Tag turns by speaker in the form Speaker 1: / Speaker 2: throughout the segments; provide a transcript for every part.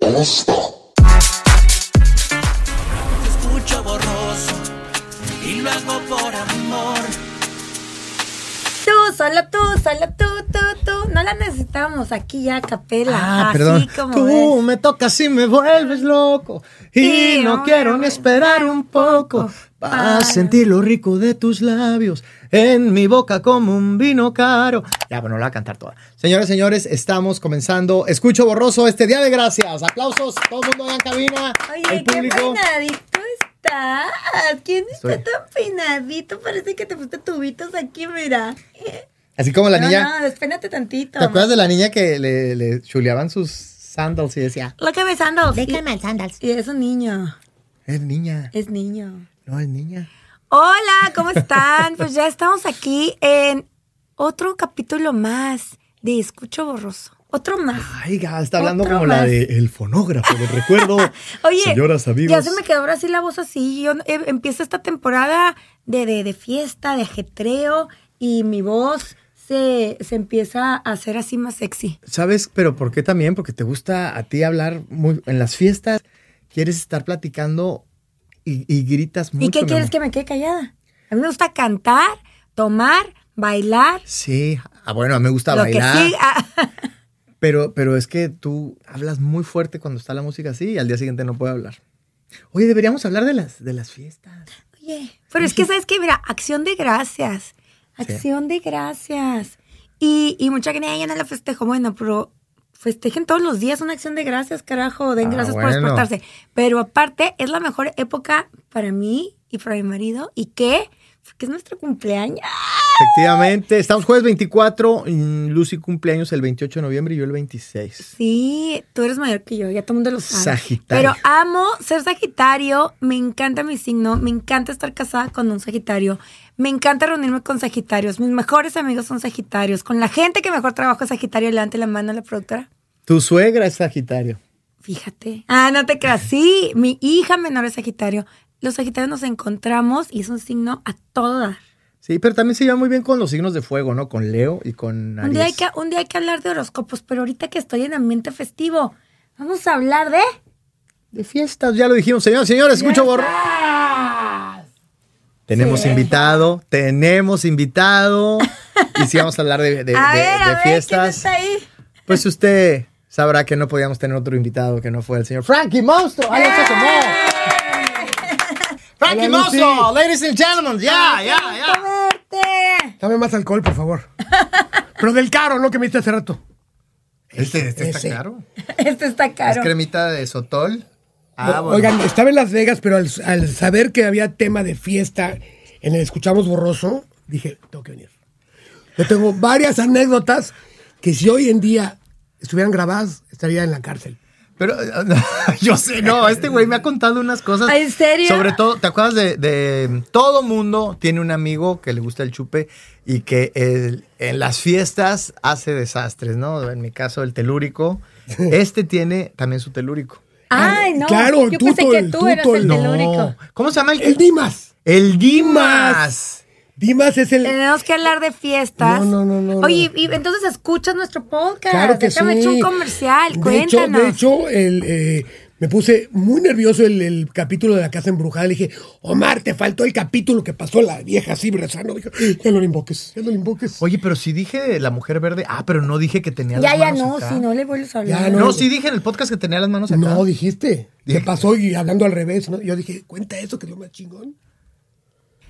Speaker 1: gusta.
Speaker 2: Te escucho borroso y lo hago por amor.
Speaker 3: Tú, solo tú, solo tú, tú, tú. No la necesitamos aquí ya a capela.
Speaker 4: Ah,
Speaker 3: así
Speaker 4: perdón.
Speaker 3: como
Speaker 4: Tú
Speaker 3: ves.
Speaker 4: me tocas y me vuelves loco. Y
Speaker 3: Sí,
Speaker 4: no
Speaker 3: no,
Speaker 4: quiero
Speaker 3: no,
Speaker 4: ni esperar un poco. Para
Speaker 3: para-
Speaker 4: sentir lo rico de tus labios. En mi boca como un vino caro. Ya, bueno, la voy a cantar toda. Señoras, señores, estamos comenzando. Escucho borroso este día de gracias. Aplausos, todo el mundo allá en cabina.
Speaker 3: Oye,
Speaker 4: el
Speaker 3: qué
Speaker 4: público.
Speaker 3: peinadito estás. ¿Quién
Speaker 4: Estoy-
Speaker 3: está tan peinadito? Parece que te pusiste tubitos aquí, mira.
Speaker 4: Así como la
Speaker 3: no,
Speaker 4: niña.
Speaker 3: no, despénate tantito.
Speaker 4: ¿Te acuerdas de la niña que le, le chuleaban sus sandals y decía,
Speaker 3: Lo que besando.
Speaker 4: déjame el sandals?
Speaker 3: Y es un niño,
Speaker 4: Es niña,
Speaker 3: es niño.
Speaker 4: no es niña.
Speaker 3: Hola, ¿cómo están? Pues ya estamos aquí en otro capítulo más de Escucho Borroso. Otro más.
Speaker 4: Ay, ga, está hablando
Speaker 3: Otro
Speaker 4: como la
Speaker 3: más.
Speaker 4: de el fonógrafo del recuerdo.
Speaker 3: Oye,
Speaker 4: señoras, amigos.
Speaker 3: ya se me quedó ahora sí la voz así. Yo, eh, empieza esta temporada de, de, de fiesta, de ajetreo, y mi voz se, se empieza a hacer así más sexy.
Speaker 4: ¿Sabes? Pero ¿por qué también? Porque te gusta a ti hablar muy en las fiestas. Quieres estar platicando y, y gritas mucho.
Speaker 3: ¿Y qué
Speaker 4: mi
Speaker 3: quieres
Speaker 4: amor.
Speaker 3: que me quede callada? A mí me gusta cantar, tomar, bailar,
Speaker 4: Sí, ah, bueno, a mí me gusta
Speaker 3: lo
Speaker 4: bailar.
Speaker 3: que siga.
Speaker 4: Pero, pero es que tú hablas muy fuerte cuando está la música así y al día siguiente no puedo hablar. Oye, deberíamos hablar de las, de las fiestas.
Speaker 3: Oye, pero es que, ¿sabes qué? Mira, acción de gracias. Acción de gracias. Y, y mucha gente, "Ay, yo no la festejo. Bueno, pero festejen todos los días una acción de gracias, carajo. Den
Speaker 4: Ah,
Speaker 3: gracias
Speaker 4: bueno.
Speaker 3: por exportarse. Pero aparte, es la mejor época para mí y para mi marido. ¿Y qué? Porque es nuestro cumpleaños.
Speaker 4: Efectivamente, estamos jueves 24, mm, Lucy cumpleaños el 28 de noviembre y yo el 26.
Speaker 3: Sí, tú eres mayor que yo, ya todo el mundo lo sabe.
Speaker 4: Sagitario.
Speaker 3: Pero amo ser Sagitario, me encanta mi signo, me encanta estar casada con un Sagitario, me encanta reunirme con Sagitarios, mis mejores amigos son Sagitarios, con la gente que mejor trabajo es Sagitario, levante la mano a la productora.
Speaker 4: Tu suegra es Sagitario.
Speaker 3: Fíjate. Ah, no te creas. Sí, mi hija menor es Sagitario. Los Sagitarios nos encontramos y es un signo a todo dar.
Speaker 4: Sí, pero también se lleva muy bien con los signos de fuego, ¿no? Con Leo y con Aries.
Speaker 3: Un día, hay que, un día hay que hablar de horóscopos, pero ahorita que estoy en ambiente festivo, vamos a hablar de...
Speaker 4: De fiestas, ya lo dijimos, señores, señores, escucho borro. Tenemos invitado, tenemos invitado. y si vamos a hablar de, de-
Speaker 3: a
Speaker 4: de-
Speaker 3: ver,
Speaker 4: de
Speaker 3: a ver, ¿quién
Speaker 4: fiestas,
Speaker 3: está ahí?
Speaker 4: pues usted sabrá que no podíamos tener otro invitado que no fue el señor Frankie Monstruo. ¡Ahí se asomó!
Speaker 3: ¡Eh!
Speaker 4: ¡Frankie
Speaker 5: Hola, Lucy.
Speaker 4: Monstruo! Ladies and gentlemen,
Speaker 3: Ah,
Speaker 4: ya, ya, ya.
Speaker 3: ¡Qué verte!
Speaker 5: Dame más alcohol, por favor. Pero del caro, lo que me diste hace rato.
Speaker 4: Este, este está
Speaker 5: Ese.
Speaker 4: caro.
Speaker 3: Este está
Speaker 4: Es
Speaker 3: caro.
Speaker 4: cremita de sotol. Ah, bueno.
Speaker 5: Oigan, estaba en Las Vegas, pero al, al saber que había tema de fiesta en el Escuchamos Borroso, dije, tengo que venir. Yo tengo varias anécdotas que si hoy en día estuvieran grabadas, estaría en la cárcel.
Speaker 4: Pero eh, no, yo sé, no, este güey me ha contado unas cosas.
Speaker 3: ¿En serio?
Speaker 4: Sobre todo, ¿te acuerdas de, de- todo mundo tiene un amigo que le gusta el chupe y que el- en las fiestas hace desastres, ¿no? En mi caso, el telúrico. Este tiene también su telúrico.
Speaker 3: Ay, no.
Speaker 5: Claro, el
Speaker 3: Yo pensé
Speaker 5: tuto,
Speaker 3: que
Speaker 5: el
Speaker 3: tú
Speaker 5: tuto,
Speaker 3: eras el
Speaker 5: el-
Speaker 3: telúrico.
Speaker 4: ¿Cómo se llama el
Speaker 5: El Dimas.
Speaker 4: El Dimas. Eh,
Speaker 5: Dimas es el...
Speaker 3: Tenemos que hablar de fiestas.
Speaker 5: No, no, no, no,
Speaker 3: Oye, y, entonces escuchas nuestro podcast.
Speaker 5: Claro que
Speaker 3: Déjame
Speaker 5: sí.
Speaker 3: hecho un comercial.
Speaker 5: De hecho,
Speaker 3: Cuéntanos.
Speaker 5: de hecho, el, eh, me puse muy nervioso el, el capítulo de la casa embrujada. Le dije, Omar, te faltó el capítulo que pasó la vieja así rezando. Dijo, "Eh, ya no lo invoques, ya no lo invoques.
Speaker 4: Oye, pero sí dije la mujer verde. Ah, pero no dije que tenía
Speaker 3: ya,
Speaker 4: las
Speaker 3: ya
Speaker 4: manos
Speaker 3: no,
Speaker 4: acá.
Speaker 3: si no le vuelves a
Speaker 5: Ya
Speaker 3: hablar.
Speaker 5: no.
Speaker 4: No, sí dije en el podcast que tenía las manos acá.
Speaker 5: no, dijiste.
Speaker 4: Dije-
Speaker 5: ¿Qué pasó? Y hablando al revés, ¿no? Yo dije, cuenta eso, que es lo más chingón.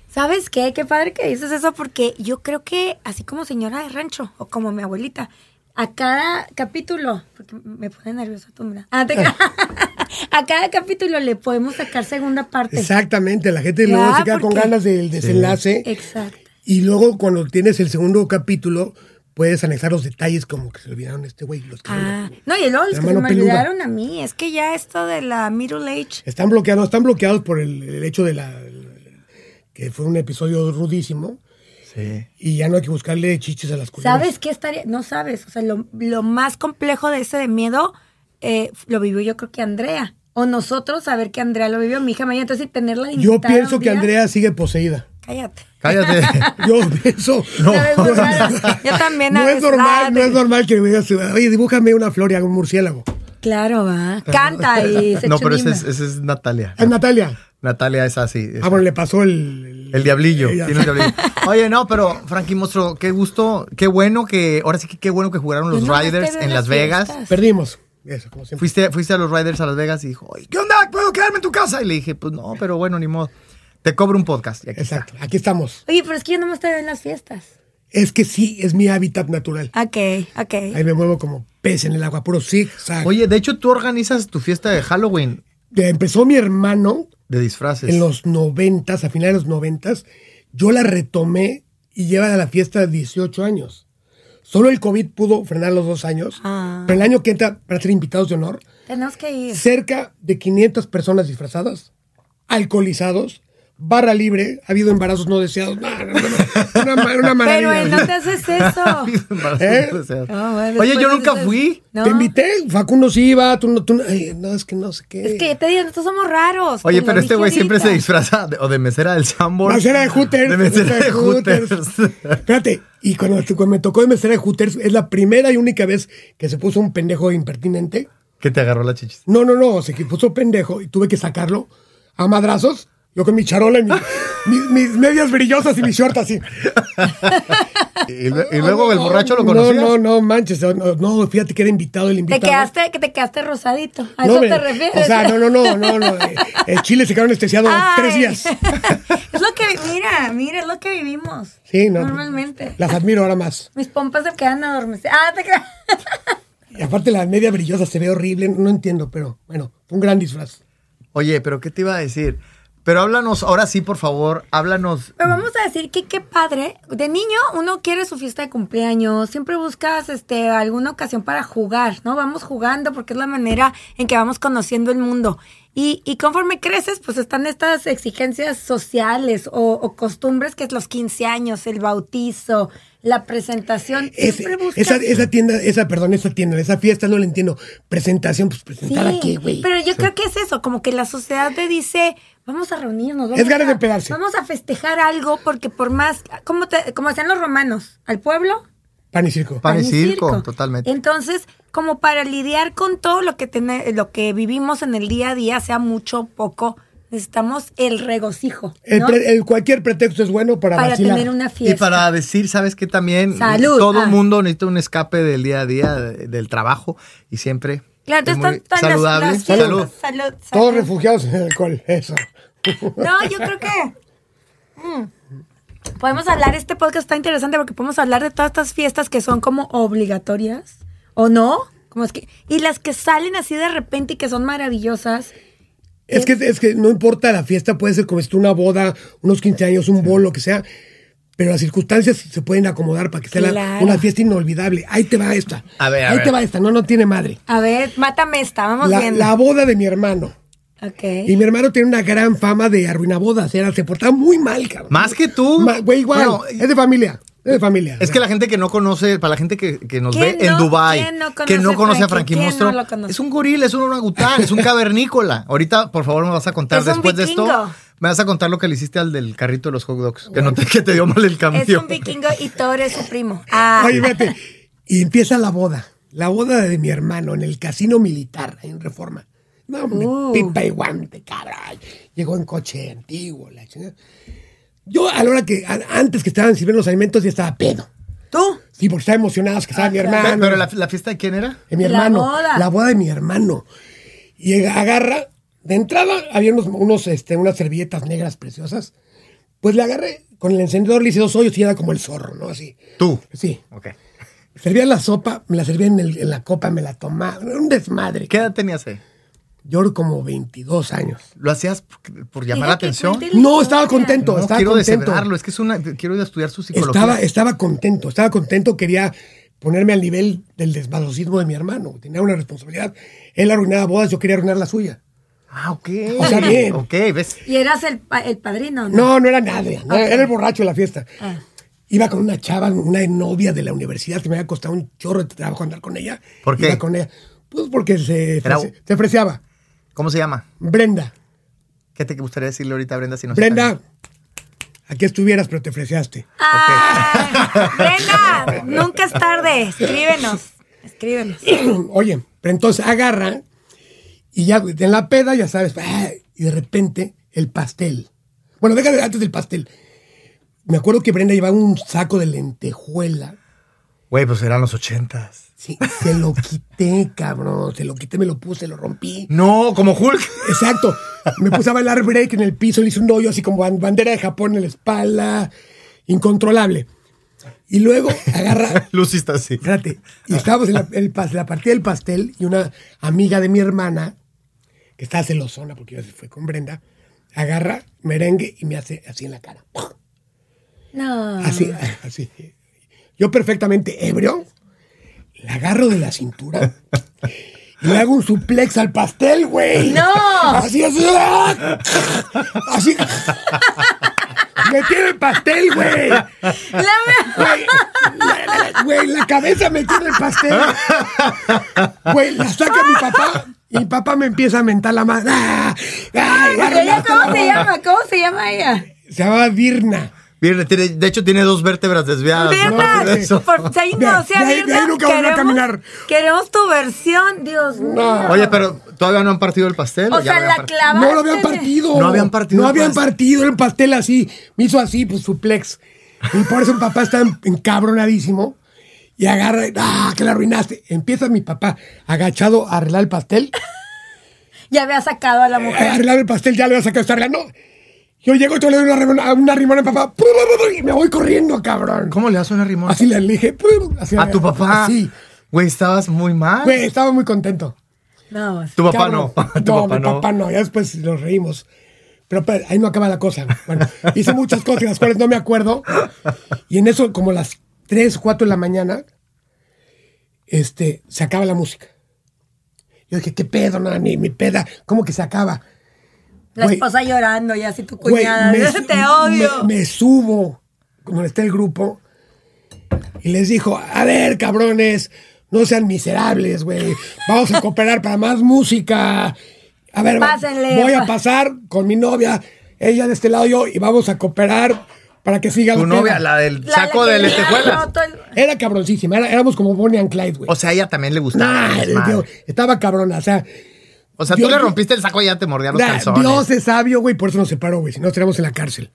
Speaker 3: ¿Sabes qué? Qué padre que dices eso porque yo creo que así como señora de rancho o como mi abuelita, a cada capítulo, porque me pone nerviosa tu mirada. Ah, te- a cada capítulo le podemos sacar segunda parte.
Speaker 5: Exactamente, la gente
Speaker 3: Ya,
Speaker 5: luego se queda con
Speaker 3: porque-
Speaker 5: ganas del desenlace.
Speaker 3: Exacto.
Speaker 5: Y luego, cuando tienes el segundo capítulo, puedes anexar los detalles como que se olvidaron de este güey. Los que
Speaker 3: Ah, no, y luego los
Speaker 5: La
Speaker 3: que se
Speaker 5: mano
Speaker 3: me
Speaker 5: peluda.
Speaker 3: olvidaron a mí, es que ya esto de la middle age,
Speaker 5: Están bloqueados, están bloqueados por el, el hecho de la que fue un episodio rudísimo
Speaker 4: Sí.
Speaker 5: y ya no hay que buscarle chiches a las cosas.
Speaker 3: ¿sabes qué estaría? No sabes, o sea, lo, lo más complejo de ese de miedo eh, lo vivió yo creo que Andrea, o nosotros saber que Andrea lo vivió, mi hija Maya, entonces y tenerla de
Speaker 5: Yo
Speaker 3: invitada
Speaker 5: pienso
Speaker 3: un
Speaker 5: que
Speaker 3: día-
Speaker 5: Andrea sigue poseída.
Speaker 3: Cállate.
Speaker 4: Cállate.
Speaker 5: Yo pienso.
Speaker 4: No.
Speaker 3: Ya ves, muy raro. Yo también a
Speaker 5: No es
Speaker 3: veces, ah,
Speaker 5: normal, no
Speaker 3: de-
Speaker 5: es normal que me digas, oye, dibújame una flor y hago un murciélago.
Speaker 3: claro, va. Canta y se
Speaker 4: No, pero ese
Speaker 3: chunima.
Speaker 4: es, ese es Natalia.
Speaker 5: Es Natalia.
Speaker 4: Natalia es así. es-
Speaker 5: Ah, bueno, le pasó el...
Speaker 4: El diablillo,
Speaker 5: Ella-
Speaker 4: tiene el diablillo. Oye, no, pero Frankie Monstruo, qué gusto, qué bueno que, ahora sí que qué bueno que jugaron los
Speaker 3: Yo nomás te
Speaker 4: Riders
Speaker 3: veo
Speaker 4: en Las Vegas.
Speaker 3: fiestas.
Speaker 5: Perdimos. Eso, como siempre.
Speaker 4: Fuiste, fuiste a los Riders a Las Vegas y dijo, "Oye, ¿qué onda? ¿Puedo quedarme en tu casa? Y le dije, pues no, pero bueno, ni modo. Te cobro un podcast. Y aquí está.
Speaker 5: Exacto, aquí estamos.
Speaker 3: Oye, pero es que yo nomás te veo en las fiestas.
Speaker 5: Es que sí, es mi hábitat natural.
Speaker 3: Ok, ok.
Speaker 5: Ahí me muevo como pez en el agua, puro zigzag.
Speaker 4: Oye, de hecho, tú organizas tu fiesta de Halloween
Speaker 5: empezó mi hermano
Speaker 4: de disfraces.
Speaker 5: en los noventas, a finales de los noventas. Yo la retomé y lleva a la fiesta 18 años. Solo el COVID pudo frenar los dos años.
Speaker 3: Ah.
Speaker 5: Pero el año que entra, para ser invitados de honor,
Speaker 3: Tenemos que ir.
Speaker 5: cerca de 500 personas disfrazadas, alcoholizados, barra libre, ha habido embarazos no deseados. No, no, no, no. Una, ma- una
Speaker 3: Pero
Speaker 5: maravilla.
Speaker 3: él no te haces eso.
Speaker 4: Embarazo
Speaker 5: ¿Eh?
Speaker 4: deseado.
Speaker 3: No, bueno,
Speaker 4: Oye, yo
Speaker 3: después
Speaker 4: nunca
Speaker 3: dices-
Speaker 4: fui.
Speaker 3: No.
Speaker 5: Te invité, Facundo sí iba, tú no, tú no, ay, no, es que no sé qué.
Speaker 3: Es que ya te digo, nosotros somos raros.
Speaker 4: Oye,
Speaker 3: te lo
Speaker 4: pero este
Speaker 3: dije
Speaker 4: güey siempre se
Speaker 3: ahorita.
Speaker 4: disfraza de- o de mesera del Sambor.
Speaker 5: Mesera de Hooters.
Speaker 4: De mesera de Hooters.
Speaker 5: Espérate, y cuando, cuando me tocó de mesera de Hooters, es la primera y única vez que se puso un pendejo impertinente.
Speaker 4: que te agarró la chichis.
Speaker 5: No, no, no, se que puso pendejo y tuve que sacarlo a madrazos. Yo con mi charola y mi- mi- mis medias brillosas y mi short así.
Speaker 4: Y, lue- y luego el borracho lo
Speaker 5: No,
Speaker 4: conocías.
Speaker 5: no, no, manches. No, no, fíjate que era invitado el
Speaker 3: Te
Speaker 5: invitado.
Speaker 3: quedaste, que te quedaste rosadito. ¿A
Speaker 5: No,
Speaker 3: eso
Speaker 5: me-
Speaker 3: te refieres?
Speaker 5: O sea, no, no, no, no, no. eh, en Chile se quedaron anestesiados
Speaker 3: Ay.
Speaker 5: tres días.
Speaker 3: es lo que, mira, mira, es lo que vivimos.
Speaker 5: Sí, no.
Speaker 3: Normalmente.
Speaker 5: Las admiro ahora más.
Speaker 3: Mis pompas se quedan adormecidas. Ah, te creas.
Speaker 5: Y aparte la media brillosa se ve horrible, no entiendo, pero bueno, fue un gran disfraz.
Speaker 4: Oye, pero ¿qué te iba a decir? Pero háblanos, ahora sí, por favor, háblanos.
Speaker 3: Pero vamos a decir que qué padre. De niño uno quiere su fiesta de cumpleaños, siempre buscas este alguna ocasión para jugar, ¿no? Vamos jugando porque es la manera en que vamos conociendo el mundo. Y, y conforme creces, pues están estas exigencias sociales o, o costumbres que es los 15 años, el bautizo, la presentación.
Speaker 5: Ese-
Speaker 3: Siempre buscas.
Speaker 5: esa, esa tienda, esa, perdón, esa tienda, esa fiesta no la entiendo. Presentación, pues presentar
Speaker 3: Sí,
Speaker 5: aquí, güey.
Speaker 3: Pero yo creo que es eso, como que la sociedad te dice, vamos a reunirnos. Vamos
Speaker 5: Es ganas
Speaker 3: a-
Speaker 5: de pegarse.
Speaker 3: Vamos a festejar algo porque por más, como, te, como hacían los romanos, al pueblo.
Speaker 5: Pan y circo.
Speaker 4: Pan y
Speaker 3: y
Speaker 4: circo, totalmente.
Speaker 3: Entonces, como para lidiar con todo lo que, tene- lo que vivimos en el día a día, sea mucho o poco, necesitamos el regocijo.
Speaker 5: El
Speaker 3: ¿no?
Speaker 5: pre- el- cualquier pretexto es bueno para,
Speaker 3: para
Speaker 5: vacilar.
Speaker 3: tener una
Speaker 4: Y
Speaker 3: fiesta.
Speaker 4: para decir, ¿sabes qué también?
Speaker 3: Salud,
Speaker 4: Todo
Speaker 3: ah.
Speaker 4: el mundo necesita un escape del día a día, de- del trabajo, y siempre
Speaker 3: Claro,
Speaker 4: es
Speaker 3: entonces
Speaker 4: muy
Speaker 3: están- están las-
Speaker 4: saludable.
Speaker 3: las fiestas,
Speaker 4: Salud.
Speaker 3: salud, salud.
Speaker 5: Todos refugiados en el alcohol, eso.
Speaker 3: No, yo creo que. mm, Podemos hablar, este podcast está interesante porque podemos hablar de todas estas fiestas que son como obligatorias o no, como es que y las que salen así de repente y que son maravillosas.
Speaker 5: Es que, es que no importa la fiesta, puede ser como si tú una boda, unos 15 años, un bolo, lo que sea, pero las circunstancias se pueden acomodar para que sea la-
Speaker 3: Claro.
Speaker 5: una fiesta inolvidable. Ahí te va esta.
Speaker 4: A ver, a
Speaker 5: Ahí
Speaker 4: ver.
Speaker 5: te va esta, no, no tiene madre.
Speaker 3: A ver, mátame esta, vamos
Speaker 5: La,
Speaker 3: viendo.
Speaker 5: la boda de mi hermano.
Speaker 3: Ok.
Speaker 5: Y mi hermano tiene una gran fama de arruinabodas. Era, se portaba muy mal, cabrón.
Speaker 4: Más que tú.
Speaker 5: Ma- güey, igual.
Speaker 4: Bueno,
Speaker 5: es de familia. Es de familia.
Speaker 4: Es que la gente que no conoce, para la gente que, que nos ve
Speaker 3: ¿Quién
Speaker 4: en
Speaker 3: no-
Speaker 4: Dubai,
Speaker 3: quién no
Speaker 4: que no
Speaker 3: conoce
Speaker 4: conoce a
Speaker 3: Frankie?
Speaker 4: Frankie
Speaker 3: ¿Quién
Speaker 4: Monstruo,
Speaker 3: no lo conoce?
Speaker 4: es un goril, es un orangután, es un cavernícola. Ahorita, por favor, me vas a contar
Speaker 3: Es un
Speaker 4: después de esto.
Speaker 3: vikingo.
Speaker 4: Me vas a contar lo que le hiciste al del carrito de los hot dogs, que, no te, que te dio mal el cambio.
Speaker 3: es un vikingo y Thor es su primo. Ah,
Speaker 5: Oye, vete. Y empieza la boda. La boda de mi hermano en el casino militar, ahí en Reforma. No, hombre,
Speaker 3: Uh.
Speaker 5: pipa y guante, cabrón. Llegó en coche antiguo, la chingada. Yo, a la hora que, a- antes que estaban sirviendo los alimentos, ya estaba pedo.
Speaker 3: tú.
Speaker 5: Sí, porque estaba emocionado, es que estaba mi
Speaker 4: Pe-
Speaker 5: hermano.
Speaker 4: Ah, Pero la, la fiesta de quién era?
Speaker 5: de mi
Speaker 3: La
Speaker 5: hermano.
Speaker 3: boda.
Speaker 5: La boda de mi hermano. Y agarra, de entrada había unos, unos, este, unas servilletas negras preciosas. Pues le agarré, con el encendedor le hice dos hoyos y era como el zorro, ¿no? Así.
Speaker 4: Tú.
Speaker 5: Sí.
Speaker 4: Ok.
Speaker 5: Servía la sopa, me la servía en, el- en la copa, me la tomaba. Era un desmadre.
Speaker 4: ¿Qué edad tenías ahí?
Speaker 5: Lloro como 22 años.
Speaker 4: ¿Lo hacías por, por llamar la
Speaker 3: Fíjate,
Speaker 4: atención?
Speaker 3: cuéntale.
Speaker 5: No, estaba contento,
Speaker 4: No,
Speaker 5: estaba
Speaker 4: quiero
Speaker 5: contento.
Speaker 4: deshebrarlo, es que es una, quiero ir a estudiar su psicología.
Speaker 5: Estaba, estaba contento, estaba contento, quería ponerme al nivel del desmadrocismo de mi hermano. Tenía una responsabilidad. Él arruinaba bodas, yo quería arruinar la suya.
Speaker 4: Ah, ok.
Speaker 5: O sea, bien.
Speaker 4: Ok, ves.
Speaker 3: Y eras el, pa- el padrino, ¿no?
Speaker 5: No, no era nadie. no, Era el borracho de la fiesta.
Speaker 3: Ah.
Speaker 5: Iba con una chava, una novia de la universidad que me había costado un chorro de trabajo andar con ella.
Speaker 4: ¿Por qué?
Speaker 5: Iba con ella. Pues porque se,
Speaker 4: Era-
Speaker 5: frese- se freseaba.
Speaker 4: ¿Cómo se llama?
Speaker 5: Brenda.
Speaker 4: ¿Qué te gustaría decirle ahorita a Brenda si no
Speaker 5: Brenda, aquí estuvieras, pero te freseaste.
Speaker 3: Ah, Ay, Brenda, nunca es tarde, escríbenos. Escríbenos.
Speaker 5: Oye, pero entonces agarra y ya güey, en la peda, ya sabes, ¡ah! y de repente el pastel. Bueno, déjame antes del pastel. Me acuerdo que Brenda llevaba un saco de lentejuela.
Speaker 4: Güey, pues eran los ochentas.
Speaker 5: Sí, se lo quité, cabrón. Se lo quité, me lo puse, lo rompí.
Speaker 4: No, como Hulk.
Speaker 5: Exacto. Me puse a bailar break en el piso, le hice un hoyo así como ban- bandera de Japón en la espalda. Incontrolable. Y luego agarra,
Speaker 4: Lucy está así.
Speaker 5: Espérate, y estábamos en la, el pas- la partida del pastel y una amiga de mi hermana, que estaba celosona porque ya se fue con Brenda, agarra merengue y me hace así en la cara.
Speaker 3: No.
Speaker 5: Así, así. Yo perfectamente ebrio, la agarro de la cintura y le hago un suplex al pastel, güey.
Speaker 3: ¡No!
Speaker 5: Así, así. ¡ah! Así. Me tiene el pastel, güey.
Speaker 3: La verdad,
Speaker 5: Güey, la- la- la- güey, la cabeza me tiene el pastel. Güey, la saca mi papá. Y mi papá me empieza a mentar la madre. ¡Ah! ¡Ay,
Speaker 3: porque ella,
Speaker 5: arruinaste la
Speaker 3: ¿Cómo se
Speaker 5: boda!
Speaker 3: llama? ¿Cómo se llama ella?
Speaker 5: Se llamaba Virna.
Speaker 4: Viene, tiene- de hecho, tiene dos vértebras
Speaker 5: Ah,
Speaker 4: desviadas. ¿no?
Speaker 3: Birna,
Speaker 4: Por eso.
Speaker 3: por si hay no, si
Speaker 5: De ahí-
Speaker 3: hay
Speaker 5: de
Speaker 3: Birna,
Speaker 5: ahí nunca volvió a
Speaker 3: queremos-
Speaker 5: caminar.
Speaker 3: Queremos tu versión, Dios mío.
Speaker 4: Oye, pero todavía no han partido el pastel.
Speaker 3: O
Speaker 4: ya
Speaker 3: sea,
Speaker 4: lo habían
Speaker 3: la
Speaker 4: partido?
Speaker 3: clavaste.
Speaker 5: No lo habían partido.
Speaker 4: No habían partido pues.
Speaker 5: No
Speaker 4: el
Speaker 5: habían
Speaker 4: pastel.
Speaker 5: partido el pastel así. Me hizo así, pues suplex. Y por eso mi papá está en- encabronadísimo. Y agarra, ¡ah, que la arruinaste! Empieza mi papá agachado a arreglar el pastel. Eh,
Speaker 3: Ya había sacado a la mujer.
Speaker 5: arreglar el pastel, ya le vas a sacar, está arreglando. Yo llego y te le doy una, rimona- a una rimona a mi papá, y me voy corriendo, cabrón.
Speaker 4: ¿Cómo le das una rimona?
Speaker 5: Así le dije, pum, así
Speaker 4: A
Speaker 5: le-
Speaker 4: tu papá.
Speaker 5: Sí.
Speaker 4: Güey, estabas muy mal.
Speaker 5: Güey, estaba muy contento.
Speaker 3: No,
Speaker 4: tu papá
Speaker 5: Cabrón.
Speaker 4: no. Tu
Speaker 5: no,
Speaker 4: papá
Speaker 5: mi
Speaker 4: no.
Speaker 5: papá no, ya después nos reímos. Pero, pero, ahí no acaba la cosa. Bueno, hice muchas cosas de las cuales no me acuerdo. Y en eso, como las 3, 4 de la mañana, este, se acaba la música. Yo dije, ¿qué pedo, Nani? Mi peda, ¿cómo que se acaba?
Speaker 3: la
Speaker 5: Güey.
Speaker 3: esposa llorando y así tu
Speaker 5: Güey,
Speaker 3: cuñada.
Speaker 5: me-
Speaker 3: te odio.
Speaker 5: Me, me subo cuando está el grupo y les dijo, a ver, cabrones, no sean miserables, güey. Vamos a cooperar para más música. A ver, va-
Speaker 3: Pásenle,
Speaker 5: voy a
Speaker 3: pa-
Speaker 5: pasar con mi novia, ella de este lado yo, y vamos a cooperar para que siga
Speaker 4: Tu
Speaker 5: peda".
Speaker 4: novia, la del saco
Speaker 3: que
Speaker 4: de
Speaker 3: le había
Speaker 4: lentejuelas.
Speaker 3: roto el-
Speaker 5: Era cabroncísima, era- éramos como Bonnie and Clyde, güey.
Speaker 4: O sea, a ella también le gustaba.
Speaker 5: Nah,
Speaker 4: el desmadre.
Speaker 5: tío, estaba cabrona, o sea,
Speaker 4: o sea,
Speaker 5: Dios-
Speaker 4: tú le rompiste el saco y ya te mordía los
Speaker 5: Nah,
Speaker 4: calzones.
Speaker 5: Dios es sabio, güey, por eso nos separó, güey. Si no, estaríamos en la cárcel.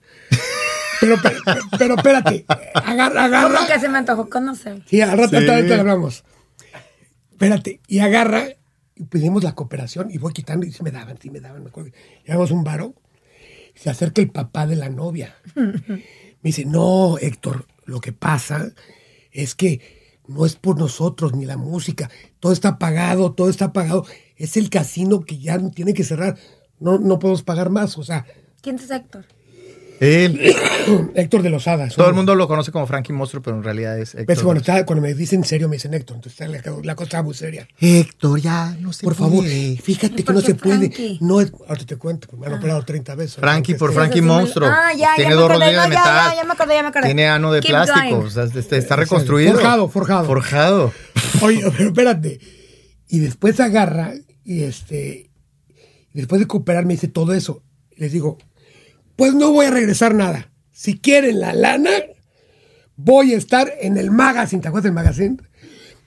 Speaker 5: Pero, pero, pero espérate, agarra, agarra.
Speaker 3: Como que se me antojó conocer.
Speaker 5: Sí, al rato
Speaker 4: Sí.
Speaker 5: ahorita le hablamos. Espérate, y agarra, y pedimos la cooperación, y voy quitando, y sí me daban, sí me daban, me acuerdo. Llevamos un varo, se acerca el papá de la novia. Me dice, no, Héctor, lo que pasa es que no es por nosotros ni la música. Todo está pagado, todo está pagado. Es el casino que ya tiene que cerrar. No, no podemos pagar más. O sea,
Speaker 3: ¿Quién es Héctor?
Speaker 4: Él.
Speaker 5: Héctor de los Hadas.
Speaker 4: Todo el mundo lo conoce como Frankie Monstruo, pero en realidad es Héctor.
Speaker 5: Ves, cuando, está- cuando me dicen serio, me dicen Héctor. Entonces la, la cosa estaba muy seria.
Speaker 4: Héctor, ya no sé.
Speaker 5: Por favor, fíjate
Speaker 3: ¿Y
Speaker 5: que
Speaker 3: por
Speaker 5: no
Speaker 3: qué
Speaker 5: se puede.
Speaker 3: Frankie? Ah.
Speaker 5: No es, ahorita te cuento, porque me han operado 30 veces.
Speaker 4: Frankie,
Speaker 5: Entonces,
Speaker 4: por
Speaker 5: sí.
Speaker 4: Frankie
Speaker 3: Ese es el-
Speaker 4: Monstruo.
Speaker 3: Ah, ya,
Speaker 4: Tiene
Speaker 3: ya me
Speaker 4: dos
Speaker 3: acordé,
Speaker 4: rodillas de
Speaker 3: no, ya,
Speaker 4: metal.
Speaker 3: ya, ya me acordé, ya me acordé.
Speaker 4: Tiene ano de
Speaker 3: Keep
Speaker 4: plástico.
Speaker 3: going.
Speaker 4: O sea, este- está reconstruido.
Speaker 5: Forjado, forjado.
Speaker 4: Forjado.
Speaker 5: Oye, pero espérate. Y después agarra y este. y después de cooperar me dice todo eso. Les digo, pues no voy a regresar nada. Si quieren la lana, voy a estar en el magazine. ¿Te acuerdas del magazine?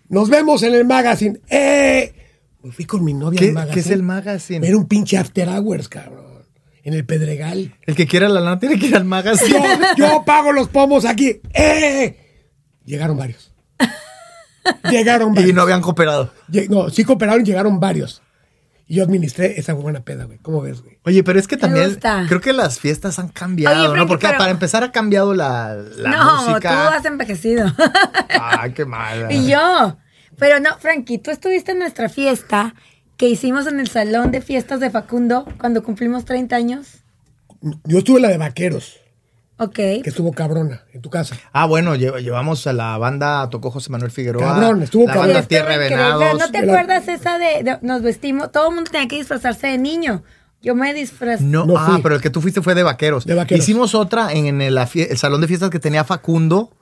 Speaker 5: Nos vemos en el magazine. ¡Eh! Me fui con mi novia
Speaker 4: ¿Qué-
Speaker 5: al magazine.
Speaker 4: qué es el magazine?
Speaker 5: Era un pinche after hours, cabrón. En el Pedregal.
Speaker 4: El que quiera la lana tiene que ir al
Speaker 5: yo,
Speaker 4: magazine.
Speaker 5: yo pago los pomos aquí. ¡Eh! Llegaron varios. Llegaron varios.
Speaker 4: y no habían cooperado.
Speaker 5: Lle- No, sí cooperaron, llegaron varios. Y yo administré esa buena peda, güey. ¿Cómo ves, güey?
Speaker 4: Oye, pero es que también
Speaker 3: gusta.
Speaker 4: creo que las fiestas han cambiado,
Speaker 3: Oye, Frankie,
Speaker 4: ¿no? Porque
Speaker 3: pero-
Speaker 4: para empezar ha cambiado la, la
Speaker 3: no,
Speaker 4: música.
Speaker 3: tú has envejecido.
Speaker 4: Ah, qué mala.
Speaker 3: y yo. Pero no, Frankie, tú estuviste en nuestra fiesta que hicimos en el salón de fiestas de Facundo cuando cumplimos 30 años.
Speaker 5: Yo estuve en la de vaqueros,
Speaker 3: Ok.
Speaker 5: que estuvo cabrona, en tu casa.
Speaker 4: Ah, bueno, lle- llevamos a la banda, tocó José Manuel Figueroa.
Speaker 5: Cabrón, estuvo
Speaker 4: La
Speaker 5: cabrón.
Speaker 4: banda
Speaker 5: Sí,
Speaker 4: Tierra de
Speaker 3: increíble.
Speaker 4: Venados.
Speaker 3: Este, ¿No te
Speaker 5: Era-
Speaker 3: acuerdas esa de, de- nos vestimos? Todo el mundo tenía que disfrazarse de niño. Yo me disfrazé.
Speaker 4: No,
Speaker 5: No
Speaker 4: ah,
Speaker 5: fui.
Speaker 4: pero el que tú fuiste fue de vaqueros.
Speaker 5: De vaqueros.
Speaker 4: Hicimos otra en, en el, afie- el salón de fiestas que tenía Facundo.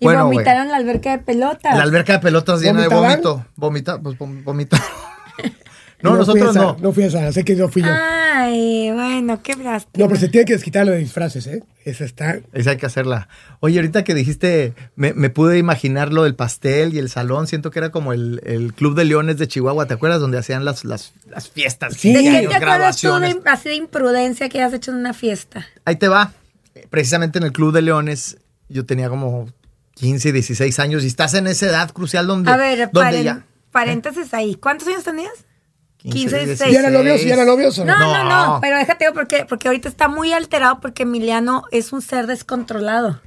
Speaker 3: y
Speaker 4: bueno, güey.
Speaker 3: vomitaron la alberca de pelotas.
Speaker 4: La alberca de pelotas llena de
Speaker 5: ¿Vomitaban?
Speaker 4: vómito. Vomita, pues vom- vomita. No,
Speaker 5: fui a
Speaker 4: nosotros
Speaker 5: esa,
Speaker 4: no.
Speaker 5: No fui a esa, sé que no fui yo.
Speaker 3: Ah. Ay, bueno, qué lástima.
Speaker 5: No, pero se tiene que desquitar lo de disfraces, ¿eh? Esa está.
Speaker 4: Esa hay que hacerla. Oye, ahorita que dijiste, me, me pude imaginar lo del pastel y el salón. Siento que era como el, el Club de Leones de Chihuahua, ¿te acuerdas? Donde hacían las, las, las fiestas.
Speaker 5: Sí.
Speaker 4: quince
Speaker 5: ¿De qué
Speaker 3: ¿Qué
Speaker 4: años,
Speaker 3: te acuerdas tú
Speaker 4: graduaciones.
Speaker 3: de, así de imprudencia que has hecho en una fiesta?
Speaker 4: Ahí te va. Precisamente en el Club de Leones, yo tenía como 15, 16 años y estás en esa edad crucial donde,
Speaker 3: A ver,
Speaker 4: donde
Speaker 3: paren-
Speaker 4: ya.
Speaker 3: paréntesis ahí. ¿Cuántos años tenías? 15, 16.
Speaker 5: ¿Y eran novios? ¿Y eran novios o
Speaker 3: No,
Speaker 5: no?
Speaker 3: no, no,
Speaker 4: No.
Speaker 3: pero déjate digo porque, porque ahorita está muy alterado porque Emiliano es un ser descontrolado.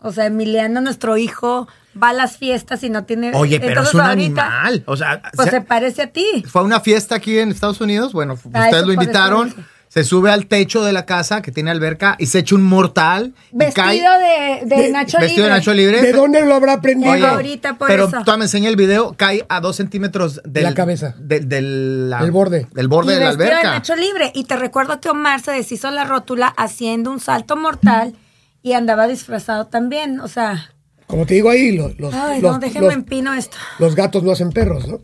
Speaker 3: O sea, Emiliano, nuestro hijo, va a las fiestas y no tiene...
Speaker 4: Oye, pero
Speaker 3: Entonces,
Speaker 4: es un
Speaker 3: ahorita,
Speaker 4: animal. O sea,
Speaker 3: Pues
Speaker 4: se-
Speaker 3: se parece a ti.
Speaker 4: fue a una fiesta aquí en Estados Unidos. Bueno,
Speaker 3: eso,
Speaker 4: ustedes
Speaker 3: por
Speaker 4: lo
Speaker 3: eso
Speaker 4: invitaron.
Speaker 3: dije.
Speaker 4: Se sube al techo de la casa que tiene alberca y se echa un mortal. y cae-
Speaker 3: Vestido de, de
Speaker 5: de-
Speaker 3: Nacho
Speaker 4: vestido de
Speaker 3: Libre.
Speaker 4: Nacho Libre.
Speaker 5: ¿De dónde lo habrá aprendido?
Speaker 3: Oye, ahorita por
Speaker 4: pero
Speaker 3: eso.
Speaker 4: tú me enseñé el video, cae a dos centímetros de
Speaker 5: La cabeza.
Speaker 4: Del, del- la-
Speaker 5: El borde.
Speaker 4: Del borde
Speaker 3: y
Speaker 4: de la
Speaker 3: vestido de
Speaker 4: alberca.
Speaker 3: Nacho Libre. Y te recuerdo que Omar se deshizo la rótula haciendo un salto mortal y andaba disfrazado también. O sea,
Speaker 5: Como te digo ahí, lo- los,
Speaker 3: ay,
Speaker 5: los,
Speaker 3: no, déjenme
Speaker 5: los,
Speaker 3: en pino esto.
Speaker 5: los gatos no hacen perros, ¿no?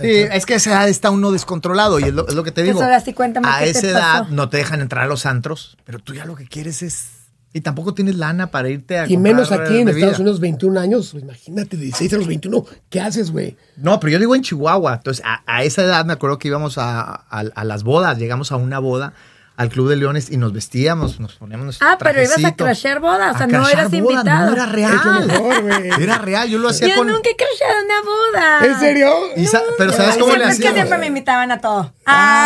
Speaker 4: Sí, es que a esa edad está uno descontrolado y es lo, es lo que te
Speaker 3: Pues
Speaker 4: digo.
Speaker 3: ahora sí, cuéntame
Speaker 4: a
Speaker 3: qué te
Speaker 4: esa edad
Speaker 3: pasó.
Speaker 4: no te dejan entrar a los antros, pero tú ya lo que quieres es... Y tampoco tienes lana para irte a
Speaker 5: Y
Speaker 4: comprar eh,
Speaker 5: menos aquí en
Speaker 4: bebida.
Speaker 5: Estados Unidos, 21 años. pues, Imagínate, 16 a los 21. ¿Qué haces, güey?
Speaker 4: No, pero yo digo en Chihuahua. Entonces, a, a esa edad me acuerdo que íbamos a, a- a las bodas, llegamos a una boda al Club de Leones y nos vestíamos, nos poníamos nuestro
Speaker 3: Ah, pero ibas a
Speaker 4: trajecito.
Speaker 3: crashear boda, o sea,
Speaker 4: A
Speaker 3: no
Speaker 4: crashear
Speaker 3: eras
Speaker 4: boda,
Speaker 3: invitado.
Speaker 4: No, era
Speaker 5: Es lo
Speaker 4: real.
Speaker 5: mejor, güey.
Speaker 4: Era real, yo lo hacía
Speaker 3: Yo
Speaker 4: con...
Speaker 3: nunca he crasheado una boda.
Speaker 5: ¿En serio?
Speaker 4: y sa- pero ¿sabes
Speaker 3: Ay,
Speaker 4: cómo le
Speaker 3: siempre- Es que
Speaker 4: hacíamos?
Speaker 3: siempre me invitaban a todo.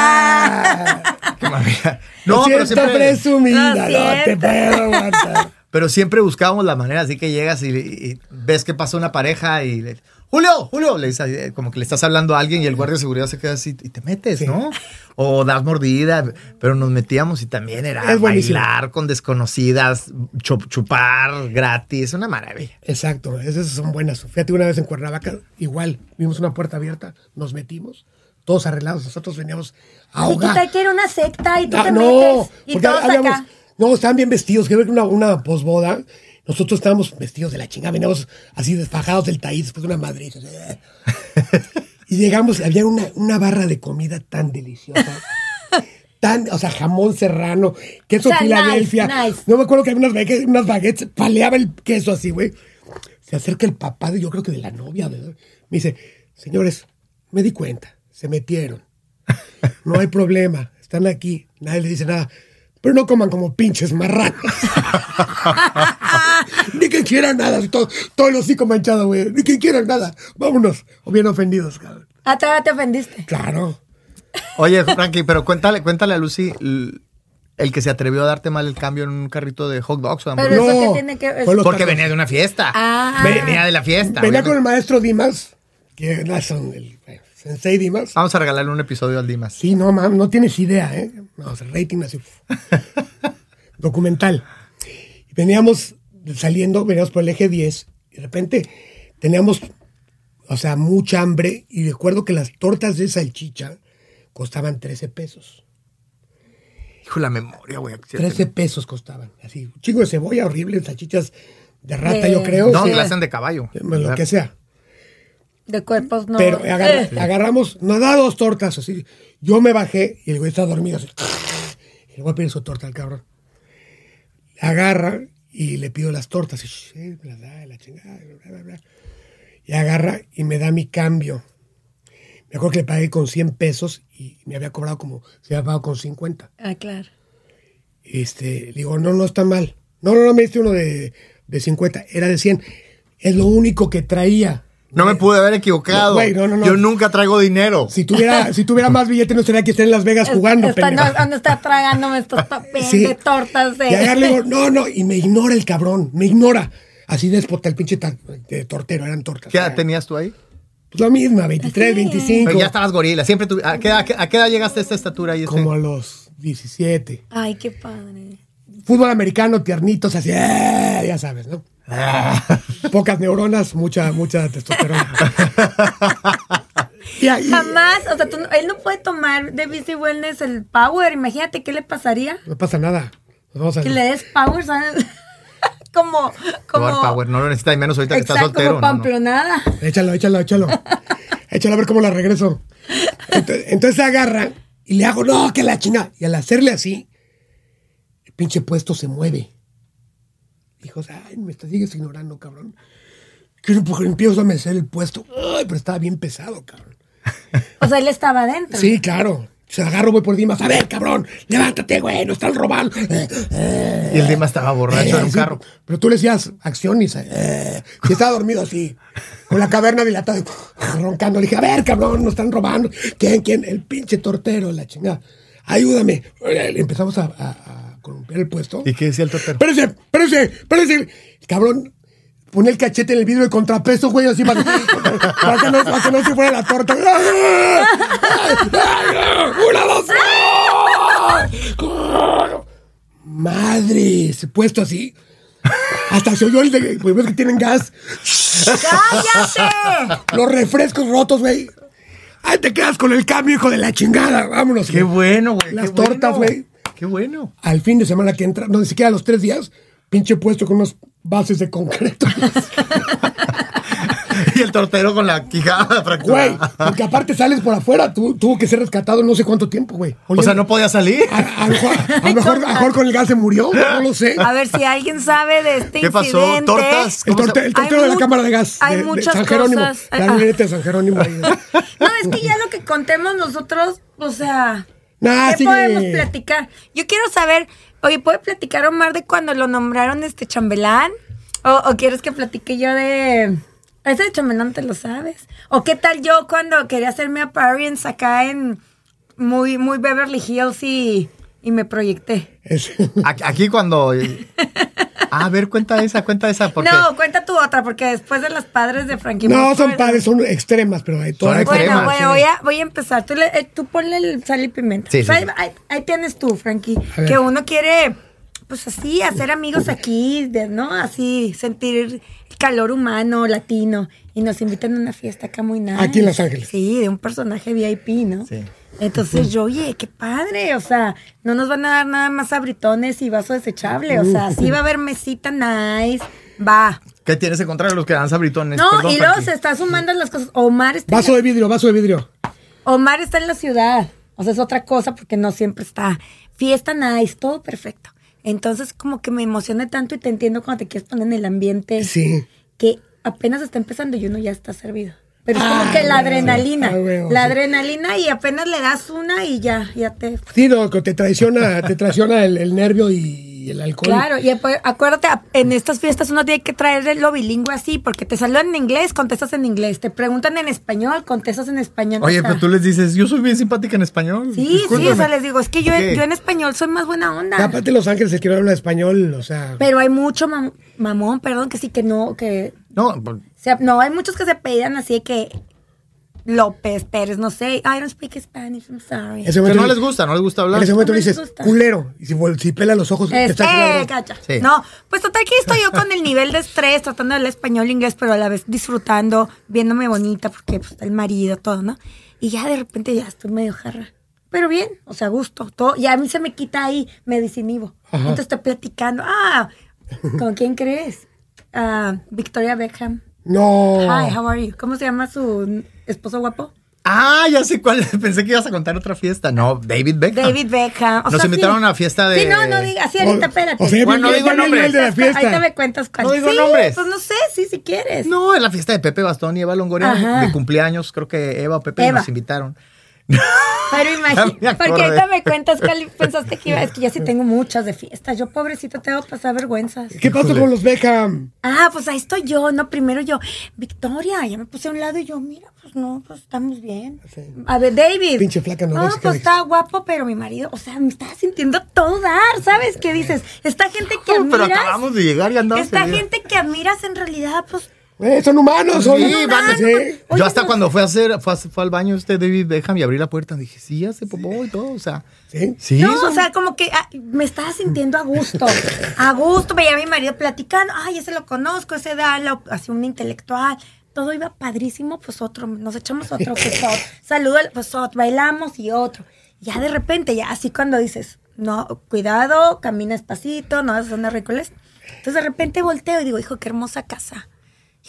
Speaker 3: Ah.
Speaker 4: Qué maravilla.
Speaker 5: No,
Speaker 4: No, pero
Speaker 5: siempre...
Speaker 4: siempre,
Speaker 5: presumida,
Speaker 3: Lo
Speaker 5: no te
Speaker 3: siento.
Speaker 5: puedo aguantar.
Speaker 4: pero siempre buscábamos la manera, así que llegas y, y ves que pasa una pareja y... le- Julio, Julio, le dices, eh, como que le estás hablando a alguien y el guardia de seguridad se queda así y te metes, ¿no? O das mordida, pero nos metíamos y también era
Speaker 5: Es buenísimo.
Speaker 4: bailar con desconocidas, chu- chupar gratis, una maravilla.
Speaker 5: Exacto, esas son buenas. Fíjate, una vez en Cuernavaca, igual, vimos una puerta abierta, nos metimos, todos arreglados, nosotros veníamos
Speaker 3: Ah, ¿Y qué
Speaker 5: ahogados.
Speaker 3: tal que era una secta
Speaker 4: Ah,
Speaker 3: y tú te
Speaker 5: no,
Speaker 3: metes? Y todos acá.
Speaker 5: no, estaban bien vestidos, que ver una, una posboda, nosotros estábamos vestidos de la chingada, veníamos así desfajados del taíz después de una eh, madrid. y llegamos, había una, una barra de comida tan deliciosa. Tan, o sea, jamón serrano, queso
Speaker 3: O sea,
Speaker 5: Filadelfia.
Speaker 3: nice, nice.
Speaker 5: No me acuerdo que había unas baguettes, unas baguettes, paleaba el queso así, güey. Se acerca el papá de, yo creo que de la novia, ¿verdad? Me dice, señores, me di cuenta, se metieron. No hay problema, están aquí, nadie le dice nada. Pero no coman como pinches marranos. Ni que quieran nada, todo, todo el hocico manchado, güey. Ni que quieran nada. Vámonos. O bien ofendidos, cabrón.
Speaker 3: Ah, todavía te ofendiste.
Speaker 5: Claro.
Speaker 4: Oye, Frankie, pero cuéntale, cuéntale a Lucy l- el que se atrevió a darte mal el cambio en un carrito de hot dogs o
Speaker 3: Pero
Speaker 4: hamburguesas.
Speaker 3: eso que tiene que
Speaker 5: fue los
Speaker 4: Porque
Speaker 5: tacos.
Speaker 4: venía de una fiesta.
Speaker 3: Ah.
Speaker 4: Venía de la fiesta.
Speaker 5: Venía
Speaker 4: obviamente.
Speaker 5: con el maestro Dimas, que no son el bueno, sensei Dimas.
Speaker 4: Vamos a regalarle un episodio al Dimas.
Speaker 5: Sí, no, mam, no tienes idea, ¿eh? No, o sea, rating así. Documental. Veníamos saliendo, veníamos por el eje 10, y de repente teníamos, o sea, mucha hambre, y recuerdo que las tortas de salchicha costaban 13 pesos.
Speaker 4: Hijo, la memoria, güey.
Speaker 5: 13 pesos costaban, así. Un chingo de cebolla horrible, salchichas de rata, yo creo.
Speaker 4: No,
Speaker 3: Sí.
Speaker 4: que la hacen de caballo.
Speaker 5: Lo que sea.
Speaker 3: De cuerpos no.
Speaker 5: Pero agarra-
Speaker 3: Eh.
Speaker 5: agarramos, nos da dos tortas así. Yo me bajé y el güey está dormido así. Le voy a pedir su torta al cabrón. Agarra y le pido las tortas. Y, sí, me las da, la chingada, bla, bla, bla. Y agarra y me da mi cambio. Me acuerdo que le pagué con 100 pesos y me había cobrado como, se había pagado con 50.
Speaker 3: Ah, claro.
Speaker 5: Este, le digo, no, no está mal. No, no, no, me diste uno de, de 50, era de 100. Es lo único que traía.
Speaker 4: No me pude haber equivocado.
Speaker 5: Güey, no, no, no.
Speaker 4: Yo nunca traigo dinero.
Speaker 5: Si tuviera, si tuviera más billete, no estaría aquí estar en Las Vegas jugando,
Speaker 3: está,
Speaker 5: pendejo.
Speaker 3: no, no está tragándome estos papeles
Speaker 5: Sí.
Speaker 3: de tortas de.
Speaker 5: Y agarré y digo, no, no, y me ignora el cabrón, me ignora. Así déspota el pinche ta- de tortero, eran tortas.
Speaker 4: ¿Qué edad tenías tú ahí?
Speaker 5: Pues lo misma, 23,
Speaker 3: Así es.
Speaker 5: 25.
Speaker 4: Pero ya estabas gorila. Siempre tuvi- ¿A, qué, edad- a qué- a qué edad llegaste a esta estatura? Y este-
Speaker 5: Como a los 17.
Speaker 3: Ay, qué padre.
Speaker 5: Fútbol americano, tiernitos, así, ¡eh! ya sabes, ¿no?
Speaker 4: Ah,
Speaker 5: Pocas neuronas, mucha, mucha testosterona. Y ahí-
Speaker 3: Jamás, o sea, tú no- él no puede tomar de Busy Wellness el power. Imagínate qué le pasaría.
Speaker 5: No pasa nada. Nos vamos a
Speaker 3: Que le des power, ¿sabes? como.
Speaker 4: No,
Speaker 3: como
Speaker 4: Power, no lo necesitas y menos ahorita que
Speaker 3: Exacto,
Speaker 4: estás soltero.
Speaker 3: como
Speaker 4: no, no.
Speaker 3: pamplonada.
Speaker 5: Échalo, échalo, échalo. Échalo a ver cómo la regreso. Entonces, entonces agarra y le hago, no, que la china. Y al hacerle así, el pinche puesto se mueve. Dijo, ay, me estás, sigues ignorando, cabrón. Quiero porque empiezo a mecer el puesto. Ay, pero estaba bien pesado, cabrón.
Speaker 3: O sea, él estaba adentro.
Speaker 5: Sí, claro. Se agarro, voy por Dimas. A ver, cabrón, levántate, güey, no están robando. Eh, eh,
Speaker 4: Y el Dima estaba borracho en un
Speaker 5: sí,
Speaker 4: carro.
Speaker 5: Pero tú le decías acción y, se- eh, y estaba dormido así, con la caverna dilatada, roncando. Le dije, a ver, cabrón, nos están robando. ¿Quién, quién? El pinche tortero, la chingada. Ayúdame. Le empezamos a, a- a columpiar el puesto.
Speaker 4: ¿Y qué decía el tortero?
Speaker 5: Espérese, espérese, espérese. El Cabrón, pone el cachete en el vidrio de contrapeso, güey, así para, para que, no, para que no se fuera la torta. ¡Ah! ¡Ay, ay, ¡Una, dos! ¡Ah! Madre, se puesto así. Hasta se oyó el de. Pues ves que tienen gas.
Speaker 3: ¡Cállate!
Speaker 5: Los refrescos rotos, güey. Ahí te quedas con el cambio, hijo de la chingada. Vámonos.
Speaker 4: Qué
Speaker 5: güey.
Speaker 4: bueno, güey.
Speaker 5: Las
Speaker 4: qué bueno.
Speaker 5: tortas, güey.
Speaker 4: Qué bueno.
Speaker 5: al fin de semana que entra, no, ni siquiera a los tres días, pinche puesto con unos bases de concreto.
Speaker 4: Y el tortero con la quijada
Speaker 5: Güey,
Speaker 4: fracturada.
Speaker 5: porque aparte sales por afuera, tu- tuvo que ser rescatado no sé cuánto tiempo, güey.
Speaker 4: O sea, no podía salir.
Speaker 5: A, a lo mejor, a lo mejor- a lo mejor con el gas se murió, no lo sé.
Speaker 3: A ver si alguien sabe de este
Speaker 4: ¿Qué pasó?
Speaker 3: incidente.
Speaker 4: ¿Tortas?
Speaker 5: El, torte- el tortero
Speaker 3: Hay
Speaker 5: de la
Speaker 3: mu-
Speaker 5: cámara de gas.
Speaker 3: hay
Speaker 5: de- de
Speaker 3: muchas
Speaker 5: San Jerónimo,
Speaker 3: cosas.
Speaker 5: La
Speaker 3: Ah.
Speaker 5: luneta de San Jerónimo. ahí.
Speaker 3: No, es que ya lo que contemos nosotros, o sea,
Speaker 5: Nah,
Speaker 3: ¿qué
Speaker 5: sigue.
Speaker 3: podemos platicar? Yo quiero saber, oye, ¿puede platicar Omar de cuando lo nombraron este chambelán? ¿O, o quieres que platique yo de... Ese de chambelán te lo sabes. ¿O qué tal yo cuando quería hacerme appearance acá en muy, muy Beverly Hills y, y me proyecté?
Speaker 5: Es-
Speaker 4: Aquí aquí cuando. Ah, A ver, cuenta esa, cuenta esa. Porque
Speaker 3: No, cuenta tu otra, porque después de las padres de Frankie
Speaker 5: no,
Speaker 3: Monfort-
Speaker 5: son padres, son extremas, pero hay todas
Speaker 4: Son
Speaker 5: extremas.
Speaker 3: Bueno,
Speaker 4: crema,
Speaker 3: bueno,
Speaker 4: sí.
Speaker 3: voy a, voy a empezar. Tú, le- eh, tú ponle el sal y pimienta.
Speaker 4: Sí, sí,
Speaker 3: Ahí-
Speaker 4: sí.
Speaker 3: Ahí, ahí tienes tú, Frankie.
Speaker 5: A ver.
Speaker 3: Que uno quiere, pues así, hacer amigos aquí, de- ¿no? Así, sentir el calor humano, latino. Y nos invitan a una fiesta acá muy nice.
Speaker 5: Aquí en Los Ángeles.
Speaker 3: Sí, de un personaje VIP, ¿no?
Speaker 4: Sí.
Speaker 3: Entonces yo, oye, qué padre, o sea, no nos van a dar nada más abritones y vaso desechable, o sea, sí va a haber mesita nice, va.
Speaker 4: ¿Qué tienes en contra de los que dan sabritones?
Speaker 3: No,
Speaker 4: Pues, Perdón,
Speaker 3: y luego
Speaker 4: Frankie.
Speaker 3: se está sumando las cosas. Omar está en la
Speaker 5: Vaso de vidrio, vaso de vidrio.
Speaker 3: Omar está en la ciudad. O sea, es otra cosa porque no siempre está. Fiesta nice, todo perfecto. Entonces, como que me emocioné tanto y te entiendo cuando te quieres poner en el ambiente
Speaker 5: Sí.
Speaker 3: que apenas está empezando y uno ya está servido. Pero es
Speaker 5: Ah,
Speaker 3: como que la
Speaker 5: huevo,
Speaker 3: adrenalina.
Speaker 5: ah, huevo,
Speaker 3: la
Speaker 5: sí.
Speaker 3: adrenalina y apenas le das una y ya, ya te.
Speaker 5: Sí, no, que te traiciona, te traiciona el, el nervio y el alcohol.
Speaker 3: Claro, y apu- acuérdate, a- en estas fiestas uno tiene que traer lo bilingüe así, porque te saludan en inglés, contestas en inglés, te preguntan en español, contestas en español.
Speaker 4: Oye,
Speaker 3: o sea,
Speaker 4: pero tú les dices, yo soy bien simpática en español.
Speaker 3: Sí, sí,
Speaker 4: discúlpame".
Speaker 3: o sea, les digo, es que yo,
Speaker 4: ¿Qué?
Speaker 3: en- yo en español soy más buena onda.
Speaker 5: Ah, Aparte Los Ángeles, el que no habla español, o sea...
Speaker 3: Pero hay mucho mam- mamón, perdón, que sí, que no, que...
Speaker 4: No, pues, por-
Speaker 3: o sea, no, hay muchos que se pedían así de que López, Pérez, no sé, I don't speak Spanish, I'm sorry.
Speaker 5: en ese
Speaker 4: o sea,
Speaker 5: momento
Speaker 4: no
Speaker 5: le-
Speaker 4: les gusta, no les gusta hablar.
Speaker 5: En ese momento
Speaker 3: No
Speaker 5: le
Speaker 3: les
Speaker 5: dices,
Speaker 3: gusta.
Speaker 5: culero. Y si, vol- si pela los ojos, te
Speaker 3: Este,
Speaker 5: está haciendo algo.
Speaker 3: cacha.
Speaker 4: Sí.
Speaker 3: No, pues total que estoy yo con el nivel de estrés, tratando de hablar español, inglés, pero a la vez disfrutando, viéndome bonita, porque pues, está el marido, todo, ¿no? Y ya de repente ya estoy medio jarra. Pero bien, o sea, gusto. Todo, ya a mí se me quita ahí, me disinhibo.
Speaker 5: Ajá.
Speaker 3: Entonces estoy platicando. Ah, ¿con quién crees? Ah, Victoria Beckham.
Speaker 5: No.
Speaker 3: Hi,
Speaker 4: Oh.
Speaker 3: how are you? ¿Cómo se llama su esposo guapo?
Speaker 4: Ah, ya sé cuál. Pensé que ibas a contar otra fiesta. No, David Beckham.
Speaker 3: David Beckham. O
Speaker 4: Nos invitaron a una fiesta de-
Speaker 3: Sí, no, no digas. Sí, ahorita,
Speaker 5: O-
Speaker 3: espérate.
Speaker 5: o sea,
Speaker 4: Bueno,
Speaker 5: ya-
Speaker 4: digo
Speaker 5: ya vi el nivel
Speaker 4: nombres.
Speaker 5: de la fiesta.
Speaker 3: Ahorita me cuentas cuál.
Speaker 4: No digo
Speaker 3: sí,
Speaker 4: nombres.
Speaker 3: Pues no sé, sí, si quieres.
Speaker 4: No, en la fiesta de Pepe Bastón y Eva Longoria.
Speaker 3: Ajá.
Speaker 4: De cumpleaños, creo que Eva o Pepe
Speaker 3: Eva.
Speaker 4: nos invitaron.
Speaker 3: Pero
Speaker 4: Ya
Speaker 3: imagínate,
Speaker 4: me
Speaker 3: porque
Speaker 4: acordé.
Speaker 3: ahorita me cuentas cuál pensaste que iba. Es que yo sí tengo muchas de fiestas. Yo, pobrecito, tengo que pasar vergüenzas.
Speaker 5: ¿Qué pasó con los Beckham?
Speaker 3: Ah, pues ahí estoy yo, no, primero yo, Victoria, ya me puse a un lado y yo, mira, pues no, pues estamos bien.
Speaker 5: Sí.
Speaker 3: A ver, David.
Speaker 5: Pinche flaca, no
Speaker 3: No,
Speaker 5: ves qué
Speaker 3: pues
Speaker 5: dices.
Speaker 3: está guapo, pero mi marido, o sea, me estaba sintiendo todo dar, ¿sabes qué dices? Esta gente que
Speaker 4: Oh, pero
Speaker 3: admiras,
Speaker 4: acabamos de llegar y andamos.
Speaker 3: esta
Speaker 4: en-
Speaker 3: gente que admiras en realidad, pues,
Speaker 5: Eh, son humanos, son
Speaker 4: Sí,
Speaker 5: humanos,
Speaker 4: van a-
Speaker 5: ¿eh?
Speaker 3: Oye,
Speaker 4: Yo hasta
Speaker 3: pero-
Speaker 4: cuando fue a hacer, fue, a- fue al baño este David Beckham y abrí la puerta, dije, sí, hace popó y todo, o sea.
Speaker 5: Sí.
Speaker 4: Sí,
Speaker 3: no,
Speaker 4: son-
Speaker 3: o sea, como que ah, me estaba sintiendo a gusto, a gusto, veía a mi marido platicando, ay, ese lo conozco, ese da, la, así un intelectual, todo iba padrísimo, pues otro, nos echamos otro, pues otro, saludo, pues otro, bailamos y otro. Ya de repente, ya así cuando dices, no, cuidado, camina despacito, no haces una ridículas. Entonces de repente volteo y digo, hijo, qué hermosa casa.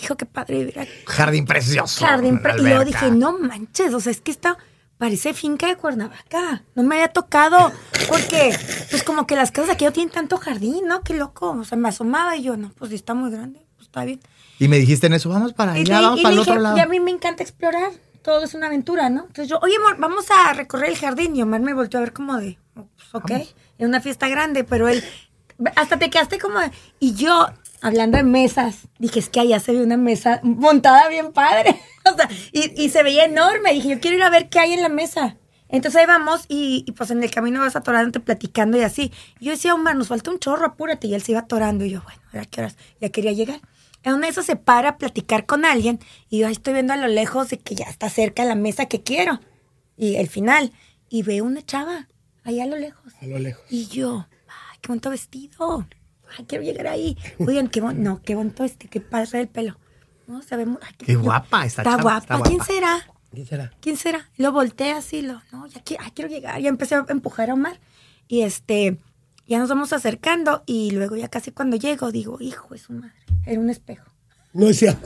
Speaker 3: Hijo, qué padre vivir aquí.
Speaker 4: jardín precioso.
Speaker 3: Jardín pre- Y yo
Speaker 4: alberca.
Speaker 3: dije, no manches, o sea, es que está parece finca de Cuernavaca. No me había tocado porque, pues como que las casas aquí no tienen tanto jardín, ¿no? Qué loco. O sea, me asomaba y yo, no, pues sí está muy grande, pues está bien.
Speaker 4: Y me dijiste en eso, vamos para
Speaker 3: Y,
Speaker 4: allá,
Speaker 3: le-
Speaker 4: vamos
Speaker 3: y
Speaker 4: para
Speaker 3: le
Speaker 4: el
Speaker 3: dije,
Speaker 4: otro lado.
Speaker 3: y a mí me encanta explorar. Todo es una aventura, ¿no? Entonces yo, oye, amor, vamos a recorrer el jardín. Y Omar me volteó a ver como de, oh, pues, ok, es una fiesta grande, pero él, hasta te quedaste como de- Y yo, hablando de mesas, dije, es que allá se ve una mesa montada bien padre. o sea, y, y se veía enorme. Dije, yo quiero ir a ver qué hay en la mesa. Entonces ahí vamos y, y, pues en el camino vas atorándote, platicando y así. Y yo decía, Omar, nos falta un chorro, apúrate. Y él se iba atorando. Y yo, bueno, ¿a qué horas? Ya quería llegar. En una de esas se para a platicar con alguien y yo ahí estoy viendo a lo lejos de que ya está cerca la mesa que quiero. Y el final. Y veo una chava allá a lo lejos.
Speaker 5: A lo lejos.
Speaker 3: Y yo, ay, qué bonito vestido. Ay, quiero llegar ahí. Oigan, qué bon- no, qué bonito este, qué padre el pelo. No, se ve muy- ay,
Speaker 4: Qué guapa esta
Speaker 3: Está
Speaker 4: chava,
Speaker 3: guapa.
Speaker 4: está guapa.
Speaker 3: ¿Quién será?
Speaker 5: ¿Quién será?
Speaker 3: ¿Quién será? Lo volteé así, lo, no, ya quiero, ay, quiero llegar. Ya empecé a empujar a Omar. Y este, ya nos vamos acercando. Y luego ya casi cuando llego, digo, hijo es su madre. Era un espejo.
Speaker 5: No decía.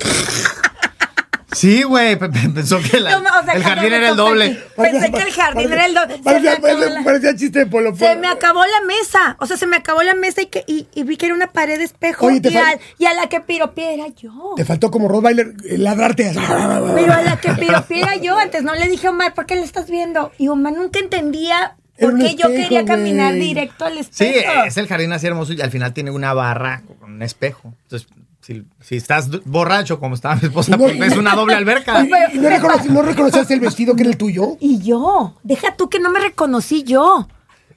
Speaker 4: Sí, güey, pe- pe- pensó que la-
Speaker 3: No, o sea, cuando
Speaker 4: el jardín
Speaker 3: me
Speaker 4: era el doble.
Speaker 3: confundí. Pensé que el jardín era el doble. Se me
Speaker 5: Parecía,
Speaker 3: acabó
Speaker 5: parecía-
Speaker 3: la-
Speaker 5: parecía chiste de polo
Speaker 3: Se
Speaker 5: Polo.
Speaker 3: me acabó la mesa. O sea, se me acabó la mesa y, que, y, y vi que era una pared de espejo.
Speaker 5: Oye, te
Speaker 3: y,
Speaker 5: fal-
Speaker 3: al- y a la que piropié era yo.
Speaker 5: Te faltó como Rottweiler eh, ladrarte. así.
Speaker 3: Pero a la que piropié era yo. Antes no le dije a Omar, ¿por qué le estás viendo? Y Omar nunca entendía
Speaker 5: Era
Speaker 3: por
Speaker 5: un
Speaker 3: qué yo
Speaker 5: espejo,
Speaker 3: quería caminar
Speaker 5: güey.
Speaker 3: directo al
Speaker 4: Sí,
Speaker 3: espejo.
Speaker 4: es el jardín así hermoso y al final tiene una barra con un espejo. Entonces, si, si estás du- borracho como estaba mi esposa,
Speaker 5: No.
Speaker 4: pues es una doble alberca.
Speaker 3: Pero-
Speaker 5: ¿Y ¿No, reconoc- no reconociste el vestido que era el tuyo?
Speaker 3: Y yo, deja tú que no me reconocí yo,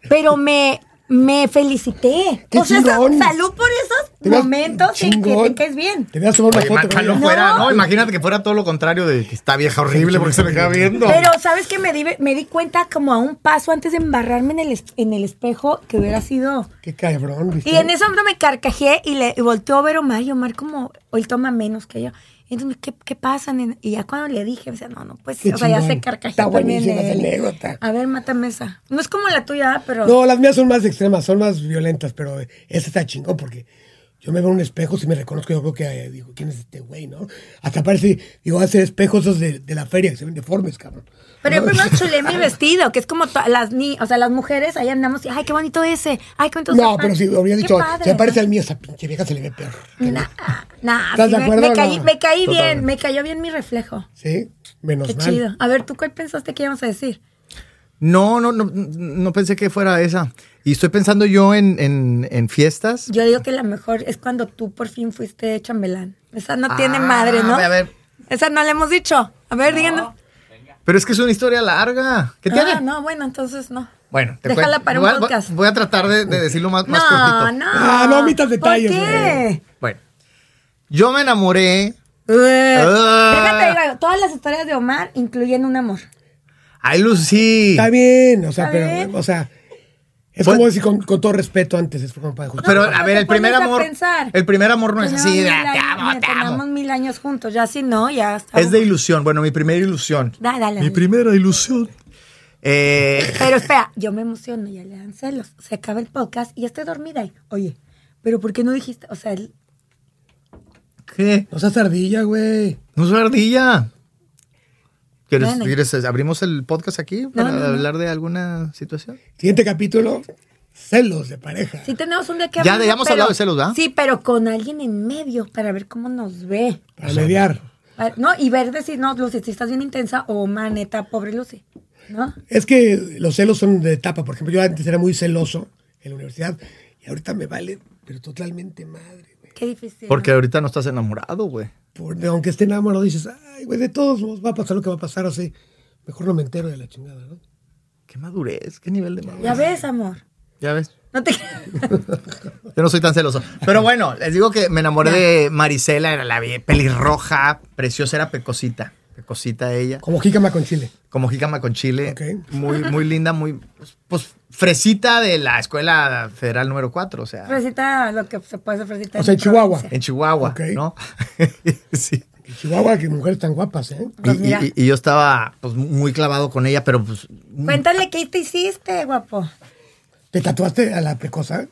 Speaker 3: pero me, me felicité.
Speaker 5: ¡Qué
Speaker 3: o sea,
Speaker 5: chingón!
Speaker 3: sa- salud por esos
Speaker 5: Te veas
Speaker 3: momentos en que
Speaker 5: chingón.
Speaker 3: te caes bien.
Speaker 5: Te voy a tomar una
Speaker 4: Oye,
Speaker 5: foto.
Speaker 4: ma- ojalá
Speaker 5: güey.
Speaker 4: fuera,
Speaker 3: No.
Speaker 4: no. Imagínate que fuera todo lo contrario de que está vieja horrible porque se me queda viendo.
Speaker 3: Pero, ¿sabes qué? Me di, me di cuenta como a un paso antes de embarrarme en el, es- en el espejo que hubiera sido.
Speaker 5: Qué cabrón. ¿viste?
Speaker 3: Y en ese momento me carcajé y le y volteó a ver a Omar y Omar como, hoy toma menos que yo. Entonces, ¿qué, qué pasa, nena? Y ya cuando le dije, me decía, no, no, pues,
Speaker 5: Qué
Speaker 3: o sea, ya
Speaker 5: chingón.
Speaker 3: se carcajé
Speaker 5: Está
Speaker 3: también
Speaker 5: buenísima esa
Speaker 3: él.
Speaker 5: anécdota.
Speaker 3: A ver, mátame esa. No es como la tuya, pero...
Speaker 5: No, las mías son más extremas, son más violentas, pero eh, esa está chingón porque yo me veo en un espejo, si me reconozco, yo creo que eh, digo, ¿quién es este güey, no? Hasta parece, digo, hacer espejos esos de, de la feria que se ven deformes, cabrón.
Speaker 3: Pero yo
Speaker 5: ¿No?
Speaker 3: primero chuleé mi vestido, que es como to- las ni o sea, las mujeres ahí andamos y, ay, qué bonito ese, ay, qué bonito
Speaker 5: No,
Speaker 3: zapato".
Speaker 5: pero si hubiera
Speaker 3: Qué
Speaker 5: dicho,
Speaker 3: padre,
Speaker 5: se parece
Speaker 3: ¿no? Mm.
Speaker 5: al mío, esa pinche vieja se le ve peor.
Speaker 3: Nah, nah,
Speaker 5: ¿Estás
Speaker 3: sí
Speaker 5: de
Speaker 3: me-
Speaker 5: acuerdo
Speaker 3: me,
Speaker 5: o no?
Speaker 3: caí, me caí bien,
Speaker 4: Totalmente.
Speaker 3: me cayó bien mi reflejo.
Speaker 5: ¿Sí? Menos
Speaker 3: Qué
Speaker 5: mal.
Speaker 3: chido. A ver, ¿tú cuál pensaste que íbamos a decir?
Speaker 4: No, no, no, no pensé que fuera esa. Y estoy pensando yo en, en- en fiestas.
Speaker 3: Yo digo que la mejor es cuando tú por fin fuiste chambelán. Esa no tiene
Speaker 4: Ah,
Speaker 3: madre, ¿no?
Speaker 4: a ver.
Speaker 3: Esa no la hemos dicho. A ver, díganos.
Speaker 4: Pero es que es una historia larga. ¿Qué
Speaker 3: Ah,
Speaker 4: tiene?
Speaker 3: no, bueno, entonces no.
Speaker 4: Bueno, te
Speaker 3: Déjala
Speaker 4: cuen-
Speaker 3: para
Speaker 4: voy
Speaker 3: un
Speaker 4: a,
Speaker 3: podcast.
Speaker 4: Voy a tratar de, de decirlo más, más
Speaker 3: no,
Speaker 4: cortito.
Speaker 3: no.
Speaker 5: Ah, no omitas detalles,
Speaker 3: ¿Por
Speaker 5: güey.
Speaker 3: qué?
Speaker 4: Bueno, yo me enamoré.
Speaker 3: Eh,
Speaker 4: Ah.
Speaker 3: Déjate, digo algo, todas las historias de Omar incluyen un amor.
Speaker 4: Ay, Lucy.
Speaker 5: Está bien, o sea,
Speaker 3: Está
Speaker 5: pero,
Speaker 3: bien.
Speaker 5: o sea, es
Speaker 4: Pues-
Speaker 5: como decir con, con todo respeto antes, es como para justificar.
Speaker 4: Pero,
Speaker 3: No,
Speaker 4: a ver,
Speaker 3: te
Speaker 4: el primer
Speaker 3: pones a
Speaker 4: amor.
Speaker 3: pensar.
Speaker 4: El primer amor no es
Speaker 3: Tenemos
Speaker 4: así, de,
Speaker 3: mil
Speaker 4: te
Speaker 3: años,
Speaker 4: amo,
Speaker 3: mira,
Speaker 4: te amo.
Speaker 3: Tenemos mil años juntos, ya si no, ya está.
Speaker 4: Es de ilusión. Bueno, mi primera ilusión.
Speaker 3: Dale, dale,
Speaker 4: Mi
Speaker 3: dale.
Speaker 4: primera ilusión. Eh,
Speaker 3: Pero espera, yo me emociono, ya le dan celos. Se acaba el podcast y ya estoy dormida. y, Oye, pero ¿por qué no dijiste? O sea, el-
Speaker 4: ¿Qué?
Speaker 5: No seas ardilla, güey.
Speaker 4: No soy ardilla. ¿Quieres,
Speaker 3: Bueno.
Speaker 4: quieres- abrimos el podcast aquí para
Speaker 3: no, no.
Speaker 4: hablar de alguna situación?
Speaker 5: Siguiente capítulo, celos de pareja.
Speaker 3: sí tenemos un día que
Speaker 4: Ya,
Speaker 3: hablar,
Speaker 4: ya hemos
Speaker 3: pero-
Speaker 4: hablado de celos, ¿verdad?
Speaker 3: Sí, pero con alguien en medio para ver cómo nos ve.
Speaker 5: Para mediar.
Speaker 3: Para- No, y ver decir, no, Lucy, si estás bien intensa o maneta, pobre Lucy. ¿No?
Speaker 5: Es que los celos son de etapa. Por ejemplo, yo antes era muy celoso en la universidad y ahorita me vale, pero totalmente madre, güey.
Speaker 3: Qué difícil.
Speaker 4: Porque ahorita no estás enamorado, güey.
Speaker 5: Por- de- aunque esté enamorado, dices, ay, güey, de todos modos va a pasar lo que va a pasar, así. Mejor no me entero de la chingada, ¿no?
Speaker 4: Qué madurez, qué nivel de
Speaker 3: ¿no?
Speaker 4: madurez.
Speaker 3: Ya ves, amor.
Speaker 4: Ya ves.
Speaker 3: No te
Speaker 4: Yo no soy tan celoso. Pero bueno, les digo que me enamoré de Marisela, era la vie- pelirroja, preciosa, era pecosita. Pecosita ella.
Speaker 5: Como jícama con chile.
Speaker 4: como jícama con chile.
Speaker 5: Ok.
Speaker 4: Muy, muy linda, muy. pues, Pues fresita de la Escuela Federal número 4, o sea,
Speaker 3: Fresita, lo que se puede hacer fresita.
Speaker 5: O sea,
Speaker 3: en
Speaker 5: en Chihuahua.
Speaker 3: provincia.
Speaker 4: Ah. en Chihuahua,
Speaker 5: Ok.
Speaker 4: ¿no? sí.
Speaker 5: En Chihuahua, que mujeres tan guapas, ¿eh?
Speaker 4: Y,
Speaker 3: Pues mira.
Speaker 4: y- y yo estaba pues, muy clavado con ella, pero pues.
Speaker 3: Cuéntale qué te hiciste, guapo.
Speaker 5: ¿Te tatuaste a la precosa?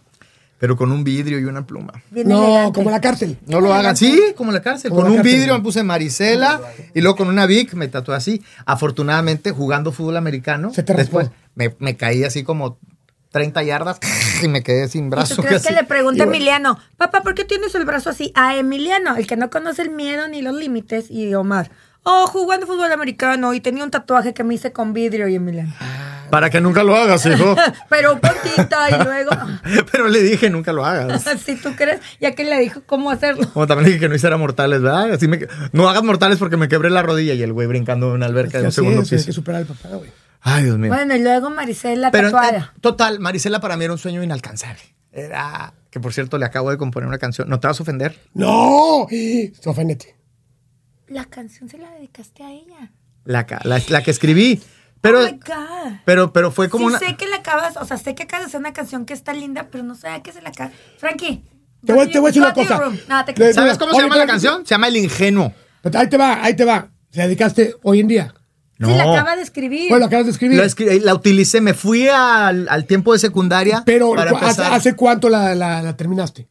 Speaker 4: pero con un vidrio y una pluma.
Speaker 3: Bien
Speaker 5: ah? No,
Speaker 3: elegante.
Speaker 5: como Ah, la cárcel.
Speaker 4: No lo hagan. Sí, como en la cárcel.
Speaker 5: Como
Speaker 4: con un
Speaker 5: la cárcel.
Speaker 4: vidrio me puse Marisela y luego con una Vic me tatué así. Afortunadamente, jugando fútbol americano,
Speaker 5: Se te raspó.
Speaker 4: después me, me caí así como 30 yardas y me quedé sin
Speaker 3: ¿Y tú
Speaker 4: brazo.
Speaker 3: crees que
Speaker 4: casi.
Speaker 3: le pregunta a Emiliano, papá, ¿por qué tienes el brazo así? A Emiliano, el que no conoce el miedo ni los límites, y Omar. Oh, jugando fútbol americano y tenía un tatuaje que me hice con vidrio y Emiliano. "Ah,
Speaker 4: Para que nunca lo hagas, hijo.
Speaker 3: Pero un poquito y luego,
Speaker 4: pero le dije, nunca lo hagas.
Speaker 3: si tú crees, ya que le dijo cómo hacerlo.
Speaker 4: Como también dije que no hiciera mortales, ¿verdad? Así me que- no hagas mortales porque me quebré la rodilla y el güey brincando de una alberca de un
Speaker 5: Así
Speaker 4: segundo
Speaker 5: es, hay que
Speaker 4: piso.
Speaker 5: superar al papá, güey.
Speaker 4: Ay, Dios mío.
Speaker 3: Bueno, y luego Marisela
Speaker 4: Pero eh,
Speaker 3: tatuada.
Speaker 4: total, Marisela para mí era un sueño inalcanzable. Era que por cierto le acabo de componer una canción. ¿No te vas a ofender?
Speaker 5: ¡No! Sofénete.
Speaker 3: La canción se la dedicaste a ella.
Speaker 4: La, ca- la, la que escribí. Pero,
Speaker 3: oh my God.
Speaker 4: pero, pero fue como
Speaker 3: sí
Speaker 4: una.
Speaker 3: sé que la acabas, o sea, sé que acabas de hacer una canción que está linda, pero no sé a qué se la acaba. Frankie.
Speaker 5: Te voy- te voy a decir una
Speaker 3: go to your
Speaker 5: cosa.
Speaker 3: room. No, te
Speaker 5: Le-
Speaker 3: creas.
Speaker 4: ¿Sabes cómo se
Speaker 5: Oye,
Speaker 4: llama la
Speaker 5: pero-
Speaker 4: canción? Se llama El Ingenuo.
Speaker 5: Pero ahí te va, ahí te va. Se la dedicaste hoy en día.
Speaker 3: Sí, la acaba de escribir.
Speaker 5: Bueno, lo acabas de escribir.
Speaker 4: La, escri- la utilicé, me fui al, al tiempo de secundaria.
Speaker 5: Pero
Speaker 4: para
Speaker 5: ¿cu- ¿hace,
Speaker 4: empezar.
Speaker 5: hace cuánto la, la- la terminaste?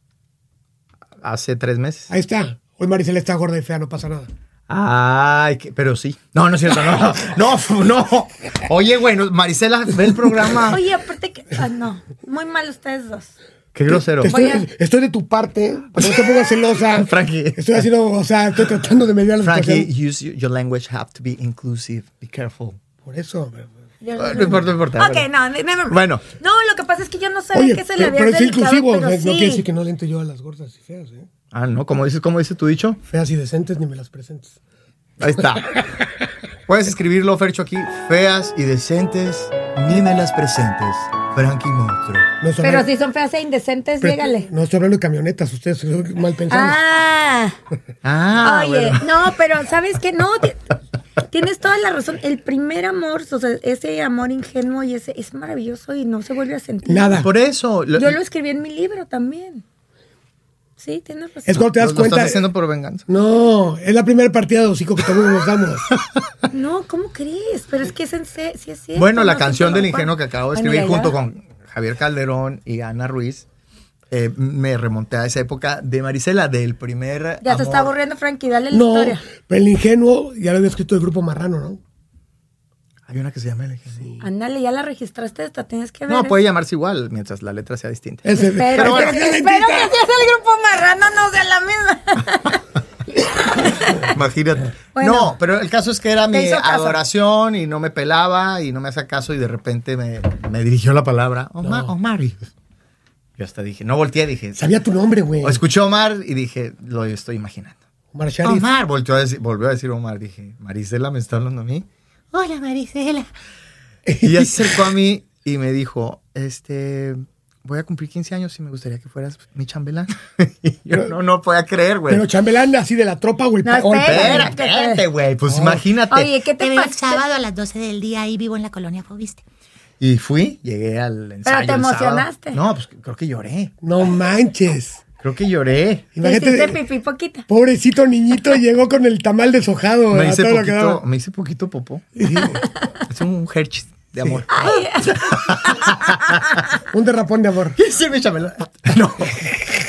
Speaker 4: Hace tres meses.
Speaker 5: Ahí está. Hoy Marisela está gorda y fea, no pasa nada.
Speaker 4: Ay, que- pero sí. No, no es cierto, no. No, no, no. Oye, güey, no, Marisela, ve el programa.
Speaker 3: Oye, aparte que. ah, no. Muy mal ustedes dos.
Speaker 4: Qué grosero.
Speaker 5: Te Estoy,
Speaker 3: Voy a-
Speaker 5: estoy de tu parte, ¿eh? no te pongas celosa.
Speaker 4: Frankie.
Speaker 5: Estoy haciendo, o sea, estoy tratando de mediar la
Speaker 4: Frankie,
Speaker 5: situación.
Speaker 4: use your language have to be inclusive. Be careful.
Speaker 5: Por eso.
Speaker 3: Yo-
Speaker 4: Ah, no importa, no importa.
Speaker 3: Ok, no, no, no, no.
Speaker 4: Bueno.
Speaker 3: No, lo que pasa es que yo no sabía
Speaker 5: Oye,
Speaker 3: que se le
Speaker 5: pero,
Speaker 3: había
Speaker 5: pero es
Speaker 3: dedicado,
Speaker 5: inclusivo.
Speaker 3: pero
Speaker 5: o sea,
Speaker 3: sí.
Speaker 5: No quiere decir que no lento yo a las gordas y feas, ¿eh?
Speaker 4: Ah, no, como dices, ¿cómo dice tu dicho?
Speaker 5: Feas y decentes ni me las presentes.
Speaker 4: Ahí está. Puedes escribirlo, Fercho, aquí. Feas y decentes, ni me las presentes. Frankie Monstruo.
Speaker 5: No estoy
Speaker 3: Pero
Speaker 5: hablando-
Speaker 3: si son feas e indecentes,
Speaker 5: pero-
Speaker 3: llégale.
Speaker 5: No estoy hablando de camionetas, ustedes son mal pensados.
Speaker 3: Ah.
Speaker 4: Ah,
Speaker 3: Oye,
Speaker 4: bueno.
Speaker 3: no, pero ¿sabes qué? No, ti- tienes toda la razón. El primer amor, o sea, ese amor ingenuo y ese es maravilloso y no se vuelve a sentir.
Speaker 5: Nada.
Speaker 4: Por eso. lo-
Speaker 3: Yo lo escribí en mi libro también. Sí, tienes razón.
Speaker 5: Es cuando te das
Speaker 4: lo- lo
Speaker 5: cuenta.
Speaker 4: estás haciendo por venganza.
Speaker 5: No, es la primera partida de hocico que todos nos damos.
Speaker 3: No, ¿cómo crees? Pero es que es en se- sí es cierto.
Speaker 4: Bueno, la
Speaker 3: no,
Speaker 4: canción
Speaker 3: siento
Speaker 4: del
Speaker 3: lo cual.
Speaker 4: ingenuo que acabo de
Speaker 3: Bueno,
Speaker 4: escribir
Speaker 3: ya, ya.
Speaker 4: junto con Javier Calderón y Ana Ruiz, eh, me remonté a esa época de Marisela, del primer
Speaker 3: Ya se está
Speaker 4: amor.
Speaker 3: aburriendo, Frankie, dale la
Speaker 5: No,
Speaker 3: historia.
Speaker 5: pero el ingenuo ya lo había escrito el grupo Marrano, ¿no?
Speaker 4: Hay una que se llama El Ingenuo.
Speaker 3: Ándale, ya la registraste, esta tienes que ver.
Speaker 4: No, pues,
Speaker 3: ¿eh?
Speaker 4: puede llamarse igual mientras la letra sea distinta.
Speaker 5: Ese-
Speaker 3: Pero,
Speaker 4: Pero bueno,
Speaker 3: espero que si es el grupo marrano, no sea la misma.
Speaker 4: Imagínate.
Speaker 3: Bueno.
Speaker 4: no, pero el caso es que era
Speaker 3: Te
Speaker 4: mi
Speaker 3: hizo caso.
Speaker 4: adoración y no me pelaba y no me hacía caso y de repente me, me dirigió la palabra Omar. Omar. Y Yo hasta dije, no volteé, dije.
Speaker 5: Sabía tu nombre, güey.
Speaker 4: O escuché Omar y dije, lo estoy imaginando.
Speaker 5: Omar Sharif.
Speaker 4: Omar, volteó a decir- volvió a decir Omar. Dije, Marisela me está hablando a mí. Hola, Marisela. Y ya se acercó a mí y me dijo, este, voy a cumplir 15 años y me gustaría que fueras mi chambelán. Y yo no, no podía creer, güey.
Speaker 5: Pero chambelán así de la tropa, güey.
Speaker 3: No,
Speaker 5: pa- o el
Speaker 3: espera.
Speaker 5: padre.
Speaker 4: Espera, espérate, güey. Pues
Speaker 5: No.
Speaker 4: imagínate.
Speaker 3: Oye, ¿qué te
Speaker 1: Te veo el
Speaker 3: pasa?
Speaker 1: sábado a las 12 del día y vivo en la colonia Fobiste.
Speaker 4: Y fui, llegué al ensayo.
Speaker 3: te
Speaker 4: el sábado.
Speaker 3: emocionaste.
Speaker 4: No, pues creo que lloré.
Speaker 5: No manches.
Speaker 4: Creo que lloré.
Speaker 3: Te hiciste
Speaker 5: Imagínate,
Speaker 3: pipí poquita.
Speaker 5: pobrecito niñito llegó con el tamal deshojado.
Speaker 4: Me
Speaker 5: a
Speaker 4: hice
Speaker 5: todo lo que
Speaker 4: poquito,
Speaker 5: daba.
Speaker 4: me hice poquito popó. Es un herchis de amor.
Speaker 3: Ay,
Speaker 5: Un derrapón de amor.
Speaker 4: Sí, mi chambelán. No,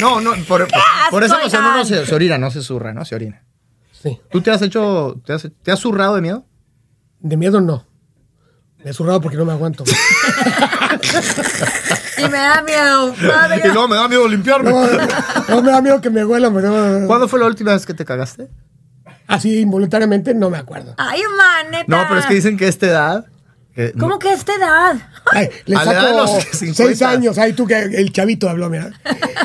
Speaker 4: no, no. Por, por esa
Speaker 3: asco,
Speaker 4: razón uno
Speaker 3: Iván!
Speaker 4: se, se orina, no se zurra, ¿no? Se orina.
Speaker 5: Sí.
Speaker 4: ¿Tú te has hecho, te has, te has zurrado de miedo?
Speaker 5: De miedo no. Me he zurrado porque no me aguanto.
Speaker 3: y me da miedo. Padre.
Speaker 4: me da miedo limpiarme.
Speaker 5: No, no me da miedo que me huela, pero
Speaker 4: ¿Cuándo fue la última vez que te cagaste?
Speaker 5: así involuntariamente no me acuerdo.
Speaker 3: Ay, man, neta.
Speaker 4: No, pero es que dicen que a esta edad. que-
Speaker 3: Ah. ¿Cómo que a esta edad?
Speaker 5: Ay, le
Speaker 4: A la edad de
Speaker 5: saco
Speaker 4: los
Speaker 5: 6
Speaker 4: 50.
Speaker 5: años. Ay, tú que el chavito habló, mira.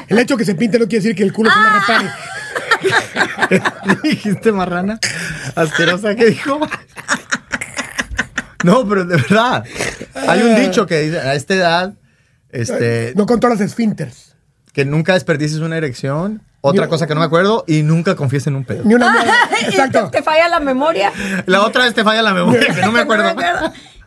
Speaker 5: El hecho que se pinte no quiere decir que el culo se me
Speaker 3: Ah.
Speaker 5: repare.
Speaker 4: Dijiste marrana asquerosa que dijo. No, pero de verdad. Hay un dicho que dice a esta edad este,
Speaker 5: No con todas las esfínteres.
Speaker 4: que nunca desperdices una erección. Otra
Speaker 5: Yo-
Speaker 4: cosa que no me acuerdo y nunca confiesen un pedo.
Speaker 5: Ni una mierda.
Speaker 3: Ah, Y
Speaker 5: Exacto.
Speaker 3: Te, te falla la memoria.
Speaker 4: La otra vez te falla la memoria, que no me acuerdo.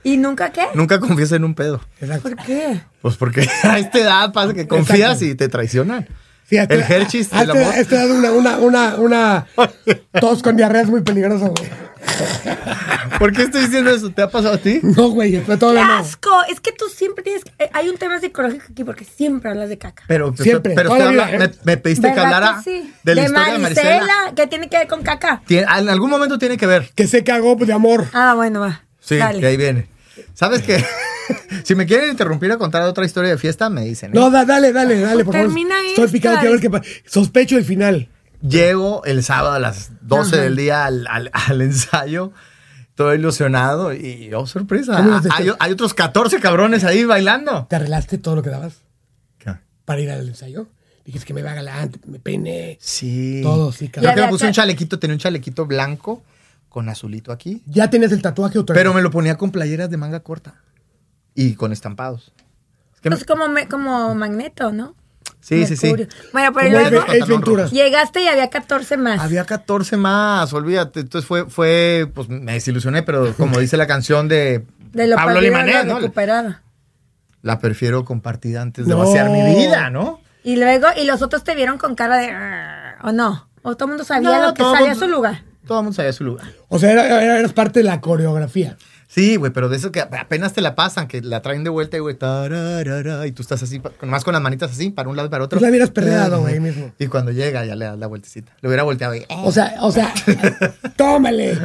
Speaker 3: ¿Y nunca qué?
Speaker 4: Nunca confiesen un pedo.
Speaker 5: Exacto.
Speaker 3: ¿Por qué?
Speaker 4: Pues porque a esta edad pasa que confías y te traicionan.
Speaker 5: Sí, hasta-
Speaker 4: el Hershey's
Speaker 5: hasta-
Speaker 4: del amor.
Speaker 5: hasta da una, una, una, una tos con diarrea es muy peligroso, güey.
Speaker 4: ¿Por qué estoy diciendo eso? ¿Te ha pasado a ti?
Speaker 5: No, güey, pero
Speaker 3: ¡Qué
Speaker 5: todavía no.
Speaker 3: asco! Es que tú siempre tienes. que- eh, Hay un tema psicológico aquí porque siempre hablas de caca.
Speaker 4: Pero, pues,
Speaker 5: Siempre,
Speaker 4: pero
Speaker 5: toda
Speaker 4: usted
Speaker 5: la
Speaker 4: habla-
Speaker 5: vida,
Speaker 4: me,
Speaker 5: ¿eh?
Speaker 4: me pediste que
Speaker 3: ¿Verdad
Speaker 4: hablara
Speaker 3: sí?
Speaker 4: de la historia de Marisela.
Speaker 3: que tiene que ver con caca.
Speaker 4: Tien- En algún momento tiene que ver.
Speaker 5: Que se cagó de amor.
Speaker 3: Ah, bueno, va.
Speaker 4: Sí,
Speaker 3: Dale.
Speaker 4: que ahí viene. ¿Sabes qué? si me quieren interrumpir a contar otra historia de fiesta, me dicen. ¿eh?
Speaker 5: No, da- dale, dale, dale, por
Speaker 3: Pues Termina
Speaker 5: favor. Estoy
Speaker 3: esta.
Speaker 5: picado, quiero ver qué pasa. Sospecho el final.
Speaker 4: Llego el sábado a las 12 del día al, al- al ensayo. Todo ilusionado y oh, sorpresa.
Speaker 5: ¿Cómo los
Speaker 4: Hay,
Speaker 5: dejaste?
Speaker 4: hay otros 14 cabrones ahí bailando.
Speaker 5: ¿Te arreglaste todo lo que dabas
Speaker 4: ¿Qué?
Speaker 5: para ir al ensayo? Dijiste que me va galante, me peiné.
Speaker 4: Sí.
Speaker 5: Todo, sí, cabrón.
Speaker 4: Creo que
Speaker 3: Ya
Speaker 4: me puse
Speaker 3: había-
Speaker 4: un chalequito, tenía un chalequito blanco con azulito aquí.
Speaker 5: ¿Ya tenías el tatuaje o todavía
Speaker 4: Pero
Speaker 5: no?
Speaker 4: me lo ponía con playeras de manga corta y con estampados. Es que me-
Speaker 3: Pues como, me- como magneto, ¿no?
Speaker 4: sí, sí, sí.
Speaker 3: Mercurio. Bueno, pero
Speaker 4: Tenía
Speaker 5: Como el
Speaker 3: luego
Speaker 5: de- Ace
Speaker 4: pantalón
Speaker 5: Ventura.
Speaker 4: rojo.
Speaker 3: llegaste y había 14 más.
Speaker 4: Había 14 más, olvídate. Entonces fue, fue, pues me desilusioné, pero como dice la canción de,
Speaker 3: de lo
Speaker 4: Pablo
Speaker 3: perdido a lo
Speaker 4: Limanés, ¿no?
Speaker 3: recuperado.
Speaker 4: La prefiero compartida antes de
Speaker 5: No.
Speaker 4: vaciar mi vida, ¿no?
Speaker 3: Y luego, y los otros te vieron con cara de. "Ah", ¿O no? ¿O todo el mundo sabía
Speaker 4: No,
Speaker 3: lo que
Speaker 4: todo
Speaker 3: sabía
Speaker 4: mundo-
Speaker 3: su lugar?
Speaker 4: Todo el mundo sabía su lugar.
Speaker 5: O sea, era- era- eras parte de la coreografía.
Speaker 4: Sí, güey, pero de eso que apenas te la pasan, que la traen de vuelta y güey, tararara, y tú estás así, pa- con- más con las manitas así, para un lado y para otro.
Speaker 5: Pues la hubieras perreado, güey, ahí mismo.
Speaker 4: Y cuando llega ya le das la vueltecita. Le hubiera volteado y... "Ah,
Speaker 5: O sea, o sea, tómale.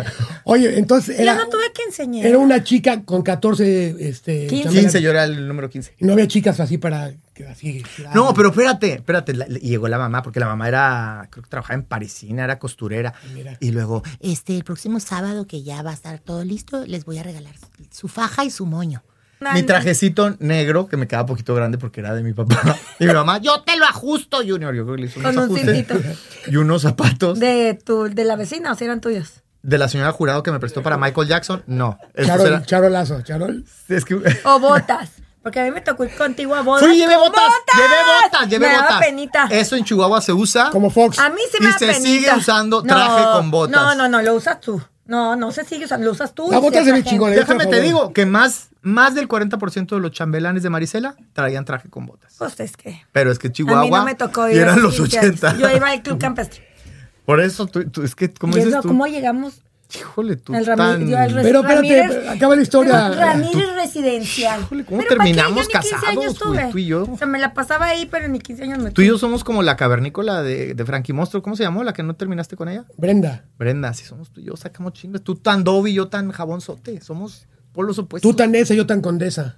Speaker 5: Oye, entonces era,
Speaker 3: Yo no tuve que enseñar.
Speaker 5: era una chica con 14, este,
Speaker 3: 15.
Speaker 4: 15, yo era el número 15.
Speaker 5: Y no había chicas así para que así.
Speaker 4: No, pero espérate, espérate. la- y llegó la mamá, porque la mamá era, creo que trabajaba en Parisina, era costurera.
Speaker 5: Mira.
Speaker 4: Y luego,
Speaker 1: Este, el próximo sábado que ya va a estar todo listo, les voy a regalar su faja y su moño.
Speaker 3: Una-
Speaker 4: mi trajecito negro, que me quedaba poquito grande porque era de mi papá. Y mi mamá, yo te lo ajusto, Junior. Yo creo que le hizo unos
Speaker 3: Con un
Speaker 4: ajustes
Speaker 3: cintito.
Speaker 4: Y unos zapatos. De,
Speaker 3: De, tu, de la vecina, o si eran tuyos.
Speaker 4: la señora jurado que me prestó para Michael Jackson. No. Estos
Speaker 5: Charol,
Speaker 4: eran-
Speaker 5: Charol Lazo, Charol.
Speaker 4: es que,
Speaker 3: O botas. Porque a mí me tocó ir contigo a bodas.
Speaker 4: Fui, llevé
Speaker 3: ¡Con
Speaker 4: botas, Llevé botas, llevé
Speaker 3: me
Speaker 4: botas.
Speaker 3: Daba penita.
Speaker 4: Eso en Chihuahua se usa.
Speaker 5: Como Fox.
Speaker 3: A mí se me
Speaker 4: Y
Speaker 3: da
Speaker 4: se
Speaker 3: penita.
Speaker 4: sigue usando traje con botas.
Speaker 3: No, no, no, lo usas tú. No, no se sigue usando, lo usas tú.
Speaker 5: Las
Speaker 3: y
Speaker 5: botas
Speaker 3: cierta
Speaker 5: se ven
Speaker 3: gente.
Speaker 5: chingonas.
Speaker 4: Déjame
Speaker 5: por
Speaker 4: te
Speaker 5: favor.
Speaker 4: digo que más, más del 40% de los chambelanes de Marisela traían traje con botas.
Speaker 3: Pues es que.
Speaker 4: Pero es que Chihuahua.
Speaker 3: a mí no me tocó ir.
Speaker 4: Y
Speaker 3: a
Speaker 4: eran
Speaker 3: los
Speaker 4: los
Speaker 3: 15 años.
Speaker 4: 80.
Speaker 3: Yo iba al club campestre.
Speaker 4: Por eso, tú, tú- es que, ¿cómo
Speaker 3: Y es
Speaker 4: dices
Speaker 3: lo-
Speaker 4: tú?
Speaker 3: ¿Cómo llegamos?
Speaker 4: Híjole, tú
Speaker 3: Al
Speaker 4: tan...
Speaker 3: Ramírez, yo al res-
Speaker 5: Pero espérate,
Speaker 3: Ramírez-
Speaker 5: acaba la historia.
Speaker 3: Pero Ramírez residencial.
Speaker 4: Híjole, ¿cómo
Speaker 3: Pero ¿pa' qué? Yo
Speaker 4: terminamos
Speaker 3: ni 15
Speaker 4: casados,
Speaker 3: años
Speaker 4: güey,
Speaker 3: tuve.
Speaker 4: tú y yo?
Speaker 3: O sea, me la pasaba ahí, pero en mis 15 años me
Speaker 4: Tú y yo somos como la cavernícola de, de Frankie Monstruo. ¿Cómo se llamó la que no terminaste con ella?
Speaker 5: Brenda,
Speaker 4: Brenda, si somos tú y yo, sacamos chingas. Tú tan Dobby, yo tan jabonzote. Somos polos opuestos.
Speaker 5: tú tan esa, yo tan condesa.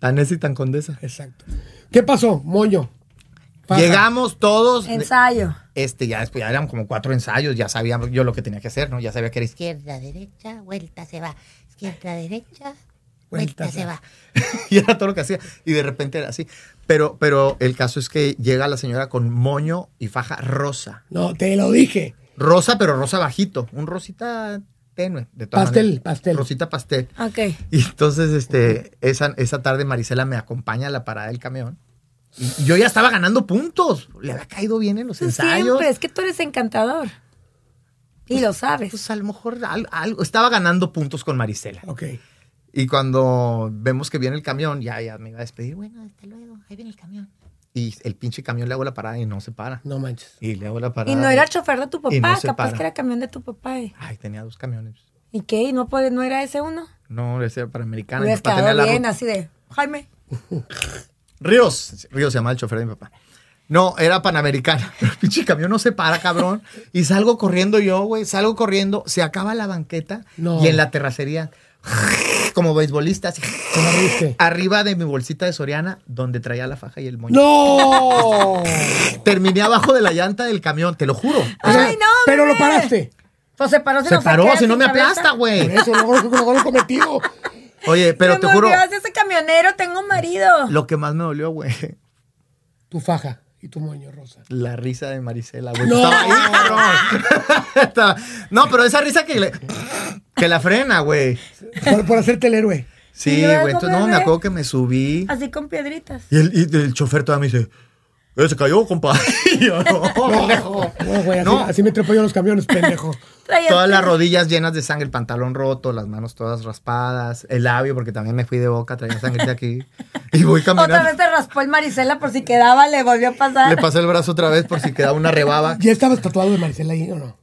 Speaker 4: Tan esa y tan condesa.
Speaker 5: Exacto. ¿Qué pasó, moño? Faja.
Speaker 4: Llegamos todos.
Speaker 3: Ensayo.
Speaker 4: Este, ya después, ya eran como cuatro ensayos. Ya sabía yo lo que tenía que hacer, ¿no? Ya sabía que era izquierda.
Speaker 1: Izquierda, derecha, vuelta, se va. Izquierda, derecha,
Speaker 5: Vuelta,
Speaker 1: vuelta,
Speaker 5: se
Speaker 1: se va.
Speaker 4: y era todo lo que hacía. Y de repente era así. Pero, pero el caso es que llega la señora con moño y faja rosa.
Speaker 5: No, te lo dije.
Speaker 4: Rosa, pero rosa bajito. Un rosita tenue. De todas
Speaker 5: Pastel,
Speaker 4: maneras.
Speaker 5: pastel.
Speaker 4: Rosita pastel.
Speaker 3: Ok.
Speaker 4: Y entonces, este, esa, esa tarde Marisela me acompaña a la parada del camión. Y y yo ya estaba ganando puntos. Le había caído bien en los
Speaker 3: Tú
Speaker 4: ensayos.
Speaker 3: Siempre, es que tú eres encantador. Y lo sabes.
Speaker 4: Pues a lo mejor al- algo. Estaba ganando puntos con Marisela.
Speaker 5: Ok.
Speaker 4: Y cuando vemos que viene el camión, ya, ya me iba a despedir, güey.
Speaker 1: Bueno, hasta luego. Ahí viene el camión.
Speaker 4: Y el pinche camión le hago la parada y no se para.
Speaker 5: No manches.
Speaker 4: Y le hago la parada.
Speaker 3: y no era chofer de tu
Speaker 4: Y
Speaker 3: papá,
Speaker 4: no se
Speaker 3: capaz
Speaker 4: para.
Speaker 3: que era camión de tu papá. ¿eh?
Speaker 4: Ay, tenía dos camiones.
Speaker 3: ¿Y qué? ¿Y no, puede, no era ese uno?
Speaker 4: No, ese era para americana. Mi
Speaker 3: Hubieras
Speaker 4: papá tenía
Speaker 3: quedado
Speaker 4: la
Speaker 3: bien,
Speaker 4: ruta.
Speaker 3: así de, Jaime.
Speaker 4: Ríos. Ríos se llama el chofer de mi papá. No, era panamericana. El pinche camión no se para, cabrón. Y salgo corriendo yo, güey. Salgo corriendo. Se acaba la banqueta.
Speaker 5: No.
Speaker 4: Y en la terracería, como beisbolista, así,
Speaker 5: Te lo dije.
Speaker 4: arriba de mi bolsita de Soriana, donde traía la faja y el moño.
Speaker 5: ¡No!
Speaker 4: Terminé abajo de la llanta del camión, te lo juro. O sea,
Speaker 3: ¡Ay, no!
Speaker 5: Pero lo
Speaker 3: bebé!
Speaker 5: paraste.
Speaker 3: Pues se paró, se,
Speaker 4: se
Speaker 3: nos
Speaker 4: paró,
Speaker 3: queda
Speaker 4: si no
Speaker 3: sin
Speaker 4: me
Speaker 3: cabeza.
Speaker 4: aplasta,
Speaker 5: Por
Speaker 4: güey.
Speaker 5: eso lo lo- lo- lo cometido.
Speaker 4: Oye, pero
Speaker 3: Se
Speaker 4: te
Speaker 3: me
Speaker 4: juro,
Speaker 3: olvidó, ese camionero, tengo marido.
Speaker 4: lo que más me dolió, güey,
Speaker 5: Tu faja y tu moño rosa.
Speaker 4: La risa de Marisela, güey.
Speaker 5: No.
Speaker 4: Estaba ahí, cabrón. Estaba- No, pero esa risa que, le- que la frena, güey.
Speaker 5: Por, por hacerte el
Speaker 3: Y
Speaker 5: héroe.
Speaker 4: Sí,
Speaker 3: luego,
Speaker 4: güey. Entonces, no, me
Speaker 3: bebé.
Speaker 4: acuerdo que me subí.
Speaker 3: Así con piedritas.
Speaker 4: Y el, y el chofer todavía me dice, "Eh, se cayó, compa. Y yo, no, pendejo.
Speaker 5: No, güey, así,
Speaker 4: No.
Speaker 5: así me trepo yo en los camiones, pendejo.
Speaker 3: Traía-
Speaker 4: Todas las rodillas llenas de sangre, el pantalón roto, las manos todas raspadas, el labio, porque también me fui de boca, traía sangre de aquí. Y voy
Speaker 3: Otra vez
Speaker 4: caminando.
Speaker 3: se raspó el Marisela por si quedaba, le volvió a pasar.
Speaker 4: Le pasé el brazo otra vez por si quedaba una rebaba.
Speaker 5: ¿Ya estabas tatuado de Marcela ahí o no?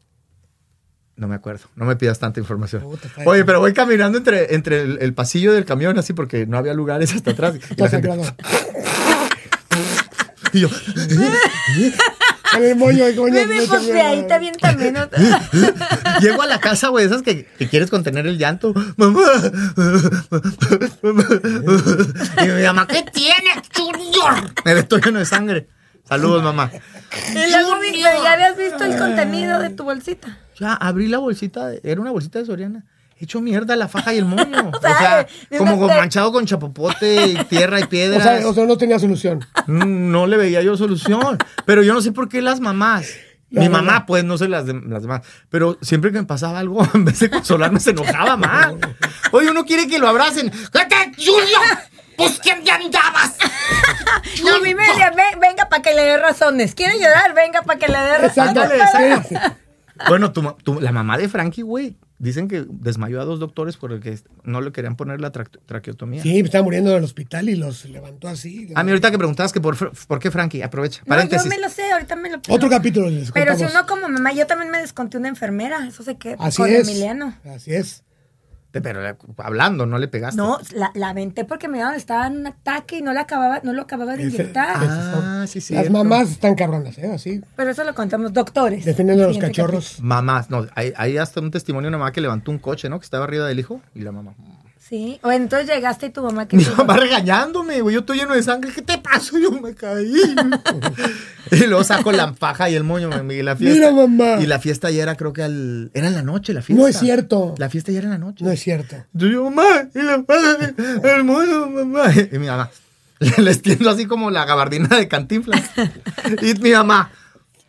Speaker 4: No me acuerdo, no me pidas tanta información.
Speaker 5: Puta, está
Speaker 4: Oye,
Speaker 5: bien.
Speaker 4: pero voy caminando entre, entre el, el pasillo del camión, así porque no había lugares hasta atrás. Y, la
Speaker 5: Todo
Speaker 4: gente-
Speaker 5: sangrado.
Speaker 4: y yo,
Speaker 5: Con el moño de coño.
Speaker 3: Bebé, pues de ahí también también. ¿no?
Speaker 4: llego a la casa, güey, esas que, que quieres contener el llanto. Mamá, mamá. Y mi mamá, ¿qué tienes, Junior? Me estoy lleno de sangre. Saludos, mamá.
Speaker 3: Y luego vi- pero ya habías visto el contenido de tu bolsita.
Speaker 4: Ya, abrí la bolsita, de- era una bolsita de Soriana. Hecho mierda la faja y el moño. O
Speaker 3: sea,
Speaker 4: sea,
Speaker 3: de
Speaker 4: como
Speaker 3: una
Speaker 4: con-
Speaker 3: te-
Speaker 4: manchado con chapopote y tierra y
Speaker 5: O
Speaker 4: piedras.
Speaker 5: sea, o sea, no tenía solución.
Speaker 4: Mm, No le veía yo solución. Pero yo no sé por qué las mamás.
Speaker 5: La
Speaker 4: Mi
Speaker 5: mamá.
Speaker 4: mamá, pues, no sé las, de- las demás. Pero siempre que me pasaba algo, en vez de consolarme, se enojaba más. Oye, uno quiere que lo abracen. ¡Vete, Julio! ¡Pues que te andabas!
Speaker 3: No, mi media, ve- venga para que le dé razones. ¿Quiere llorar? Venga para que le dé razones.
Speaker 5: Exacto.
Speaker 4: Ándale,
Speaker 5: Sí.
Speaker 4: exacto. Bueno, tu ma- tu- la mamá de Frankie, güey, dicen que desmayó a dos doctores porque no le querían poner la tra- traqueotomía.
Speaker 5: Sí, estaba muriendo en el hospital y los levantó así.
Speaker 4: A mí ahorita que preguntabas que por, fr- por qué Frankie, aprovecha.
Speaker 3: No, yo
Speaker 4: Paréntesis.
Speaker 3: me lo sé, ahorita me lo
Speaker 5: Otro capítulo les
Speaker 3: Pero si
Speaker 5: contamos.
Speaker 3: uno como mamá, yo también me desconté una enfermera, eso se queda
Speaker 5: Así
Speaker 3: con
Speaker 5: es.
Speaker 3: Emiliano.
Speaker 5: Así es.
Speaker 4: Te- Pero eh, hablando, no le pegaste.
Speaker 3: No, la, la aventé porque mi mamá estaba en un ataque y no la acababa, no lo acababa de
Speaker 5: Ese-
Speaker 3: inyectar.
Speaker 5: ese
Speaker 4: Ah, sí,
Speaker 5: Las
Speaker 4: cierto.
Speaker 5: mamás están cabronas, ¿eh? Así.
Speaker 3: Pero eso lo contamos, doctores.
Speaker 5: Defienden a los
Speaker 3: Siguiente
Speaker 5: cachorros.
Speaker 4: Mamás, no, hay, hay hasta un testimonio de una mamá que levantó un coche, ¿no? Que estaba arriba del hijo y la mamá.
Speaker 3: capítulo. Sí, o entonces llegaste y tu mamá que
Speaker 4: Mi mamá regañándome, güey, yo estoy lleno de sangre, ¿qué te pasó? Yo me caí. y luego saco la faja y el moño, mami, y la fiesta.
Speaker 5: Mira, mamá.
Speaker 4: Y la fiesta ya era, creo que al... era en la noche la fiesta.
Speaker 5: No es cierto.
Speaker 4: La fiesta ya era en la noche.
Speaker 5: No es cierto.
Speaker 4: Yo digo, mamá, y la faja, el moño, mamá. Y mi mamá, les tiendo así como la gabardina de cantinflas. y mi mamá,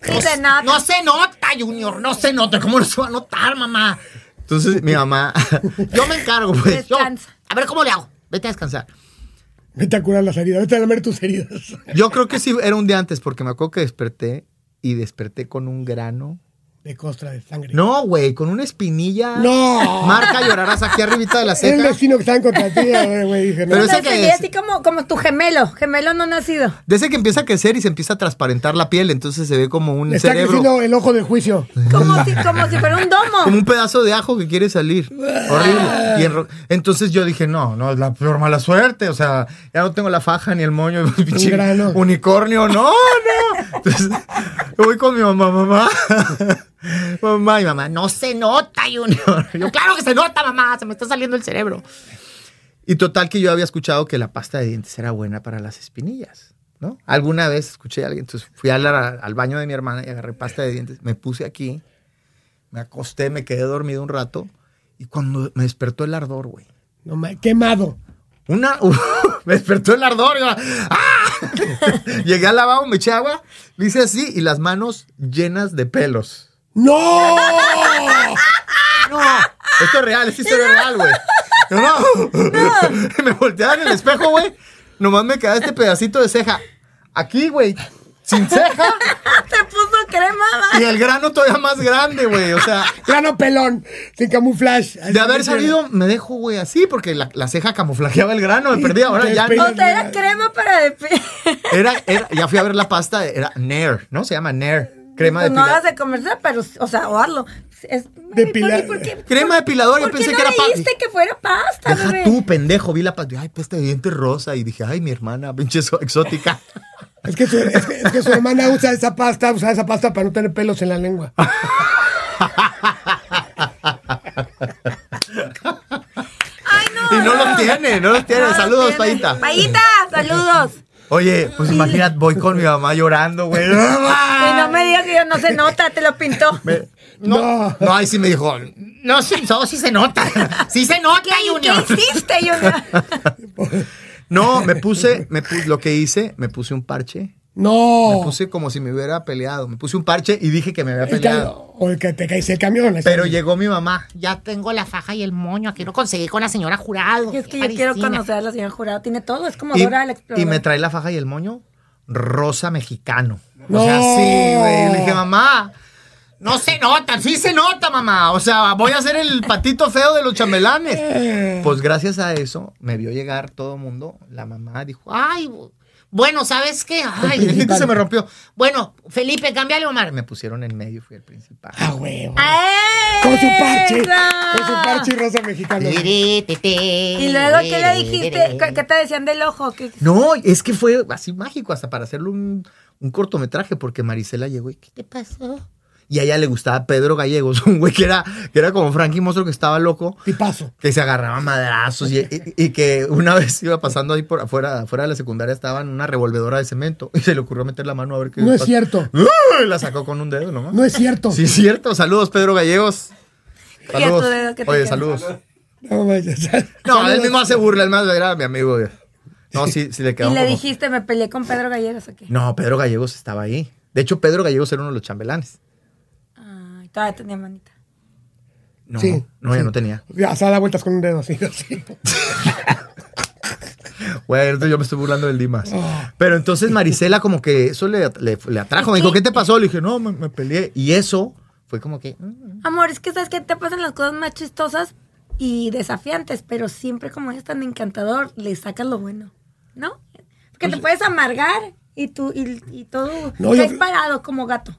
Speaker 3: No se nota.
Speaker 4: no se nota, Junior, no se nota. ¿Cómo no se va a notar, mamá? Entonces, mi mamá, yo me encargo, pues. yo-
Speaker 3: Descansa.
Speaker 4: a ver cómo le hago. Vete a descansar.
Speaker 5: Vete a curar las heridas. Vete a lamer tus heridas.
Speaker 4: Yo creo que sí era un día antes, porque me acuerdo que desperté y desperté con un grano.
Speaker 5: De costra de sangre.
Speaker 4: No, güey, con una espinilla.
Speaker 5: No.
Speaker 4: Marca llorarás aquí arribita de la
Speaker 5: Es el
Speaker 4: ceja.
Speaker 5: vecino que estaban contra ti, eh, güey. Dije, no.
Speaker 4: Pero
Speaker 3: Entonces,
Speaker 4: ese que
Speaker 3: sería
Speaker 4: es-
Speaker 3: así como, como tu gemelo, gemelo no nacido.
Speaker 4: Desde que empieza a crecer y se empieza a transparentar la piel, entonces se ve como un
Speaker 5: Está
Speaker 4: cerebro.
Speaker 5: creciendo el ojo del juicio.
Speaker 3: Como si, como si fuera un
Speaker 4: Como
Speaker 3: domo.
Speaker 4: un pedazo de ajo que quiere salir. Horrible. Y enro- entonces yo dije, no, no, es la peor mala suerte. O sea, ya no tengo la faja ni el moño. pinche
Speaker 5: grano.
Speaker 4: Unicornio, no, no. Entonces, yo voy con mi mamá, mamá. Mamá y mamá, no se nota, Junior. Yo, claro que se nota, mamá, se me está saliendo el cerebro. Y total que yo había escuchado que la pasta de dientes era buena para las espinillas, ¿no? Alguna vez escuché a alguien, entonces fui al, al baño de mi hermana y agarré pasta de dientes, me puse aquí, me acosté, me quedé dormido un rato y cuando me despertó el ardor, güey.
Speaker 5: No, ma- quemado.
Speaker 4: Una, me despertó el ardor. yo, ¡ah! Llegué al lavabo, me eché agua, me hice así y las manos llenas de pelos.
Speaker 5: ¡No!
Speaker 4: No, esto es real, es historia real, güey. No, no. Me volteaba en el espejo, güey. Nomás me quedaba este pedacito de ceja. Aquí, güey. Sin ceja.
Speaker 3: Te puso crema. va.
Speaker 4: Y el grano todavía más grande, güey. O sea,
Speaker 5: Grano pelón. Sin camuflaje.
Speaker 4: de haber salido, me dejo, güey, así, porque la, la ceja camuflajeaba el grano, me perdía. Ahora ya no.
Speaker 3: O sea, era crema para depilar.
Speaker 4: Era, era- ya fui a ver la pasta, era Nair, ¿no? Se llama Nair. Crema de
Speaker 3: Pues No hagas
Speaker 4: pilar.
Speaker 3: de comercial, pero, o sea, o hazlo. Es,
Speaker 5: Depilar.
Speaker 4: Crema depiladora, yo
Speaker 3: ¿por qué
Speaker 4: pensé
Speaker 3: no
Speaker 4: que era pa-
Speaker 3: leíste que fuera pasta,
Speaker 4: Deja
Speaker 3: bebé?
Speaker 4: tú, pendejo, vi la pasta. Ay, pasta de diente rosa. Y dije, ay, mi hermana, pinche so- exótica.
Speaker 5: Es que, su, es, que, es que su hermana usa esa pasta, usa esa pasta para no tener pelos en la lengua.
Speaker 3: Ay,
Speaker 4: Y
Speaker 3: no.
Speaker 4: no los tiene, no los tiene.
Speaker 3: No los
Speaker 4: Saludos,
Speaker 3: tiene.
Speaker 4: Payita.
Speaker 3: Payita, saludos.
Speaker 4: Oye, pues imagínate, voy con mi mamá llorando, güey.
Speaker 3: Y no me digas que yo no se nota, te lo pintó.
Speaker 5: No.
Speaker 4: No, ahí sí me dijo, no, sí, no, sí se nota. Sí se nota,
Speaker 3: ¿Qué hiciste, Junior?
Speaker 4: No, me puse, me puse, lo que hice, me puse un parche.
Speaker 5: No.
Speaker 3: Oh.
Speaker 4: Me puse como si me hubiera peleado. Me puse un parche y dije que me había
Speaker 5: El ca-
Speaker 4: peleado.
Speaker 5: o el que te caes el camión. así.
Speaker 4: Pero llegó mi mamá.
Speaker 1: Ya tengo la faja y el moño, quiero conseguir con la señora jurado.
Speaker 3: Es que yo
Speaker 1: Parisina.
Speaker 3: quiero conocer a la señora Jurado. Tiene todo, es como
Speaker 4: Y,
Speaker 3: Dora la
Speaker 4: y me
Speaker 3: Exploradora.
Speaker 4: trae la faja y el moño rosa mexicano.
Speaker 5: No.
Speaker 4: O sea, sí, güey. Le dije, mamá, no se nota, sí se nota, mamá. O sea, voy a ser el patito feo de los chambelanes. Pues gracias a eso me vio llegar todo el mundo. La mamá dijo, ah,
Speaker 1: Ay, bu- bueno, ¿sabes qué?
Speaker 4: ay,
Speaker 1: Ay,
Speaker 5: principal.
Speaker 4: se me rompió.
Speaker 1: bueno, Felipe, cámbiale, Omar.
Speaker 4: Me pusieron en medio, fui el principal.
Speaker 5: Ah, huevo.
Speaker 3: ¡Ah, eh!
Speaker 5: Con con su parche.
Speaker 3: ¡Esa!
Speaker 5: Con su parche rosa mexicano.
Speaker 1: Y
Speaker 3: Y luego, ¿qué le dijiste? ¿Qué- ¿Qué te decían del ojo? ¿Qué-
Speaker 4: No, es que fue así mágico, hasta para hacerle un, un cortometraje, porque Marisela llegó y,
Speaker 1: ¿Qué pasó?
Speaker 4: y a ella le gustaba Pedro Gallegos, un güey que era, que era como Frankie Monstruo que estaba loco.
Speaker 5: Y paso.
Speaker 4: que se agarraba a madrazos y, y- y que una vez iba pasando ahí por afuera, afuera de la secundaria estaban una revolvedora de cemento y se le ocurrió meter la mano a ver qué
Speaker 5: No es
Speaker 4: pasa.
Speaker 5: cierto.
Speaker 4: ¡Ah! La sacó con un dedo nomás.
Speaker 5: No es cierto.
Speaker 4: Sí, es cierto. Saludos, Pedro Gallegos.
Speaker 3: a tu
Speaker 4: Saludos.
Speaker 3: dedo que te
Speaker 4: Oye,
Speaker 3: queda.
Speaker 4: saludos.
Speaker 5: No, manches.
Speaker 4: No, él
Speaker 5: Saludos.
Speaker 4: mismo hace burla, el más era mi amigo. No, sí, sí le
Speaker 3: Y
Speaker 4: quedó.
Speaker 3: le
Speaker 4: como-
Speaker 3: dijiste, me peleé con Pedro Gallegos, ¿o qué?
Speaker 4: No, Pedro Gallegos estaba ahí. De hecho, Pedro Gallegos era uno de los chambelanes.
Speaker 3: Ay, todavía tenía manita.
Speaker 4: No,
Speaker 5: Sí,
Speaker 4: no, ya no tenía.
Speaker 5: Ya, se da vueltas con un dedo así. así.
Speaker 4: Güey, ahorita yo me estoy burlando del Dimas.
Speaker 3: Eh.
Speaker 4: Pero entonces Marisela como que eso le, le- le atrajo. Me dijo, ¿qué te pasó? Le dije, no, me, me peleé. Y eso fue como que... mm,
Speaker 3: Amor, es que sabes que te pasan las cosas más chistosas y desafiantes, pero siempre como eres tan encantador, le sacas lo bueno, ¿no? Porque
Speaker 4: Pues,
Speaker 3: te puedes amargar y tú y, y todo
Speaker 5: No, yo-
Speaker 3: caes parado como gato.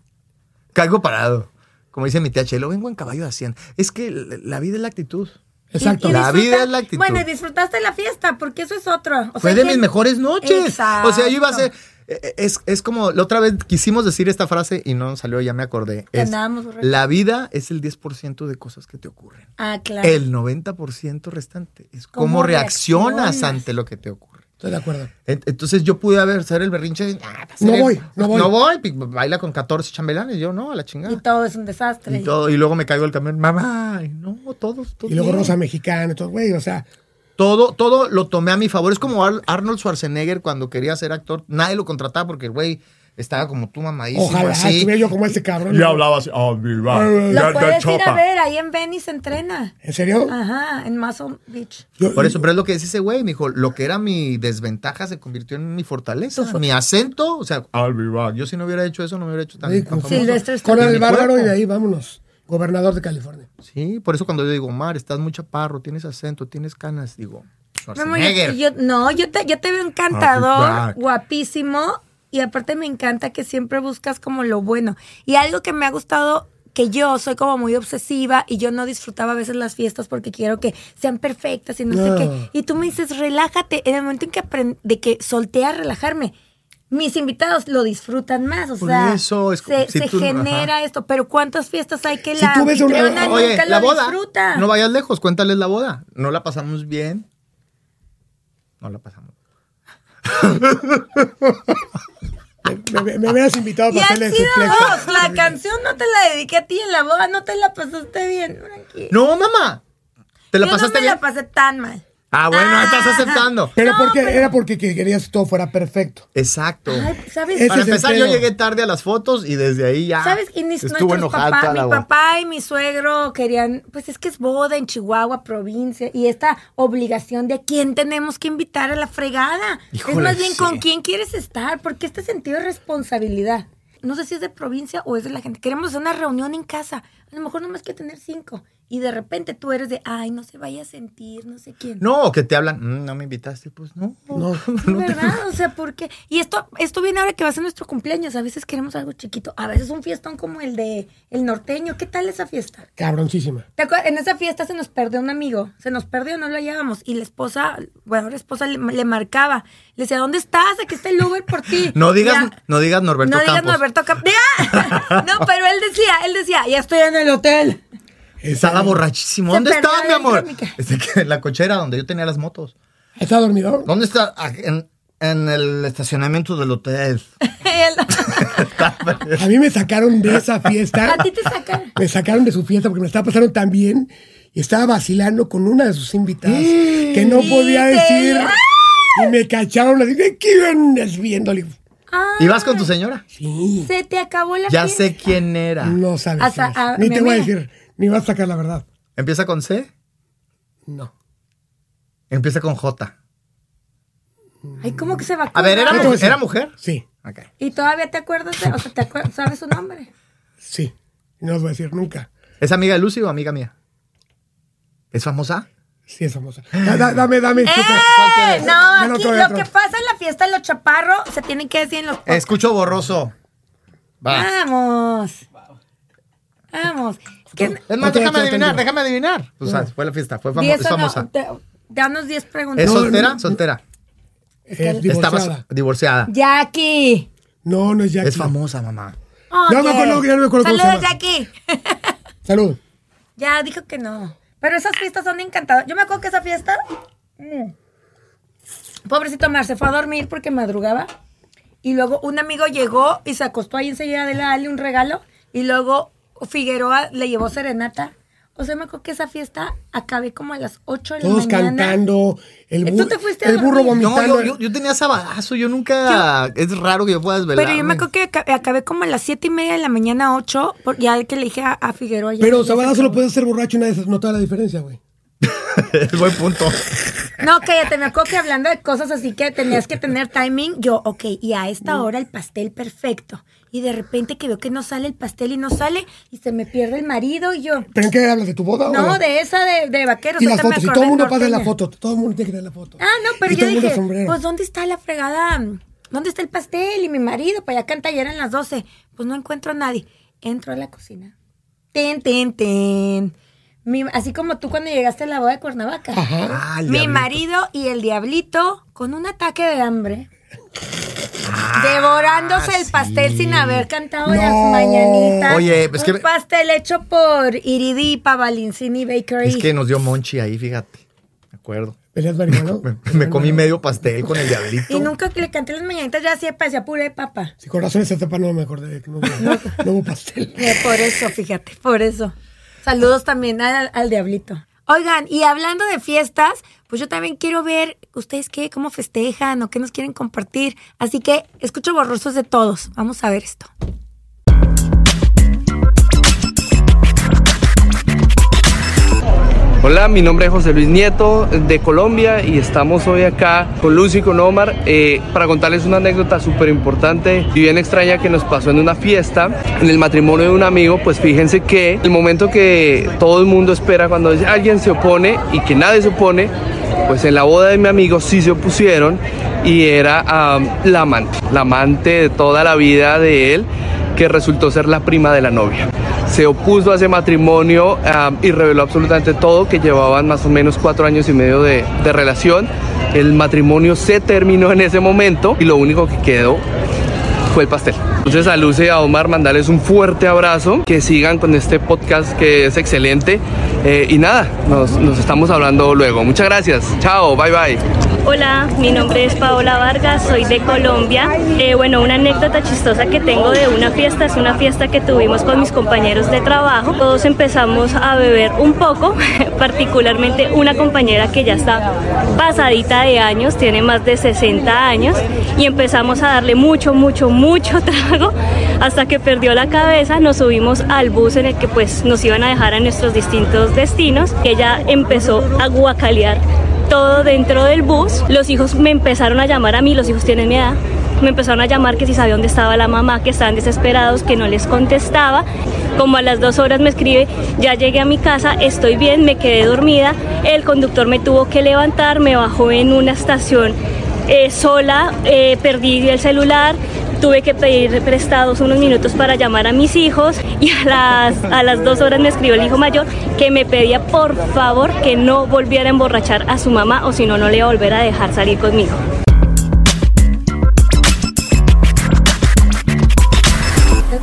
Speaker 4: Caigo parado. Como dice mi tía Chelo, vengo en caballo de 100. Es que la la vida es la actitud.
Speaker 5: Exacto.
Speaker 3: Y- y
Speaker 4: La
Speaker 3: disfruta-
Speaker 4: vida es la actitud.
Speaker 3: Bueno, y disfrutaste la fiesta, porque eso es otro. O sea,
Speaker 4: Fue de
Speaker 3: hay
Speaker 4: mis
Speaker 3: gente-
Speaker 4: mejores noches.
Speaker 3: Exacto.
Speaker 4: O sea, yo iba a ser... eh, eh, Es, es como, la otra vez quisimos decir esta frase y no nos salió, ya me acordé.
Speaker 3: Que
Speaker 4: Es,
Speaker 3: andábamos borrachos.
Speaker 4: la vida es el 10% de cosas que te ocurren.
Speaker 3: Ah, claro.
Speaker 4: El 90% restante es
Speaker 3: ¿Cómo
Speaker 4: cómo reaccionas
Speaker 3: reaccionas?
Speaker 4: ante lo que te ocurre.
Speaker 5: Estoy de acuerdo.
Speaker 4: Ent- Entonces yo pude haber ser el berrinche. de, "Ah, va a ser
Speaker 5: No
Speaker 4: el-
Speaker 5: voy, no voy".
Speaker 4: No voy, pi- baila con 14 chambelanes. Yo no, a la
Speaker 3: Y
Speaker 4: chingada.
Speaker 3: todo es un
Speaker 4: Y,
Speaker 3: desastre.
Speaker 4: todo, y luego me caigo el camión. Mamá, y no, todos. todo
Speaker 5: Y luego
Speaker 4: bien.
Speaker 5: rosa mexicana y todo, güey. O sea,
Speaker 4: Todo, todo lo tomé a mi favor. Es como Ar- Arnold Schwarzenegger cuando quería ser actor. Nadie lo contrataba porque el güey estaba como tú mamadísimo.
Speaker 5: ojalá
Speaker 4: así.
Speaker 5: estuviera yo como ese cabrón.
Speaker 4: así. "Oh, mi va, ya
Speaker 3: Lo
Speaker 4: te
Speaker 3: puedes ir
Speaker 4: chopa".
Speaker 3: a ver, ahí en Venice entrena.
Speaker 5: ¿En serio?
Speaker 3: Ah. Ajá, en Muscle Beach.
Speaker 5: Yo-
Speaker 4: Por eso, pero es lo que dice ese güey, me dijo, lo que era mi desventaja se convirtió en mi fortaleza, mi acento, o sea, "I'll be back". yo si no hubiera hecho eso, no me hubiera hecho tan,
Speaker 5: Oye,
Speaker 4: tan
Speaker 5: con-
Speaker 4: famoso.
Speaker 3: Silvestre
Speaker 5: Con
Speaker 4: Stallone.
Speaker 5: el bárbaro y
Speaker 4: Cuerpo.
Speaker 5: de ahí vámonos. Gobernador de California.
Speaker 4: Sí, por eso cuando yo digo, Omar, estás muy chaparro, tienes acento, tienes canas, digo,
Speaker 3: Mi amor, yo-
Speaker 4: Schwarzenegger. Ah,
Speaker 3: yo- no, yo te, yo te veo
Speaker 4: I'll be
Speaker 3: encantador,
Speaker 4: back.
Speaker 3: guapísimo. Y aparte me encanta que siempre buscas como lo bueno. Y algo que me ha gustado, que yo soy como muy obsesiva y yo no disfrutaba a veces las fiestas porque quiero que sean perfectas y no,
Speaker 5: No.
Speaker 3: sé
Speaker 4: Ah.
Speaker 3: qué. Y tú me dices, relájate. En el momento en que aprend- de que solté a relajarme, mis invitados lo disfrutan más. O
Speaker 4: Por
Speaker 3: sea,
Speaker 4: eso, es como-
Speaker 3: se,
Speaker 4: si
Speaker 3: se
Speaker 4: tú-
Speaker 3: genera
Speaker 4: ajá.
Speaker 3: esto. Pero ¿cuántas fiestas hay que
Speaker 5: Si
Speaker 3: la
Speaker 5: tú ves una-
Speaker 3: anfitriona
Speaker 5: Oye,
Speaker 3: nunca
Speaker 4: la
Speaker 3: lo
Speaker 4: boda,
Speaker 3: disfruta?
Speaker 4: no vayas lejos, cuéntales la boda, no la pasamos bien, no la pasamos.
Speaker 5: Me, me- me hubieras invitado
Speaker 3: Y
Speaker 5: para
Speaker 3: han
Speaker 5: hacerle
Speaker 3: sido
Speaker 5: suplex.
Speaker 3: dos. La canción no te la dediqué a ti en la boda, no te la pasaste bien, Frankie.
Speaker 4: No, mamá, ¿te la
Speaker 3: Yo
Speaker 4: pasaste
Speaker 3: no me
Speaker 4: bien?
Speaker 3: la pasé tan mal.
Speaker 4: Ah, bueno,
Speaker 3: Ah.
Speaker 4: estás aceptando.
Speaker 5: Pero
Speaker 3: No,
Speaker 5: porque era porque que querías que todo fuera perfecto.
Speaker 4: Exacto.
Speaker 3: Ay, ¿sabes?
Speaker 5: Ese
Speaker 4: Para
Speaker 5: es el
Speaker 4: empezar, yo
Speaker 5: pedo.
Speaker 4: llegué tarde a las fotos y desde ahí ya
Speaker 3: ¿Sabes? Y mis-
Speaker 4: estuvo
Speaker 3: nuestros
Speaker 4: enojada
Speaker 3: papá,
Speaker 4: toda
Speaker 3: mi
Speaker 4: la boda.
Speaker 3: papá y mi suegro querían, pues es que es boda en Chihuahua, provincia, y esta obligación de a quién tenemos que invitar a la fregada.
Speaker 4: Híjole,
Speaker 3: es más bien
Speaker 4: sí.
Speaker 3: con quién quieres estar, porque este sentido de responsabilidad. No sé si es de provincia o es de la gente. Queremos hacer una reunión en casa. A lo mejor nomás que tener cinco. Y de repente tú eres de, ay, no se vaya a sentir, no sé quién.
Speaker 4: No, que te hablan, "Mm, no me invitaste, pues no.
Speaker 5: No.
Speaker 3: Sí, ¿Verdad? O sea, porque. Y esto, esto viene ahora que va a ser nuestro cumpleaños. A veces queremos algo chiquito. A veces un fiestón como el de El Norteño. ¿Qué tal esa fiesta?
Speaker 5: Cabroncísima.
Speaker 3: ¿Te acuerdas? En esa fiesta se nos perdió un amigo. Se nos perdió, no lo hallábamos. Y la esposa, bueno, la esposa le, le marcaba. Le decía, ¿dónde estás? Aquí está el Uber por ti.
Speaker 4: No digas,
Speaker 3: Ya.
Speaker 4: no digas Norberto
Speaker 3: no digas
Speaker 4: Campos.
Speaker 3: Norberto Campos. ¡Ya! No, pero él decía, él decía, ya estoy en el hotel.
Speaker 4: Estaba borrachísimo.
Speaker 3: Se
Speaker 4: ¿Dónde
Speaker 3: perdió
Speaker 4: estaba, mi
Speaker 3: la
Speaker 4: amor?
Speaker 3: dinámica.
Speaker 4: Este, que en la cochera donde yo tenía las motos.
Speaker 5: ¿Está dormido?
Speaker 4: ¿Dónde está? Ah, En, en el estacionamiento del hotel.
Speaker 3: Él-
Speaker 5: A mí me sacaron de esa fiesta.
Speaker 3: a ti te sacan.
Speaker 5: Me sacaron de su fiesta porque me estaba pasando tan bien y estaba vacilando con una de sus invitadas que no podía
Speaker 3: Y te-
Speaker 5: decir. Y me cacharon así, de, ¿qué andas viendo? Le digo,
Speaker 3: Ah,
Speaker 4: ¿Y vas con tu señora?
Speaker 5: Sí,
Speaker 3: se te acabó la
Speaker 4: Ya
Speaker 3: fiesta.
Speaker 4: sé quién era.
Speaker 5: no sabes.
Speaker 3: Hasta
Speaker 5: quién es.
Speaker 3: a
Speaker 5: ni
Speaker 3: mi
Speaker 5: te voy a
Speaker 3: amiga.
Speaker 5: decir, ni vas a sacar la verdad.
Speaker 4: ¿Empieza con C?
Speaker 5: No.
Speaker 4: Empieza con J.
Speaker 3: Ay, ¿cómo que se va
Speaker 4: A ver, ¿era,
Speaker 5: te voy a
Speaker 4: mu-
Speaker 5: decir.
Speaker 4: ¿era mujer?
Speaker 5: Sí,
Speaker 4: Ok.
Speaker 3: ¿Y todavía te acuerdas? de- o sea, ¿te acuer- ¿Sabes su nombre?
Speaker 5: sí. No os voy a decir nunca.
Speaker 4: ¿Es amiga de Lucy o amiga mía? ¿Es famosa?
Speaker 5: Sí, es famosa. Da- da- dame, dame. chuta.
Speaker 3: ¡Eh! No,
Speaker 5: Del
Speaker 3: aquí
Speaker 5: otro, del
Speaker 3: lo
Speaker 5: otro.
Speaker 3: que pasa en la fiesta de los chaparros se tienen que decir en los podcasts. Ah.
Speaker 4: Escucho borroso. Va.
Speaker 3: Vamos. Vamos. ¿Quién?
Speaker 4: Es más,
Speaker 5: Ok,
Speaker 4: déjame
Speaker 5: ok,
Speaker 4: adivinar,
Speaker 5: tengo.
Speaker 4: déjame adivinar. Pues, ah, fue la fiesta, fue famo-
Speaker 3: Diez
Speaker 4: es
Speaker 3: o no,
Speaker 4: famosa.
Speaker 3: da- danos 10 preguntas.
Speaker 4: ¿Es
Speaker 5: No,
Speaker 4: soltera?
Speaker 5: no.
Speaker 4: Soltera.
Speaker 5: Es
Speaker 4: Estaba
Speaker 5: divorciada.
Speaker 4: so- divorciada.
Speaker 3: Jackie.
Speaker 5: No, no es Jackie.
Speaker 4: Es famosa, mamá.
Speaker 5: No me
Speaker 3: Oye.
Speaker 5: acuerdo, ya no me acuerdo cómo se
Speaker 3: Saludos,
Speaker 5: llama.
Speaker 3: Jackie.
Speaker 5: Salud.
Speaker 3: ya dijo que no. Pero esas fiestas son encantadoras. Yo me acuerdo que esa fiesta. mm, Pobrecito Mar, se fue a dormir porque madrugaba. Y luego un amigo llegó y se acostó ahí enseguida de la Ale un regalo. Y luego Figueroa le llevó serenata. O sea, me acuerdo que esa fiesta acabé como a las 8 de la
Speaker 5: Todos
Speaker 3: mañana.
Speaker 5: cantando. El,
Speaker 3: Eh,
Speaker 5: burro
Speaker 3: tú te fuiste a
Speaker 5: el burro
Speaker 3: dormir.
Speaker 4: No,
Speaker 5: vomitando.
Speaker 4: yo, yo, yo tenía sabadazo, yo nunca. Es raro que yo pueda desvelar.
Speaker 3: Pero yo me acuerdo que aca- acabé como a las siete y media de la mañana, 8, ya que le dije a, a Figueroa. ya-
Speaker 5: Pero
Speaker 3: ya se
Speaker 5: Sabadazo
Speaker 3: acabó.
Speaker 5: lo puede hacer borracho y nadie se nota la diferencia, güey.
Speaker 4: Es buen punto.
Speaker 3: No, cállate, me acuerdo que hablando de cosas así que tenías que tener timing, yo, ok, y a
Speaker 5: Mm.
Speaker 3: esta hora el pastel perfecto. Y de repente que veo que no sale el pastel y no sale, y se me pierde el marido, y yo.
Speaker 5: ¿Pero en qué hablas? ¿De tu boda? o
Speaker 3: No, de esa de, de vaqueros.
Speaker 5: Oh. Y las
Speaker 3: ahorita me
Speaker 5: fotos. Y
Speaker 3: acordé
Speaker 5: todo el mundo pasa
Speaker 3: norteña.
Speaker 5: la foto. Todo el mundo tiene que tener la foto.
Speaker 3: Ah, no, pero
Speaker 5: Y
Speaker 3: yo
Speaker 5: todo el mundo
Speaker 3: dije,
Speaker 5: sombrero.
Speaker 3: pues ¿dónde está la fregada? ¿Dónde está el pastel? Y mi marido, para allá canta ayer en las 12. Pues no encuentro a nadie. Entro a la cocina. Ten, ten, ten. Mi- así como tú cuando llegaste a la boda de Cuernavaca.
Speaker 4: Ah, el
Speaker 3: mi
Speaker 4: diablito.
Speaker 3: marido y el diablito con un ataque de hambre. devorándose el
Speaker 4: Ah, sí.
Speaker 3: pastel sin haber cantado las
Speaker 5: No.
Speaker 3: mañanitas.
Speaker 4: Oye, pues,
Speaker 3: un
Speaker 4: que-
Speaker 3: pastel hecho por Iridipa Valincini Bakery.
Speaker 4: Es que nos dio Monchi ahí, fíjate. De acuerdo.
Speaker 5: ¿Peleas marihuana?
Speaker 4: Me, me comí medio pastel con el diablito.
Speaker 3: Y nunca que le canté las mañanitas, ya hacía parecía puré de papa.
Speaker 5: Si con razón esa etapa no me acordé. Que no, hubo- no hubo pastel.
Speaker 3: Eh, por eso, fíjate, por eso. Saludos también al, al diablito. Oigan, y hablando de fiestas, pues yo también quiero ver ustedes qué, cómo festejan o qué nos quieren compartir. Así que escucho borrosos de todos. Vamos a ver esto.
Speaker 6: Hola, mi nombre es José Luis Nieto de Colombia y estamos hoy acá con Lucy y con Omar eh, para contarles una anécdota súper importante y bien extraña que nos pasó en una fiesta, en el matrimonio de un amigo. Pues fíjense que el momento que todo el mundo espera cuando alguien se opone y que nadie se opone, pues en la boda de mi amigo sí se opusieron y era am, la amante, la amante de toda la vida de él que resultó ser la prima de la novia. Se opuso a ese matrimonio am, y reveló absolutamente todo, que llevaban más o menos cuatro años y medio de, de relación. El matrimonio se terminó en ese momento y lo único que quedó fue el pastel. Entonces a Luce y a Omar mandarles un fuerte abrazo, que sigan con este podcast que es excelente eh, y nada, nos, nos estamos hablando luego. Muchas gracias, chao, bye bye.
Speaker 7: Hola, mi nombre es Paola Vargas, soy de Colombia. Eh, bueno, una anécdota chistosa que tengo de una fiesta es una fiesta que tuvimos con mis compañeros de trabajo. Todos empezamos a beber un poco, particularmente una compañera que ya está pasadita de años, tiene más de 60 años, y empezamos a darle mucho, mucho, mucho trago hasta que perdió la cabeza. Nos subimos al bus en el que pues nos iban a dejar a nuestros distintos destinos. Ella empezó a guacalear todo dentro del bus. Los hijos me empezaron a llamar a mí, los hijos tienen mi edad. Me empezaron a llamar que si sabía dónde estaba la mamá, que estaban desesperados, que no les contestaba. Como a las dos horas me escribe, ya llegué a mi casa, estoy bien, me quedé dormida. El conductor me tuvo que levantar, me bajó en una estación eh, sola, eh, perdí el celular, tuve que pedir prestados unos minutos para llamar a mis hijos y a las, a las dos horas me escribió el hijo mayor que me pedía por favor que no volviera a emborrachar a su mamá o si no, no le iba a volver a dejar salir conmigo.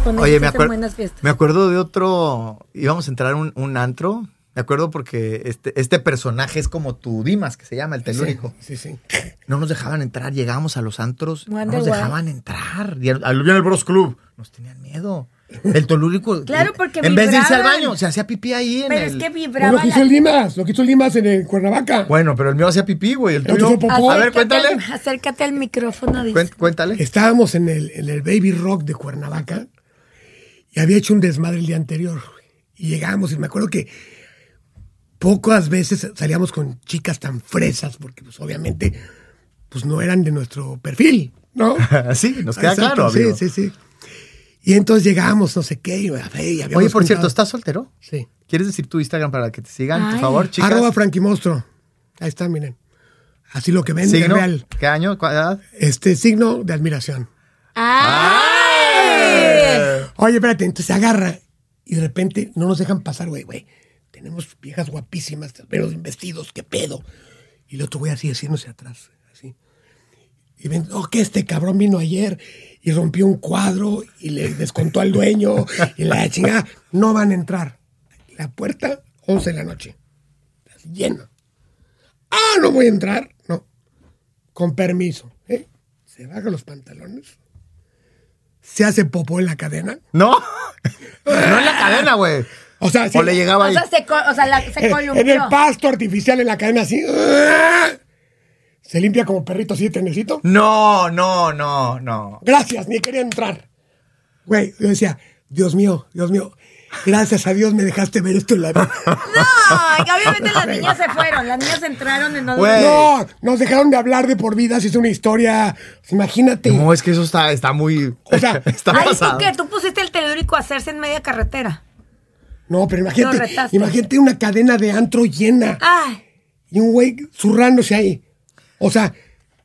Speaker 3: Cuando
Speaker 4: Oye,
Speaker 3: hiciste
Speaker 4: me, acuer-
Speaker 3: buenas fiestas.
Speaker 4: me acuerdo de otro. Íbamos a entrar a un, un antro. Me acuerdo porque este, este personaje es como tu Dimas, que se llama el telúrico.
Speaker 5: Sí, sí.
Speaker 4: No nos dejaban entrar. Llegábamos a los antros. No
Speaker 3: Wonder
Speaker 4: nos
Speaker 3: why.
Speaker 4: dejaban entrar. Y al, al- y al Bros Club. Nos tenían miedo. El telúrico.
Speaker 3: Claro, porque
Speaker 4: En vez de irse al
Speaker 3: vibraban.
Speaker 4: baño, se hacía pipí ahí en
Speaker 3: Pero es
Speaker 4: el-
Speaker 3: que
Speaker 5: Pues lo
Speaker 3: vibraba
Speaker 5: que
Speaker 3: la-
Speaker 5: hizo el Limas. Lo que hizo el Limas en el Cuernavaca.
Speaker 4: Bueno, pero el mío hacía pipí, güey. El
Speaker 5: Pero
Speaker 4: tuyo.
Speaker 5: hizo popó.
Speaker 4: A ver,
Speaker 3: Acércate
Speaker 4: cuéntale.
Speaker 3: al- acércate al micrófono, dice.
Speaker 4: Cuen- Cuéntale.
Speaker 5: Estábamos en el, en el Baby Rock de Cuernavaca y había hecho un desmadre el día anterior. Y llegamos y me acuerdo que pocas veces salíamos con chicas tan fresas porque pues obviamente pues no eran de nuestro perfil, ¿no?
Speaker 4: Sí, nos queda
Speaker 5: Exacto,
Speaker 4: claro, amigo.
Speaker 5: Sí, sí, sí. Y entonces llegamos, no sé qué, y a ver, y habíamos
Speaker 4: Oye, por cierto,
Speaker 5: juntado-
Speaker 4: ¿estás soltero?
Speaker 5: Sí.
Speaker 4: ¿Quieres decir tu Instagram para que te sigan, por
Speaker 3: Ay.
Speaker 4: favor, chicas?
Speaker 5: Arroba Frankie Monstruo. Ahí está, miren. Así lo que ven es
Speaker 4: ¿Signo?
Speaker 5: real.
Speaker 4: ¿Qué año? ¿Cuál edad?
Speaker 5: Este signo de admiración.
Speaker 3: ¡Ay!
Speaker 5: Oye, espérate, entonces agarra y de repente no nos dejan pasar, güey, güey. Tenemos viejas guapísimas, pero sin vestidos, qué pedo. Y el otro güey así, hacia atrás, así. Y ven, oh, que este cabrón vino ayer y rompió un cuadro y le descontó al dueño y la chingada. No van a entrar. La puerta, 11 de la noche. Así, Llena. Ah, no voy a entrar. No. Con permiso. ¿eh? Se baja los pantalones. Se hace popó en la cadena.
Speaker 4: No, no en la cadena, güey.
Speaker 5: O sea, sí.
Speaker 4: O le llegaba
Speaker 3: O
Speaker 4: ahí.
Speaker 3: sea, se, co- o sea, la- se
Speaker 5: en,
Speaker 3: columpió.
Speaker 5: en el pasto artificial en la cadena así. ¡ah! Se limpia como perrito así, trenecito.
Speaker 4: No, no, no, no.
Speaker 5: Gracias, ni quería entrar. Güey, yo decía, Dios mío, Dios mío, gracias a Dios me dejaste ver esto en la vida.
Speaker 3: No, que obviamente las niñas se fueron, las niñas entraron en donde-
Speaker 4: Güey.
Speaker 5: No, nos dejaron de hablar de por vida, si es una historia, imagínate.
Speaker 4: No, es que eso está, está muy.
Speaker 5: O sea,
Speaker 4: está
Speaker 3: Ay, ¿tú
Speaker 4: pasado.
Speaker 3: qué? Tú pusiste el telúrico a hacerse en media carretera.
Speaker 5: No, pero
Speaker 3: Lo
Speaker 5: imagínate,
Speaker 3: retaste.
Speaker 5: imagínate una cadena de antro llena
Speaker 3: Ay,
Speaker 5: y un güey zurrándose ahí. O sea,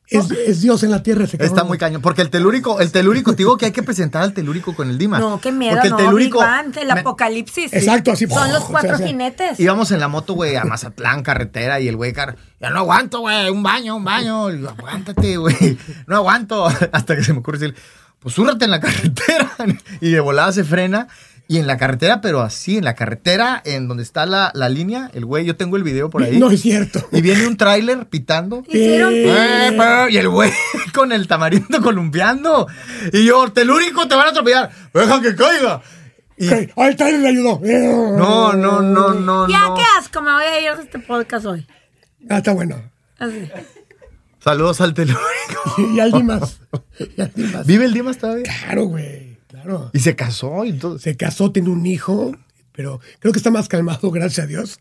Speaker 5: es, es Dios en la tierra ese
Speaker 4: Está
Speaker 5: cabrón.
Speaker 4: muy cañón. Porque el telúrico, el telúrico, te digo que hay que presentar al telúrico con el Dima.
Speaker 3: no, qué miedo,
Speaker 4: Porque el
Speaker 3: no,
Speaker 4: telúrico.
Speaker 3: Big Bang, el
Speaker 4: me-
Speaker 3: apocalipsis.
Speaker 5: Exacto, así,
Speaker 3: Son los
Speaker 5: o sea,
Speaker 3: cuatro
Speaker 5: o sea,
Speaker 3: jinetes.
Speaker 4: Íbamos en la moto, güey, a Mazatlán, carretera, y el güey, car- ya no aguanto, güey, un baño, un baño, Y yo, aguántate, güey, no aguanto. Hasta que se me ocurre decir, pues zúrrate en la carretera. Y de volada se frena, y en la carretera, pero así, en la carretera, en donde está la, la línea, el güey, yo tengo el video por ahí.
Speaker 5: No es cierto.
Speaker 4: Y viene un tráiler pitando.
Speaker 3: Hicieron
Speaker 4: Eh, pero- Y el güey con el tamarindo columpiando. Y yo, telúrico, te van a atropellar. Deja que caiga. Y,
Speaker 5: Ok, Ahí está, él le ayudó.
Speaker 4: no, no, no, no,
Speaker 3: Ya,
Speaker 4: no.
Speaker 3: qué asco, me voy a ir de este podcast hoy.
Speaker 5: Ah, está bueno.
Speaker 3: Así.
Speaker 4: Saludos al telúrico.
Speaker 5: Y, y alguien más. Y alguien más.
Speaker 4: ¿Vive el Dimas todavía?
Speaker 5: Claro, güey, claro.
Speaker 4: Y se casó y todo.
Speaker 5: se casó, tiene un hijo, pero creo que está más calmado, gracias a Dios.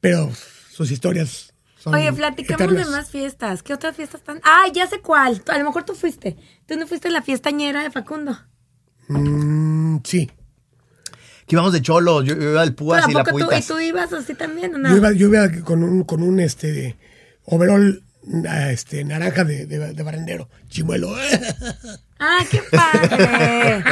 Speaker 5: Pero sus historias son.
Speaker 3: Oye, platicamos
Speaker 5: eternas.
Speaker 3: de más fiestas. ¿Qué otras fiestas están? Ah, ya sé cuál. Tú- A lo mejor tú fuiste. Tú no fuiste a la fiestañera de Facundo.
Speaker 5: Mm, sí.
Speaker 4: Que íbamos de cholos, yo, yo iba del
Speaker 3: Pero
Speaker 4: púas
Speaker 3: ¿a
Speaker 4: y la
Speaker 3: poco tú, y
Speaker 4: puitas.
Speaker 3: tú ibas así también o no?
Speaker 5: Yo, iba, yo iba con un, con un este, overall ah, este, naranja de, de, de barrendero, chimuelo.
Speaker 3: Ah, qué padre.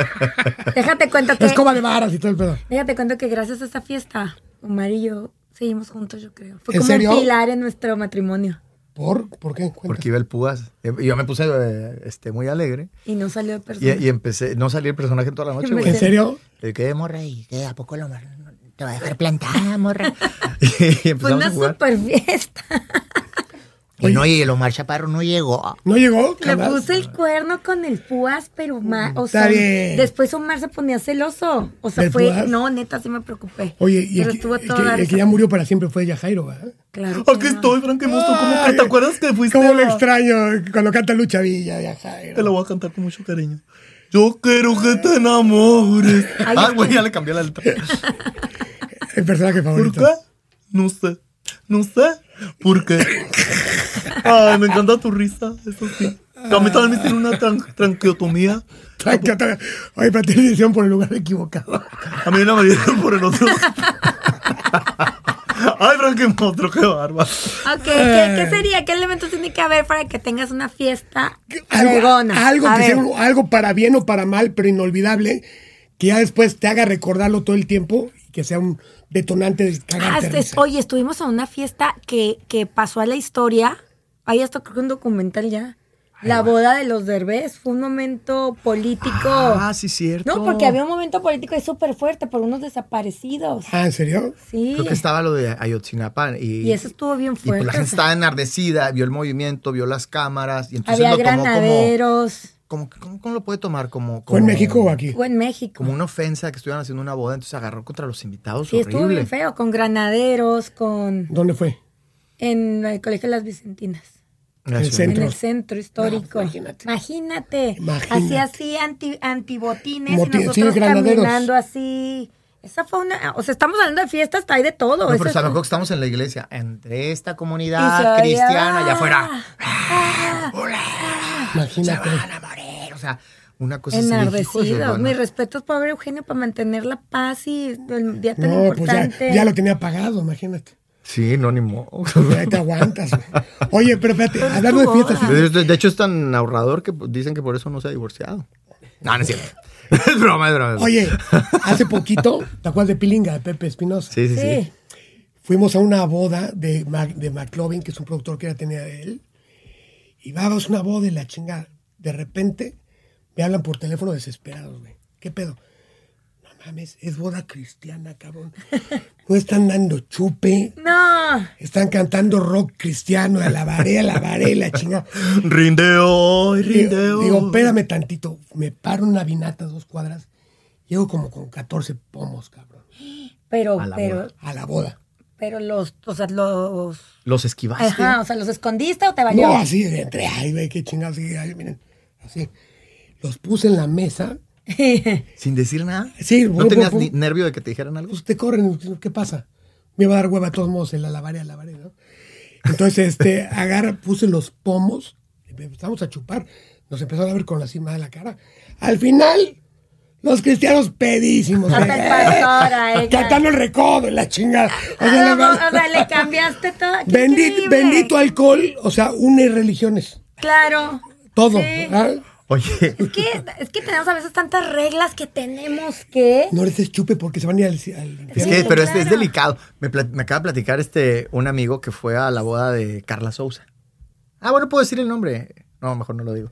Speaker 3: Déjate cuento que
Speaker 5: Escoba de varas y todo el pedo.
Speaker 3: Déjate cuento que gracias a esta fiesta, Omar y yo seguimos juntos, yo creo. Fue
Speaker 5: ¿En
Speaker 3: como
Speaker 5: serio?
Speaker 3: un pilar en nuestro matrimonio.
Speaker 5: ¿Por, ¿Por qué? Cuenta.
Speaker 4: Porque iba el púas. Y Yo me puse eh, este, muy alegre.
Speaker 3: Y no salió de persona.
Speaker 4: Y, y empecé, no salí el personaje toda la noche,
Speaker 5: ¿En
Speaker 4: güey.
Speaker 5: serio?
Speaker 4: Le quedé morra.
Speaker 1: Morra, ¿y qué? ¿A poco lo mar- te va a dejar plantada, morra?
Speaker 4: Y
Speaker 3: Fue
Speaker 4: empezamos
Speaker 3: una
Speaker 4: a jugar.
Speaker 3: super fiesta.
Speaker 1: y no, y el Omar Chaparro no
Speaker 4: Ah,
Speaker 1: llegó.
Speaker 5: ¿No llegó?
Speaker 3: Le
Speaker 5: jamás?
Speaker 3: puse el cuerno con el púas, pero Omar, o
Speaker 5: Mm, Está
Speaker 3: sea,
Speaker 5: bien.
Speaker 3: después Omar se ponía celoso. O sea,
Speaker 5: ¿Del
Speaker 3: fue,
Speaker 5: púas?
Speaker 3: no, neta, sí me preocupé.
Speaker 5: Oye, y
Speaker 3: pero
Speaker 5: el, que-
Speaker 3: estuvo
Speaker 5: el
Speaker 3: todo
Speaker 5: que,
Speaker 3: dar-
Speaker 5: el que ya murió para siempre fue Yajairo, ¿verdad?
Speaker 3: Claro.
Speaker 4: Aquí
Speaker 3: que no.
Speaker 4: estoy, Frank Mosto. ¿Cómo que
Speaker 5: Ay,
Speaker 4: te acuerdas que
Speaker 3: Pues
Speaker 4: fuiste?
Speaker 5: ¿Cómo
Speaker 4: a-
Speaker 5: lo extraño cuando canta Lucha Villa, Yajairo?
Speaker 4: Te lo voy a cantar con mucho cariño. Yo quiero que te enamores.
Speaker 3: Ay,
Speaker 4: ah,
Speaker 3: es
Speaker 4: güey,
Speaker 3: que-
Speaker 4: ya le cambié la letra.
Speaker 5: El personaje
Speaker 4: ¿Por
Speaker 5: favorito.
Speaker 4: qué? No sé. No sé. ¿Por qué? Ay, me encanta tu risa, eso sí. Que A mí también me hicieron una tran- tranqueotomía.
Speaker 5: Tranca, tranca. Oye, pero tienes decisión por el lugar equivocado.
Speaker 4: A mí una me dieron por el otro. Ay, Frank Monstruo, qué bárbaro.
Speaker 3: Ok, ¿qué, qué sería? ¿Qué elementos tiene que haber para que tengas una fiesta
Speaker 5: Algo,
Speaker 3: fregona?
Speaker 5: algo
Speaker 3: A
Speaker 5: que sea
Speaker 3: ver.
Speaker 5: un- algo para bien o para mal, pero inolvidable, que ya después te haga recordarlo todo el tiempo y que sea un detonante de
Speaker 3: Ah,
Speaker 5: cagarte. de
Speaker 3: este-
Speaker 5: risa.
Speaker 3: oye, estuvimos en una fiesta que, que pasó a la historia. Ahí hasta creo que un documental ya. La boda de los derbés fue un momento político.
Speaker 5: Ah,
Speaker 4: Ah, sí, cierto.
Speaker 3: no, porque había un momento político ahí súper fuerte por unos desaparecidos.
Speaker 5: Ah, ¿en serio?
Speaker 3: Sí.
Speaker 4: Creo que estaba lo de Ayotzinapa. Y,
Speaker 3: Y eso estuvo bien
Speaker 4: Y pues
Speaker 3: fuerte, o
Speaker 4: la gente
Speaker 3: sea.
Speaker 4: estaba enardecida, vio el movimiento, vio las cámaras. Y entonces
Speaker 3: Había
Speaker 4: lo tomó como,
Speaker 3: granaderos.
Speaker 4: como, como- ¿Cómo lo puede tomar? Como,
Speaker 5: ¿Fue en
Speaker 4: como-
Speaker 5: México o aquí?
Speaker 3: Fue en México.
Speaker 4: como una ofensa que estuvieran haciendo una boda, entonces agarró contra los invitados.
Speaker 3: sí, estuvo
Speaker 4: horrible.
Speaker 3: bien feo. Con granaderos, con.
Speaker 5: ¿Dónde fue?
Speaker 3: En el Colegio de las Vicentinas.
Speaker 4: En la
Speaker 5: El
Speaker 4: ciudad.
Speaker 5: centro.
Speaker 3: En el centro histórico. imagínate. imagínate. Así,
Speaker 5: Imagínate.
Speaker 3: así, anti, antibotines
Speaker 5: Botín-
Speaker 3: y
Speaker 5: sí,
Speaker 3: nosotros
Speaker 5: granaderos.
Speaker 3: caminando así. Esa fue una... O sea, estamos hablando de fiestas, hay de todo.
Speaker 4: No,
Speaker 3: eso
Speaker 4: pero
Speaker 3: es-
Speaker 4: está mejor que estamos en la iglesia. Entre esta
Speaker 3: Y se
Speaker 4: comunidad
Speaker 3: oía,
Speaker 4: cristiana allá
Speaker 3: "Ah,
Speaker 4: afuera.
Speaker 3: ah,
Speaker 5: Imagínate.
Speaker 4: Van a morir. O sea, una
Speaker 5: Pues
Speaker 4: cosa así de, "Hijo de su
Speaker 3: Enardecidos.
Speaker 4: hermana".
Speaker 3: Mis respetos, pobre Eugenio, para mantener la paz y el día tan
Speaker 5: No, pues ya,
Speaker 3: importante.
Speaker 5: ya lo tenía pagado, imagínate. Pues
Speaker 4: Sí, no, ni modo.
Speaker 5: Ahí te aguantas. güey. Oye, pero espérate,
Speaker 3: Pero
Speaker 5: hablando de
Speaker 3: estuvo
Speaker 5: fiestas.
Speaker 4: De, de- de hecho, es tan ahorrador que dicen que por eso no se ha divorciado. No, no es cierto. es broma, es broma.
Speaker 5: Oye, hace poquito, ¿te acuerdas de Pilinga, de Pepe Espinosa?
Speaker 4: Sí, sí, sí.
Speaker 3: Sí.
Speaker 5: Fuimos a una boda de, Mac- de McLovin, que es un productor que ya tenía él. Y vamos a una boda y la chingada. De repente me hablan por teléfono desesperados, güey. ¿Qué pedo? No mames, es boda cristiana, cabrón. No están dando chupe.
Speaker 3: No.
Speaker 5: Están cantando rock cristiano, alabaré, alabaré, la chingada.
Speaker 4: Rinde hoy, rinde
Speaker 5: Digo,
Speaker 4: hoy.
Speaker 5: digo, espérame tantito. Me paro en una vinata dos cuadras. Llego como con 14 pomos, cabrón,
Speaker 3: Pero,
Speaker 4: A la
Speaker 3: pero,
Speaker 4: boda.
Speaker 5: a la boda.
Speaker 3: pero los, o sea, los.
Speaker 4: Los esquivaste.
Speaker 5: Ah.
Speaker 3: Ajá, o sea, ¿los escondiste o te valió?
Speaker 5: No, así, entre, ay, güey, qué chingados, sí, ay, miren, así. Los puse en la mesa,
Speaker 4: Sin decir nada.
Speaker 5: Sí,
Speaker 4: ¿No
Speaker 5: pum,
Speaker 4: tenías
Speaker 5: pum,
Speaker 4: ni-
Speaker 5: pum.
Speaker 4: nervio de que te dijeran algo?
Speaker 5: pues te corren, ¿qué pasa? Me va a dar hueva de todos modos, la lavaré, la lavaré, ¿no? Entonces, este, agarra, puse los pomos, empezamos a chupar, nos empezaron a ver con la cima de la cara. Al final, los cristianos pedísimos.
Speaker 3: Hasta el pastor ahí, ya.
Speaker 5: Cantando el recodo, la chingada. O sea,
Speaker 3: Ah,
Speaker 5: les
Speaker 3: no,
Speaker 5: va-
Speaker 3: no, o sea, le cambiaste todo. ¡Qué
Speaker 5: Bendi-
Speaker 3: increíble!
Speaker 5: bendito alcohol, o sea, une religiones,
Speaker 3: Claro.
Speaker 5: todo.
Speaker 3: Sí.
Speaker 5: ¿ah?
Speaker 4: Oye,
Speaker 3: Es que, es que tenemos a veces tantas reglas que tenemos que.
Speaker 5: No les des chupe porque se van a ir al, ci- al infierno.
Speaker 4: es que,
Speaker 3: Sí,
Speaker 4: pero este es
Speaker 3: claro.
Speaker 4: delicado. Me, plat- me acaba de platicar este, un amigo que fue a la boda de Carla Souza. Ah, bueno, puedo decir el nombre. No, mejor no lo digo.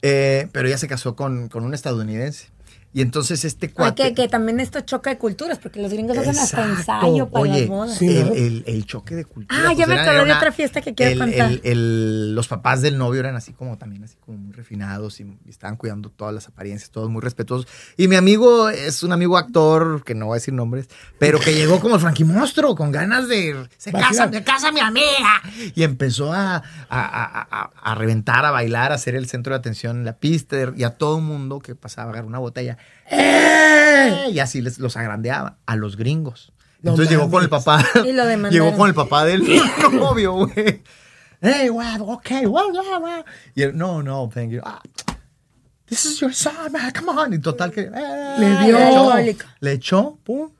Speaker 4: Eh, pero ella se casó con, con un estadounidense. Y entonces este
Speaker 3: Ay,
Speaker 4: cuate...
Speaker 3: que, que también esto choca de culturas, porque los gringos hacen hasta
Speaker 4: Exacto.
Speaker 3: ensayo para
Speaker 4: Oye,
Speaker 3: las bodas.
Speaker 5: sí,
Speaker 4: el,
Speaker 5: ¿no?
Speaker 4: el- el choque de cultura. pues,
Speaker 3: Ah, ya me acordé de otra fiesta que quiero
Speaker 4: el-
Speaker 3: contar.
Speaker 4: el- el- los papás del novio eran así como también, así como muy refinados y, y estaban cuidando todas las apariencias, todos muy respetuosos. Y mi amigo es un amigo actor, que no voy a decir nombres, pero que llegó como el Frankie Monstruo, con ganas de. Se
Speaker 5: Va a
Speaker 4: casa,
Speaker 5: girar.
Speaker 4: se casa mi amiga. Y empezó a, a- a- a- a reventar, a bailar, a ser el centro de atención en la pista y a todo el mundo que pasaba a agarrar una botella. ¡Eh! Y así les, los agrandeaba a los gringos.
Speaker 5: No
Speaker 4: Entonces llegó con el
Speaker 5: mames.
Speaker 4: papá.
Speaker 3: Y lo demandaron.
Speaker 4: Llegó con el papá del novio, güey. Hey, wow, okay, wow, wow, wow. Y él, no, no, thank you. Ah, this is your song, man, come on. Y total que. eh,
Speaker 5: Le dio.
Speaker 4: Le echó, le echó, pum.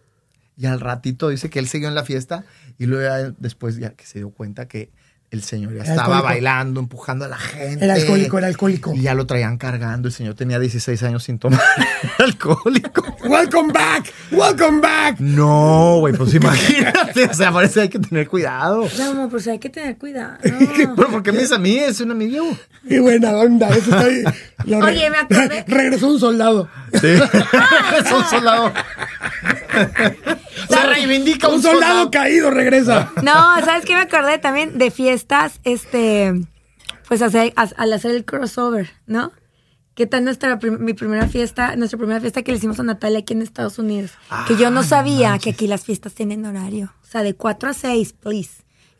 Speaker 4: Y al ratito dice que él siguió en la fiesta y luego ya después ya que se dio cuenta que el señor ya
Speaker 5: Era
Speaker 4: estaba
Speaker 5: alcohólico.
Speaker 4: bailando, empujando a la gente.
Speaker 5: Era alcohólico, era alcohólico.
Speaker 4: Y ya lo traían cargando. El señor tenía 16 años sin tomar alcohólico.
Speaker 5: Welcome back, welcome back.
Speaker 4: No, güey, pues imagínate. O sea, parece que hay que tener cuidado.
Speaker 3: No, pues hay que tener cuidado.
Speaker 4: Pero porque me dice a mí, es un amigo.
Speaker 5: Qué buena onda. Eso está ahí. Lo re-
Speaker 3: Oye, me acordé.
Speaker 5: regresó un soldado.
Speaker 4: Sí. es un soldado. Se reivindica
Speaker 5: un soldado, caído regresa.
Speaker 3: No, ¿sabes qué me acordé también? De fiestas, este, pues hace- as- al hacer el crossover, ¿no? ¿Qué tal nuestra prim- mi primera fiesta, nuestra primera fiesta que le hicimos a Natalia aquí en Estados Unidos? que
Speaker 5: Ah,
Speaker 3: yo no sabía que aquí las fiestas tienen horario. O sea, de 4 a 6, please.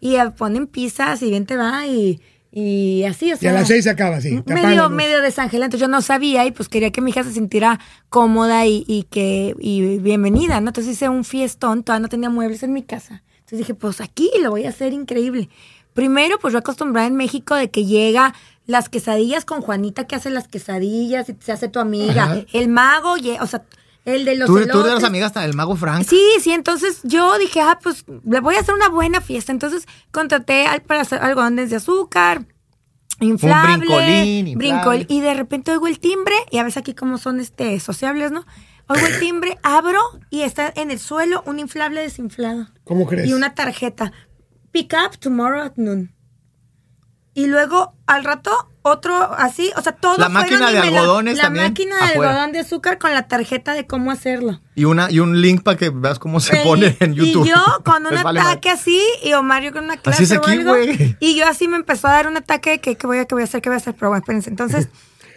Speaker 3: Y eh, ponen pizzas y bien te va y, y así, o
Speaker 5: Y
Speaker 3: sea.
Speaker 5: a las seis se acaba, sí. te apagan
Speaker 3: Medio,
Speaker 5: los-
Speaker 3: medio desangelante. Entonces yo no sabía y pues quería que mi hija se sintiera cómoda y, y que y bienvenida, ¿no? Entonces hice un fiestón, todavía no tenía muebles en mi casa. Entonces dije, pues aquí lo voy a hacer increíble. Primero, pues yo acostumbrada en México de que llega las quesadillas con Juanita que hace las quesadillas y se hace tu amiga.
Speaker 5: Ajá.
Speaker 3: El mago, ye- o sea, el de los
Speaker 4: Tú, tú
Speaker 3: elotes.
Speaker 4: eras amiga hasta del mago Frank.
Speaker 3: Sí, sí, entonces yo dije, ah, pues le voy a hacer una buena fiesta. Entonces contraté al, para hacer algodones de azúcar, inflable,
Speaker 4: brincolín, inflable.
Speaker 3: brincol- y de repente oigo el timbre, y a veces aquí como son este sociables, ¿no? Oigo el timbre, abro y está en el suelo un inflable desinflado.
Speaker 5: ¿Cómo crees?
Speaker 3: Y una tarjeta. Pick up tomorrow at noon. Y luego al rato otro así, o sea, todo
Speaker 4: La máquina de algodones
Speaker 3: la
Speaker 4: también
Speaker 3: máquina de
Speaker 4: afuera.
Speaker 3: algodón de azúcar con la tarjeta de cómo hacerlo.
Speaker 4: Y, una, y un link para que veas cómo se
Speaker 3: Sí,
Speaker 4: pone en YouTube.
Speaker 3: Y yo con un
Speaker 4: Les vale
Speaker 3: ataque así, y Omario con una clase
Speaker 4: es
Speaker 3: o
Speaker 4: aquí,
Speaker 3: algo,
Speaker 4: güey.
Speaker 3: Y yo así me empezó a dar un ataque de que, que voy a, que voy a hacer, que voy a hacer, pero bueno, espérense. Entonces,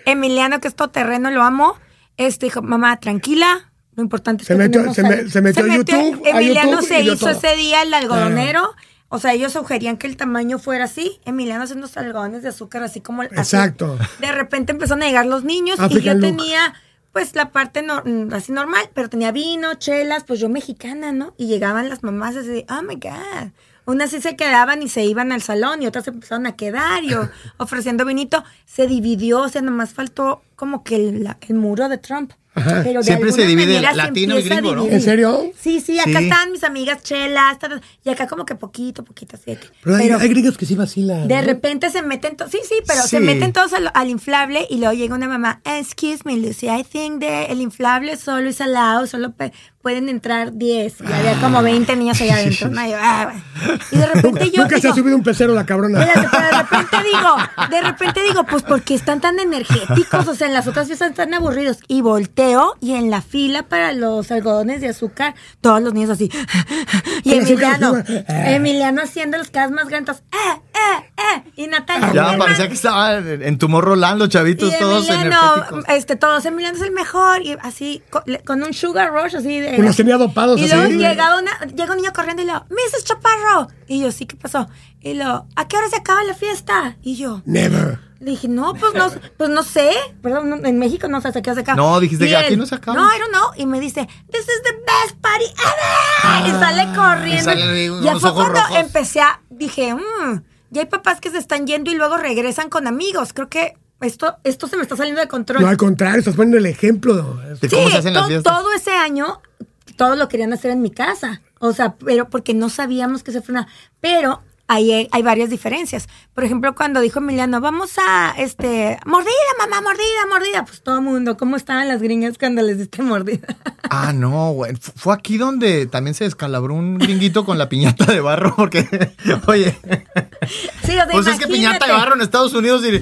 Speaker 3: Emiliano, que es todoterreno, lo amo, este dijo, mamá, tranquila. Lo importante es
Speaker 5: Se
Speaker 3: que
Speaker 5: metió-
Speaker 3: tenemos
Speaker 5: se
Speaker 3: algo".
Speaker 5: me- se metió a YouTube, a
Speaker 3: Emiliano
Speaker 5: YouTube
Speaker 3: se
Speaker 5: y vio
Speaker 3: hizo
Speaker 5: todo.
Speaker 3: ese día el algodonero. O sea, ellos sugerían que el tamaño fuera así. Emiliano haciendo unos algodones de azúcar, así como el. así.
Speaker 5: Exacto.
Speaker 3: De repente empezaron a llegar los niños y
Speaker 5: African
Speaker 3: yo
Speaker 5: look.
Speaker 3: tenía tenía, pues la parte no- mm, así normal, pero tenía vino, chelas, pues yo mexicana, ¿no? Y llegaban las mamás así de, oh my God. Unas sí se quedaban y se iban al salón y otras se empezaron a quedar y o- ofreciendo vinito. Se dividió, o sea, nomás faltó como que el, la- el muro de Trump.
Speaker 5: Ajá.
Speaker 3: Pero de
Speaker 4: Siempre se
Speaker 3: alguna
Speaker 4: divide
Speaker 3: manera se
Speaker 4: latino y
Speaker 3: empieza a
Speaker 4: gringo, ¿no?
Speaker 3: dividir.
Speaker 5: ¿En serio?
Speaker 3: Sí, sí, acá
Speaker 4: Sí.
Speaker 3: están mis amigas chelas, tal, y acá como que poquito, poquito, así. de que-
Speaker 5: Pero hay,
Speaker 3: pero
Speaker 5: hay gringos que sí vacilan.
Speaker 3: de
Speaker 5: ¿no?
Speaker 3: repente se meten, to- sí, sí, pero se
Speaker 4: Sí.
Speaker 3: meten todos al, al inflable y luego llega una mamá, excuse me, Lucy, I think the- el inflable solo es alado, solo pe- pueden entrar 10. Y había como 20 niños allá adentro. ¿no? Y, yo, "Ah, bueno". Y de repente yo...
Speaker 5: Nunca se ha
Speaker 3: digo,
Speaker 5: subido un pecero la cabrona.
Speaker 3: Espérate, pero de repente digo, de repente digo, pues porque están tan energéticos, o sea, en las otras fiestas están aburridos. Y volteo y en la fila para los algodones de azúcar, todos los niños así. Y
Speaker 5: Con azúcar,
Speaker 3: Emiliano,
Speaker 5: azúcar.
Speaker 3: Emiliano haciendo los caras más grandes, eh, eh, eh. Y Natalia.
Speaker 4: Ya
Speaker 3: mi
Speaker 4: parecía que
Speaker 3: hermana,
Speaker 4: estaban en, en tumor rolando, chavitos,
Speaker 3: y
Speaker 4: todos
Speaker 3: Emiliano,
Speaker 4: energéticos.
Speaker 3: este, todos, Emiliano es el mejor, y así, co- le- con, un sugar rush, así de...
Speaker 5: Los tenía dopados
Speaker 3: Y
Speaker 5: así.
Speaker 3: luego llegaba una, llega un niño corriendo y le digo, Mrs. Chaparro. Y yo, sí, ¿qué pasó? Y lo, ¿a qué hora se acaba la fiesta? Y yo,
Speaker 5: Never.
Speaker 3: le dije, no, pues no, pues no sé. Perdón, no, en México no sé hasta qué hora se acaba.
Speaker 4: No, dijiste,
Speaker 3: Y él,
Speaker 4: "Aquí no se acaba".
Speaker 3: No, I don't know. Y me dice, this is the best party ever. y sale corriendo.
Speaker 4: Ah, Y sale con
Speaker 3: ya
Speaker 4: los
Speaker 3: fue
Speaker 4: ojos
Speaker 3: cuando
Speaker 4: rojos.
Speaker 3: empecé a, dije, mmm, ya hay papás que se están yendo y luego regresan con amigos. Creo que esto, esto se me está saliendo de control.
Speaker 5: No, al contrario, estás poniendo el ejemplo.
Speaker 4: ¿De cómo se hacen las
Speaker 3: to-
Speaker 4: fiestas?
Speaker 3: Todo ese año, todos lo querían hacer en mi casa. O sea, pero porque no sabíamos que se fue una. Pero ahí hay, hay varias diferencias. Por ejemplo, cuando dijo Emiliano, vamos a este. Mordida, mamá, mordida, mordida. Pues todo el mundo, ¿cómo estaban las gringas cuando les diste mordida?
Speaker 4: Ah, no, güey. Fu- Fue aquí donde también se descalabró un gringuito con la piñata de barro, porque, oye,
Speaker 3: sí, o sea,
Speaker 4: pues es que
Speaker 3: imagínate.
Speaker 4: piñata de barro en Estados Unidos y, ¡oh my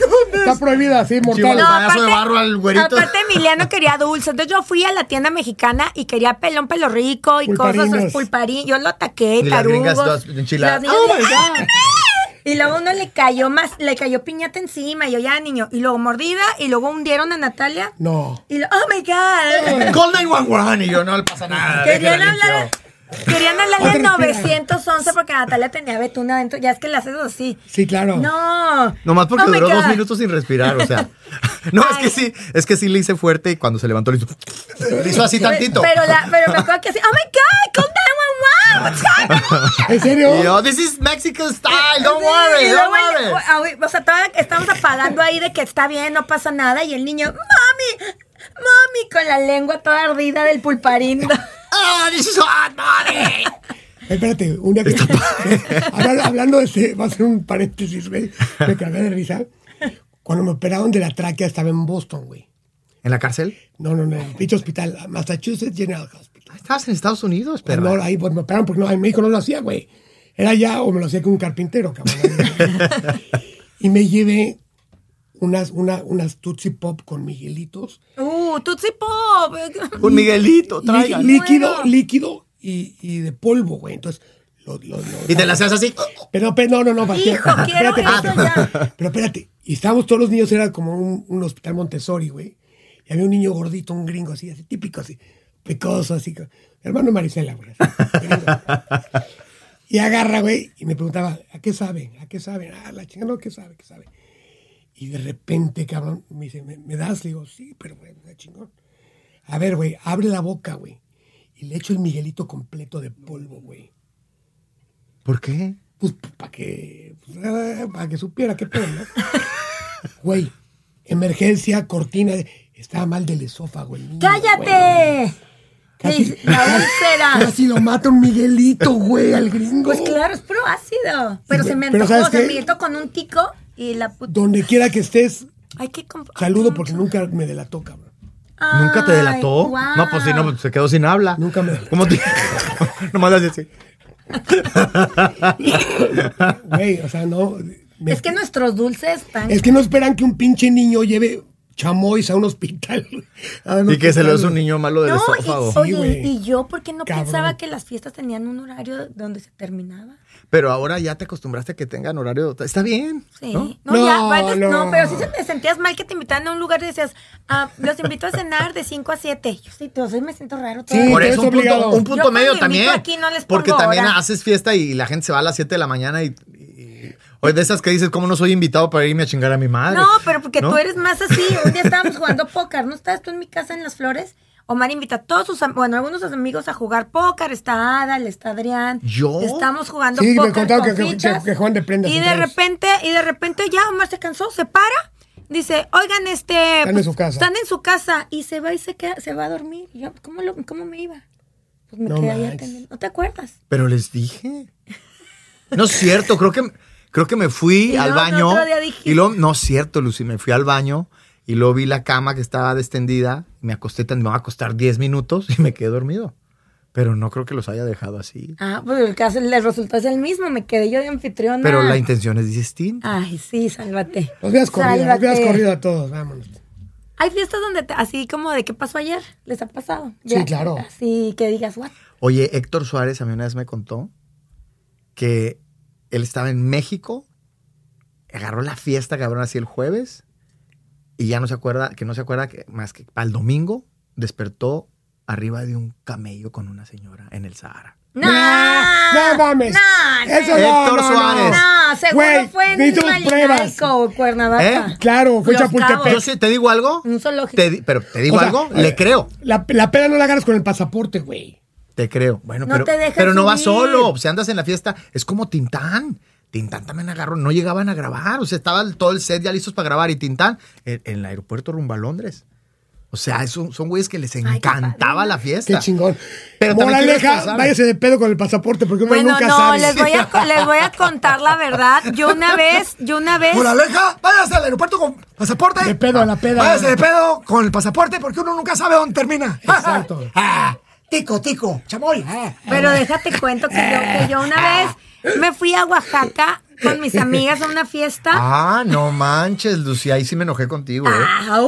Speaker 4: goodness!
Speaker 5: Está prohibida así,
Speaker 4: Chivas.
Speaker 5: mortal.
Speaker 3: No,
Speaker 4: pedazo de barro al güerito.
Speaker 3: aparte Emiliano quería dulce. Entonces yo fui a la tienda mexicana y quería pelón, pelo rico y cosas,
Speaker 5: Pulparines.
Speaker 3: pulparín. Yo lo ataqué,
Speaker 4: Y las gringas,
Speaker 3: tarugos.
Speaker 4: dos enchiladas.
Speaker 3: Y los niños
Speaker 4: ¡Oh,
Speaker 3: de-
Speaker 4: my God!
Speaker 3: Y luego uno le cayó más, le cayó piñata encima, y yo ya niño, y luego mordida, y luego hundieron a Natalia.
Speaker 5: No.
Speaker 3: Y lo, oh my god.
Speaker 4: Call 911 y yo, no le pasa nada.
Speaker 3: Querían
Speaker 4: déjela
Speaker 3: hablar,
Speaker 4: limpio.
Speaker 3: querían hablarle al
Speaker 5: Otra espera.
Speaker 3: 911 porque Natalia tenía betuna adentro, ya es que le haces así.
Speaker 5: Sí, claro.
Speaker 3: No.
Speaker 4: Nomás porque
Speaker 3: Oh my
Speaker 4: duró dos
Speaker 3: God.
Speaker 4: minutos sin respirar, o sea. No, es que
Speaker 3: Ay.
Speaker 4: sí, es que sí le hice fuerte y cuando se levantó le hizo, le hizo así tantito.
Speaker 3: Pero, la, pero me acuerdo que así, oh my god, call 911, what's happening?
Speaker 5: ¿En serio?
Speaker 4: Y yo, this is Mexican style, don't
Speaker 3: Sí,
Speaker 4: worry,
Speaker 3: y
Speaker 4: don't
Speaker 3: luego el-
Speaker 4: worry.
Speaker 3: o- o- O sea, todavía estamos apagando ahí de que está bien, no pasa nada. Y el niño, mami, mami, con la lengua toda ardida del pulparindo.
Speaker 4: Oh, this is hot, mommy.
Speaker 5: Espérate, un día que. Ahora, hablando de este, va a ser un paréntesis, güey. Me cagué de risa. Cuando me operaron de la tráquea estaba en Boston, güey.
Speaker 4: ¿En la cárcel? Ah,
Speaker 5: No, no, no, en el pinche hospital, Massachusetts General Hospital.
Speaker 4: Estabas en Estados Unidos,
Speaker 5: Pero
Speaker 4: pero.
Speaker 5: no, ahí pues, me operaron porque no, en México no lo hacía, güey. Era allá o me lo hacía con un carpintero, cabrón. y me llevé unas, una, unas Tootsie Pop con Miguelitos.
Speaker 3: Uh, Tootsie Pop.
Speaker 4: Un Miguelito,
Speaker 5: Lí-
Speaker 4: traigan.
Speaker 5: líquido, líquido y, y de polvo, güey. Entonces, lo, lo- lo-
Speaker 4: Y te la haces así.
Speaker 5: Pero, pero, no, no, no, Bastián.
Speaker 3: Hijo, quiero eso ya.
Speaker 5: Pero espérate, y estábamos todos los niños, era como un, un hospital Montessori, güey. Y había un niño gordito, un gringo así, así típico, así, pecoso, así. co- Hermano Marisela, güey. así, gringo. y agarra, güey, y me preguntaba, ¿a qué saben? ¿A qué saben? Ah, la chingada, no, ¿qué sabe? ¿Qué sabe? Y de repente, cabrón, me dice, ¿me, me das? Le digo, sí, pero, güey, la chingón. A ver, güey, abre la boca, güey. Y le echo el Miguelito completo de polvo, güey
Speaker 4: ¿Por qué?
Speaker 5: pues para que eh, para que supiera qué pedo, ¿no? Güey, emergencia, cortina, estaba mal del esófago el niño, güey.
Speaker 3: ¡Cállate!
Speaker 5: Casi-
Speaker 3: Sí, La úlcera.
Speaker 5: Casi lo mata un Miguelito, güey, al gringo.
Speaker 3: Pues claro, es puro ácido. Pero
Speaker 5: Sí,
Speaker 3: se me
Speaker 5: pero
Speaker 3: antojó,
Speaker 5: ¿sabes
Speaker 3: se
Speaker 5: qué?
Speaker 3: me irritó con un tico y la puta.
Speaker 5: Donde quiera que estés,
Speaker 3: Hay que comprar.
Speaker 5: saludo porque nunca me delató, cabrón.
Speaker 4: ¿Nunca te delató? No, pues si no, pues, se quedó sin habla.
Speaker 5: Nunca me delató.
Speaker 4: ¿Cómo te.? Nomás le haces así.
Speaker 5: Güey, o sea, no. me-
Speaker 3: Es que nuestros dulces están.
Speaker 5: es que no esperan que un pinche niño lleve chamois a un hospital. güey. Ah, A un
Speaker 4: Y que se lo es un
Speaker 5: hospital.
Speaker 4: niño malo del
Speaker 3: No,
Speaker 4: esófago.
Speaker 3: y, oye,
Speaker 5: güey.
Speaker 3: y yo, ¿por qué no
Speaker 5: Cabrón.
Speaker 3: pensaba que las fiestas tenían un horario donde se terminaba?
Speaker 4: Pero ahora ya te acostumbraste a que tengan horario. Está bien.
Speaker 3: Sí.
Speaker 4: ¿no?
Speaker 3: No,
Speaker 5: No,
Speaker 3: ya, vale, no.
Speaker 5: no.
Speaker 3: pero sí se te sentías mal que te invitaban a un lugar y decías, ah, los invito a cenar de 5 a 7. Yo sí, te me siento raro
Speaker 5: Sí,
Speaker 3: todavía.
Speaker 4: Por
Speaker 5: te
Speaker 4: eso
Speaker 5: ves
Speaker 4: un punto,
Speaker 5: obligado.
Speaker 4: un punto
Speaker 3: Yo cuando
Speaker 4: medio
Speaker 3: invito
Speaker 4: también.
Speaker 3: aquí no les pongo
Speaker 4: porque también
Speaker 3: hora.
Speaker 4: haces fiesta y la gente se va a las 7 de la mañana y. y- o de esas que dices, ¿cómo no soy invitado para irme a chingar a mi
Speaker 5: Ah,
Speaker 4: madre?
Speaker 3: No, pero porque
Speaker 4: ¿No?
Speaker 3: tú eres más así. Un día estábamos jugando póker, ¿no estabas tú en mi casa en Las Flores? Omar invita a todos sus, am- bueno, algunos de sus amigos a jugar póker. Está Adal, está Adrián.
Speaker 4: ¿Yo?
Speaker 3: Estamos jugando
Speaker 5: Sí, me
Speaker 3: póker
Speaker 5: contaron
Speaker 3: con
Speaker 5: que- que-
Speaker 3: fichas.
Speaker 5: que- que juegan de prendas
Speaker 3: Y de
Speaker 5: otra vez.
Speaker 3: repente, y de repente ya Omar se cansó, se para Dice, oigan, este.
Speaker 5: Están en su casa.
Speaker 3: Están en su casa. Y se va y se queda, se va a dormir. Y yo, ¿cómo, lo- cómo me iba? Pues me
Speaker 5: No
Speaker 3: quedé ahí
Speaker 5: manches.
Speaker 3: atendiendo. ¿No te acuerdas?
Speaker 4: Pero les dije. No es cierto, creo que, creo que me fui
Speaker 3: Y
Speaker 4: al
Speaker 3: luego
Speaker 4: baño.
Speaker 3: otro día dijiste.
Speaker 4: Y luego, no es cierto, Lucy, me fui al baño y luego vi la cama que estaba destendida. Me acosté, tan- me va a acostar 10 minutos y me quedé dormido. Pero no creo que los haya dejado así.
Speaker 3: Ah, pues el caso, el resultado es el mismo. Me quedé yo de anfitriona.
Speaker 4: Pero la intención es distinta.
Speaker 3: Ay, sí, sálvate.
Speaker 5: Los hubieras corrido, los
Speaker 3: Sálvate.
Speaker 5: hubieras corrido a todos, vámonos.
Speaker 3: Hay fiestas donde, te- así como de qué pasó ayer, les ha pasado.
Speaker 5: Sí,
Speaker 3: Ya,
Speaker 5: claro.
Speaker 3: Así que digas, what?
Speaker 4: Oye, Héctor Suárez a mí una vez me contó que él estaba en México, agarró la fiesta, cabrón, así el jueves, y ya no se acuerda, que no se acuerda que- más que para el domingo despertó arriba de un camello con una señora en el Sahara.
Speaker 3: No,
Speaker 5: No mames.
Speaker 3: No,
Speaker 5: Eso
Speaker 3: no.
Speaker 5: no,
Speaker 4: Héctor
Speaker 5: no, no.
Speaker 4: Suárez.
Speaker 3: No, seguro
Speaker 5: Güey,
Speaker 3: fue en
Speaker 5: necesitamos pruebas.
Speaker 3: Malinalco o Cuernavaca.
Speaker 4: ¿Eh?
Speaker 5: Claro, fue
Speaker 3: Los
Speaker 5: Chapultepec.
Speaker 3: Cabos.
Speaker 4: Yo sí, ¿te digo algo?
Speaker 3: Un zoológico.
Speaker 4: Te di- pero te digo
Speaker 5: Mm. O sea,
Speaker 4: algo,
Speaker 5: eh,
Speaker 4: le creo,
Speaker 5: La, la peda no la agarras con el pasaporte, güey.
Speaker 4: te creo. Bueno,
Speaker 3: No
Speaker 4: pero,
Speaker 3: te dejan
Speaker 4: pero no vas
Speaker 3: subir.
Speaker 4: solo, si andas en la fiesta, es como Tintán. Tintán también agarró, no llegaban a grabar, o sea, estaba el- todo el set ya listos para grabar y Tintán en, en el aeropuerto rumbo a Londres. O sea, es un- son güeyes que les encantaba la fiesta.
Speaker 5: Qué chingón.
Speaker 4: Pero también quiero
Speaker 5: Moraleja,
Speaker 4: expresarme.
Speaker 5: váyase de pedo con el pasaporte porque uno
Speaker 3: Bueno,
Speaker 5: nunca
Speaker 3: no,
Speaker 5: sabe.
Speaker 3: les voy, a, co- les voy a contar la verdad. Yo una vez, yo una vez.
Speaker 4: Moraleja, váyase al aeropuerto con pasaporte.
Speaker 5: De pedo a la peda.
Speaker 4: Váyase de pedo con el pasaporte porque uno nunca sabe dónde termina.
Speaker 5: Exacto.
Speaker 4: Ah, tico, tico, chamoy.
Speaker 3: Pero déjate cuento que yo, que yo una vez me fui a Oaxaca con mis amigas a una fiesta.
Speaker 4: Ah, no manches, Lucía, ahí sí me enojé contigo, ¿eh?
Speaker 3: Ah, uy.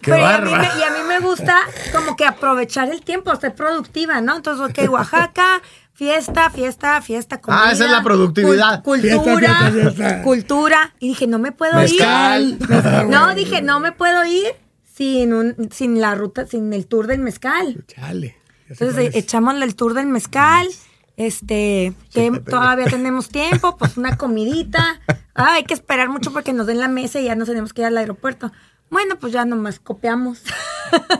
Speaker 4: Qué
Speaker 3: Pero y a, mí
Speaker 4: bárbaro.
Speaker 3: me, y a mí me gusta como que aprovechar el tiempo, ser productiva, ¿no? Entonces, ok, Oaxaca, fiesta, fiesta, fiesta, comida.
Speaker 4: Ah, esa es la productividad.
Speaker 3: cul-
Speaker 5: Fiesta,
Speaker 3: cultura,
Speaker 5: fiesta, fiesta.
Speaker 3: cultura. Y dije, no me puedo
Speaker 4: Mezcal.
Speaker 3: ir. No, dije, no me puedo ir sin, un, sin la ruta, sin el tour del mezcal.
Speaker 5: Chale. ya sé cuál
Speaker 3: Entonces
Speaker 5: es.
Speaker 3: e- echamos el tour del mezcal, este, que todavía tenemos tiempo, pues una comidita. Ah, hay que esperar mucho porque nos den la mesa y ya nos tenemos que ir al aeropuerto. Bueno, pues ya nomás copiamos.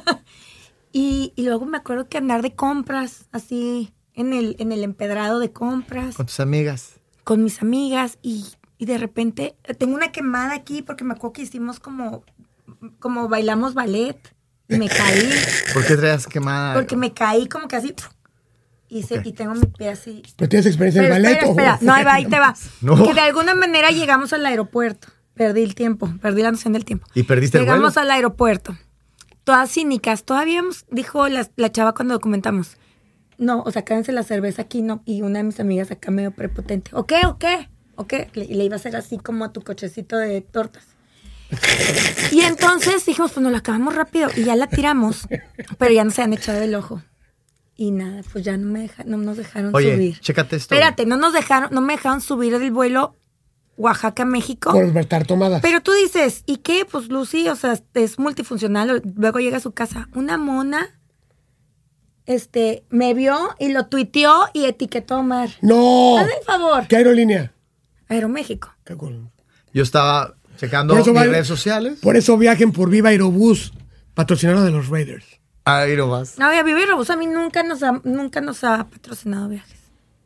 Speaker 3: y, y luego me acuerdo que andar de compras, así, en el, en el empedrado de compras,
Speaker 4: Con tus amigas.
Speaker 3: con mis amigas y, y de repente eh, tengo una quemada aquí porque me acuerdo que hicimos como, como bailamos ballet y me caí.
Speaker 4: ¿Por qué traías quemada?
Speaker 3: Porque me caí como que así. pf, Y, se-
Speaker 4: Ok.
Speaker 3: y tengo mi pie así.
Speaker 5: ¿Pero tienes experiencia
Speaker 3: Pero
Speaker 5: en ballet?
Speaker 3: espera,
Speaker 5: o-
Speaker 3: espera. No, ahí va, ahí te va.
Speaker 4: No.
Speaker 3: Que de alguna manera llegamos al aeropuerto. Perdí el tiempo, perdí la noción del tiempo.
Speaker 4: ¿Y perdiste el
Speaker 3: Llegamos
Speaker 4: vuelo?
Speaker 3: al aeropuerto. Todas cínicas. Todavía hemos- dijo la, la chava cuando documentamos. No, o sea, quédense la cerveza aquí, no. Y una de mis amigas acá medio prepotente. ¿O qué? ¿O qué? ¿O qué? Le, y le iba a hacer así como a tu cochecito de tortas. Y entonces dijimos, pues nos la acabamos rápido y ya la tiramos, pero ya no se han echado el ojo. Y nada, pues ya no me deja- no nos dejaron
Speaker 4: Oye,
Speaker 3: subir.
Speaker 4: chécate esto.
Speaker 3: Espérate, no nos dejaron, no me dejaron subir del vuelo Oaxaca, México.
Speaker 5: Por estar tomada.
Speaker 3: Pero tú dices, ¿y qué? Pues Lucy, o sea, es multifuncional, luego llega a su casa. Una mona, este, me vio y lo tuiteó y etiquetó a Omar.
Speaker 5: ¡No!
Speaker 3: Hazme el favor.
Speaker 5: ¿Qué aerolínea?
Speaker 3: Aeroméxico.
Speaker 5: Qué cool.
Speaker 4: Yo estaba checando
Speaker 5: Por
Speaker 4: mis
Speaker 5: eso va-
Speaker 4: redes sociales.
Speaker 5: Por eso viajen por Viva Aerobús, patrocinado de los Raiders.
Speaker 4: Ahí nomás.
Speaker 3: No, ya Viva Aerobús a mí nunca nos ha, nunca nos ha patrocinado viajes.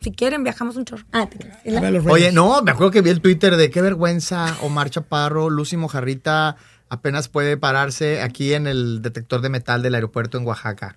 Speaker 3: Si quieren, viajamos un chorro. Ah, te creas. Es la-
Speaker 5: Viva los
Speaker 4: Oye,
Speaker 5: Raiders.
Speaker 4: no, me acuerdo que vi el Twitter de qué vergüenza, Omar Chaparro, Lucy Mojarrita apenas puede pararse aquí en el detector de metal del aeropuerto en Oaxaca.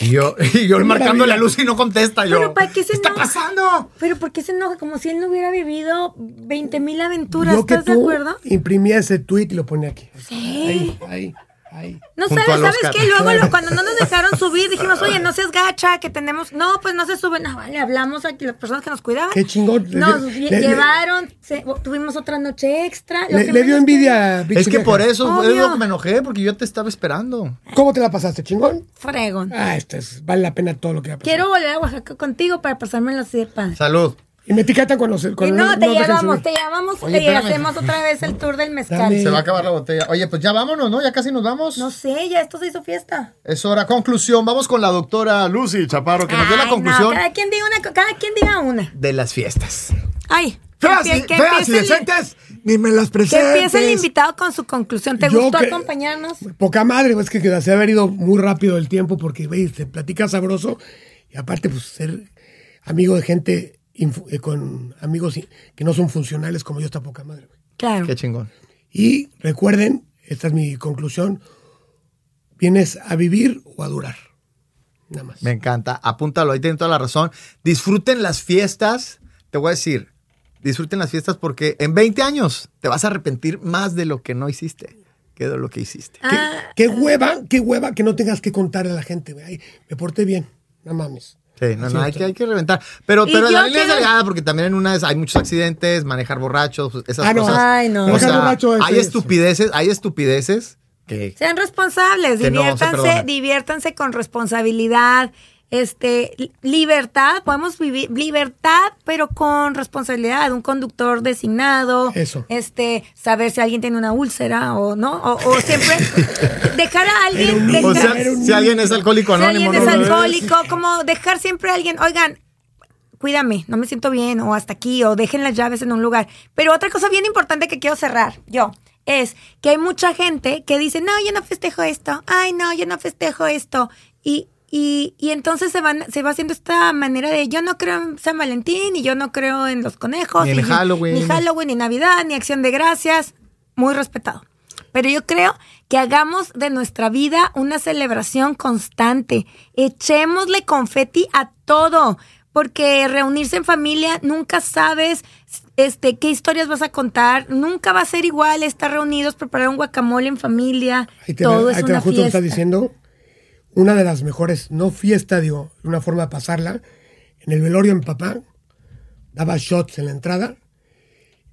Speaker 4: Y yo, y yo marcando la luz y no contesta yo.
Speaker 3: Pero ¿para qué se
Speaker 4: está
Speaker 3: enoja?
Speaker 4: pasando?
Speaker 3: Pero ¿por qué se enoja? Como si él no hubiera vivido 20 mil aventuras.
Speaker 5: Yo que
Speaker 3: ¿Estás de
Speaker 5: tú
Speaker 3: acuerdo?
Speaker 5: imprimía ese tweet y lo ponía aquí.
Speaker 3: Sí.
Speaker 5: Ahí, ahí.
Speaker 3: No
Speaker 4: Junto
Speaker 3: sabes,
Speaker 4: al
Speaker 3: ¿sabes
Speaker 4: Oscar.
Speaker 3: qué? Luego lo- cuando no nos dejaron subir, dijimos, oye, no seas gacha, que tenemos... No, pues no se suben. No, vale, hablamos a las personas que nos cuidaban.
Speaker 5: Qué chingón.
Speaker 3: Nos
Speaker 5: Le-
Speaker 3: lle-
Speaker 5: le-
Speaker 3: llevaron, se- tuvimos otra noche extra. Lo
Speaker 5: Le,
Speaker 3: que
Speaker 5: le dio
Speaker 3: menos
Speaker 5: envidia a Bicho
Speaker 4: Es que
Speaker 5: Viaja.
Speaker 4: por eso es
Speaker 3: Obvio.
Speaker 4: lo que me enojé, porque yo te estaba esperando.
Speaker 5: ¿Cómo te la pasaste, chingón?
Speaker 3: que- Fregón.
Speaker 5: Ah, esto es, vale la pena todo lo que ha pasado.
Speaker 3: Quiero volver a Oaxaca contigo para pasármela así de padre.
Speaker 4: Salud.
Speaker 5: Y me etiquetan con los. con
Speaker 3: Y
Speaker 5: los-
Speaker 3: no, te
Speaker 5: dejan
Speaker 3: llevamos, te
Speaker 5: subir.
Speaker 3: llevamos
Speaker 4: Oye,
Speaker 3: y
Speaker 4: espérame.
Speaker 3: hacemos otra vez el tour del mezcal.
Speaker 5: Dame.
Speaker 4: Se va a acabar la botella. Oye, pues ya vámonos, ¿no? Ya casi nos vamos.
Speaker 3: No sé, ya esto se hizo fiesta.
Speaker 4: Es hora. Conclusión. Vamos con la doctora Lucy Chaparro, que nos dio
Speaker 3: Ay,
Speaker 4: la
Speaker 3: no,
Speaker 4: conclusión
Speaker 3: cada quien diga una, co- cada quien diga una.
Speaker 4: de las fiestas.
Speaker 3: Ay, que
Speaker 4: Feas
Speaker 3: empie-
Speaker 4: y-
Speaker 3: que
Speaker 5: Ah,
Speaker 4: feas y
Speaker 3: empiece el-
Speaker 4: decentes, ni me las
Speaker 3: Que
Speaker 4: presentes.
Speaker 3: empiece el invitado con su conclusión. ¿Te
Speaker 5: Yo
Speaker 3: gustó
Speaker 5: que-
Speaker 3: acompañarnos?
Speaker 5: Poca madre, pues que, que se ha venido muy rápido el tiempo porque, güey, se platica sabroso y aparte, pues ser amigo de gente infu- eh, con amigos i- que no son funcionales como yo está poca madre, güey.
Speaker 3: Claro.
Speaker 4: Qué chingón.
Speaker 5: Y Y recuerden, esta es mi conclusión, vienes a vivir o a durar. Nada más.
Speaker 4: Me encanta. Apúntalo, ahí tienen toda la razón. Disfruten las fiestas. Te voy a decir, disfruten las fiestas porque en 20 años te vas a arrepentir más de lo que no hiciste que de lo que hiciste.
Speaker 3: Ah,
Speaker 5: ¿Qué, qué hueva, qué hueva que no tengas que contarle a la gente, güey. Ay, Me porté bien, no mames.
Speaker 4: Sí, no,
Speaker 5: Así
Speaker 4: no,
Speaker 5: me
Speaker 4: hay que,
Speaker 5: tra-
Speaker 4: hay que reventar. Pero,
Speaker 3: Y yo
Speaker 4: pero la línea es
Speaker 3: quiero-
Speaker 4: delgada porque también en una es- hay muchos accidentes, manejar borrachos, esas
Speaker 5: Ah, no.
Speaker 4: cosas.
Speaker 3: Ay, no.
Speaker 4: O
Speaker 5: Manejar
Speaker 4: sea,
Speaker 5: borracho es-
Speaker 4: hay
Speaker 5: es-
Speaker 4: estupideces, hay estupideces que
Speaker 3: Sean responsables,
Speaker 4: Que no se
Speaker 3: diviértanse,
Speaker 4: perdona.
Speaker 3: diviértanse con responsabilidad, este, li- libertad, podemos vivir libertad, pero con responsabilidad, un conductor designado,
Speaker 5: Eso.
Speaker 3: este, saber si alguien tiene una úlcera o no, o, o siempre dejar a alguien,
Speaker 4: O
Speaker 3: dejar-
Speaker 4: sea, si alguien es alcohólico
Speaker 3: si
Speaker 4: anónimo,
Speaker 3: alguien es
Speaker 4: no lo ves.
Speaker 3: alcohólico, como dejar siempre a alguien, oigan, cuídame, no me siento bien, o hasta aquí, o dejen las llaves en un lugar. Pero otra cosa bien importante que quiero cerrar yo es que hay mucha gente que dice, no, yo no festejo esto, ay, no, yo no festejo esto. Y, y, y entonces se, van, se va haciendo esta manera de, yo no creo en San Valentín, y yo no creo en los conejos,
Speaker 4: Ni en
Speaker 3: y-
Speaker 4: Halloween.
Speaker 3: ni Halloween, ni Navidad, ni Acción de Gracias. Muy respetado. Pero yo creo que hagamos de nuestra vida una celebración constante. Echémosle confeti a todo. Porque reunirse en familia nunca sabes este, qué historias vas a contar. Nunca va a ser igual estar reunidos, preparar un guacamole en familia.
Speaker 5: Ahí te
Speaker 3: Todo
Speaker 5: va-
Speaker 3: es
Speaker 5: ahí te va
Speaker 3: una
Speaker 5: justo lo que
Speaker 3: fiesta.
Speaker 5: estás diciendo. Una de las mejores, no fiesta, digo, una forma de pasarla. En el velorio en papá, daba shots en la entrada.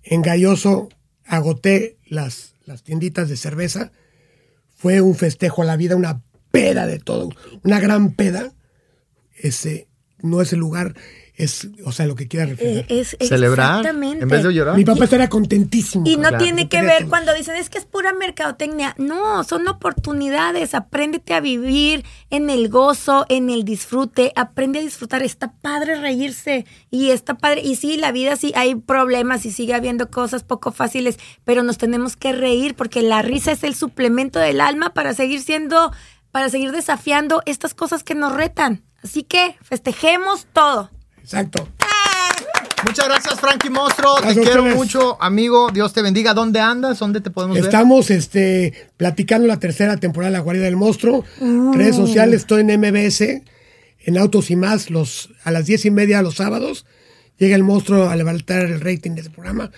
Speaker 5: En Galloso agoté las, las tienditas de cerveza. Fue un festejo a la vida, una peda de todo, una gran peda. Ese no es el lugar, es, o sea, lo que quieras reflejar.
Speaker 3: Eh, es-
Speaker 4: celebrar
Speaker 3: exactamente.
Speaker 4: en vez de llorar.
Speaker 5: Mi papá estaría contentísimo.
Speaker 3: Y no
Speaker 4: Claro.
Speaker 3: tiene que
Speaker 5: Tenía
Speaker 3: ver
Speaker 5: todo.
Speaker 3: cuando dicen es que es pura mercadotecnia. No, son oportunidades. Apréndete a vivir en el gozo, en el disfrute. Aprende a disfrutar. Está padre reírse. Y está padre. Y sí, la vida sí hay problemas y sigue habiendo cosas poco fáciles, pero nos tenemos que reír porque la risa es el suplemento del alma para seguir siendo, para seguir desafiando estas cosas que nos retan. Así que festejemos todo.
Speaker 5: Exacto.
Speaker 4: Muchas gracias, Frankie Monstruo. Te
Speaker 5: Gracias a
Speaker 4: quiero
Speaker 5: ustedes.
Speaker 4: mucho, amigo. Dios te bendiga. ¿Dónde andas? ¿Dónde te podemos ver?
Speaker 5: Estamos este, platicando la tercera temporada de La Guarida del Monstruo.
Speaker 3: Mm.
Speaker 5: Redes sociales, estoy en MBS, en Autos y más, los, a las diez y media los sábados. Llega el monstruo a levantar el rating de ese programa.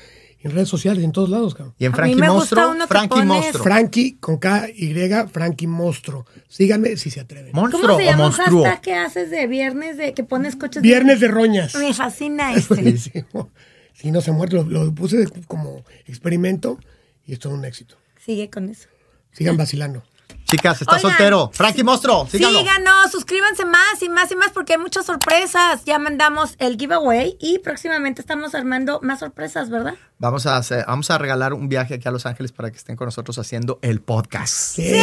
Speaker 5: En redes sociales, en todos lados, cabrón.
Speaker 4: Y en
Speaker 3: A
Speaker 4: Frankie
Speaker 3: mí me gusta
Speaker 4: Monstruo,
Speaker 3: uno que
Speaker 4: Frankie
Speaker 3: pones-
Speaker 4: Monstruo.
Speaker 5: Frankie con K Y, Frankie Monstruo. Síganme si se atreven.
Speaker 4: ¿Monstruo
Speaker 3: ¿Cómo se
Speaker 4: o
Speaker 3: llama un
Speaker 4: monstruo?
Speaker 3: hashtag que haces de viernes de que pones coches? de-
Speaker 5: Viernes de Roñas.
Speaker 3: Me fascina este.
Speaker 5: Buenísimo. Si no se muerde, lo, lo puse como experimento y esto es un éxito.
Speaker 3: Sigue con eso.
Speaker 5: Sigan vacilando.
Speaker 4: Chicas, está
Speaker 3: Oigan,
Speaker 4: soltero. Frankie Monstruo, síganlo.
Speaker 3: Síganos, suscríbanse más y más y más porque hay muchas sorpresas. Ya mandamos el giveaway y próximamente estamos armando más sorpresas, ¿verdad?
Speaker 4: Vamos a, hacer- vamos a regalar un viaje aquí a Los Ángeles para que estén con nosotros haciendo el podcast.
Speaker 3: ¡Eh!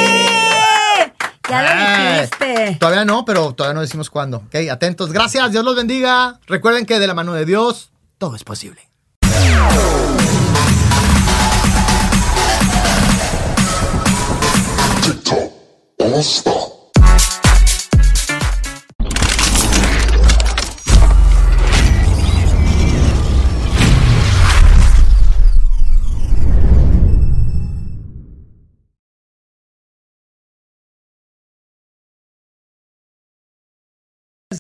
Speaker 3: Ya lo
Speaker 4: Eh,
Speaker 3: dijiste.
Speaker 4: Todavía no, pero todavía no decimos cuándo. Ok, atentos. Gracias, Dios los bendiga. Recuerden que de la mano de Dios todo es posible.
Speaker 8: TikTok, all stop.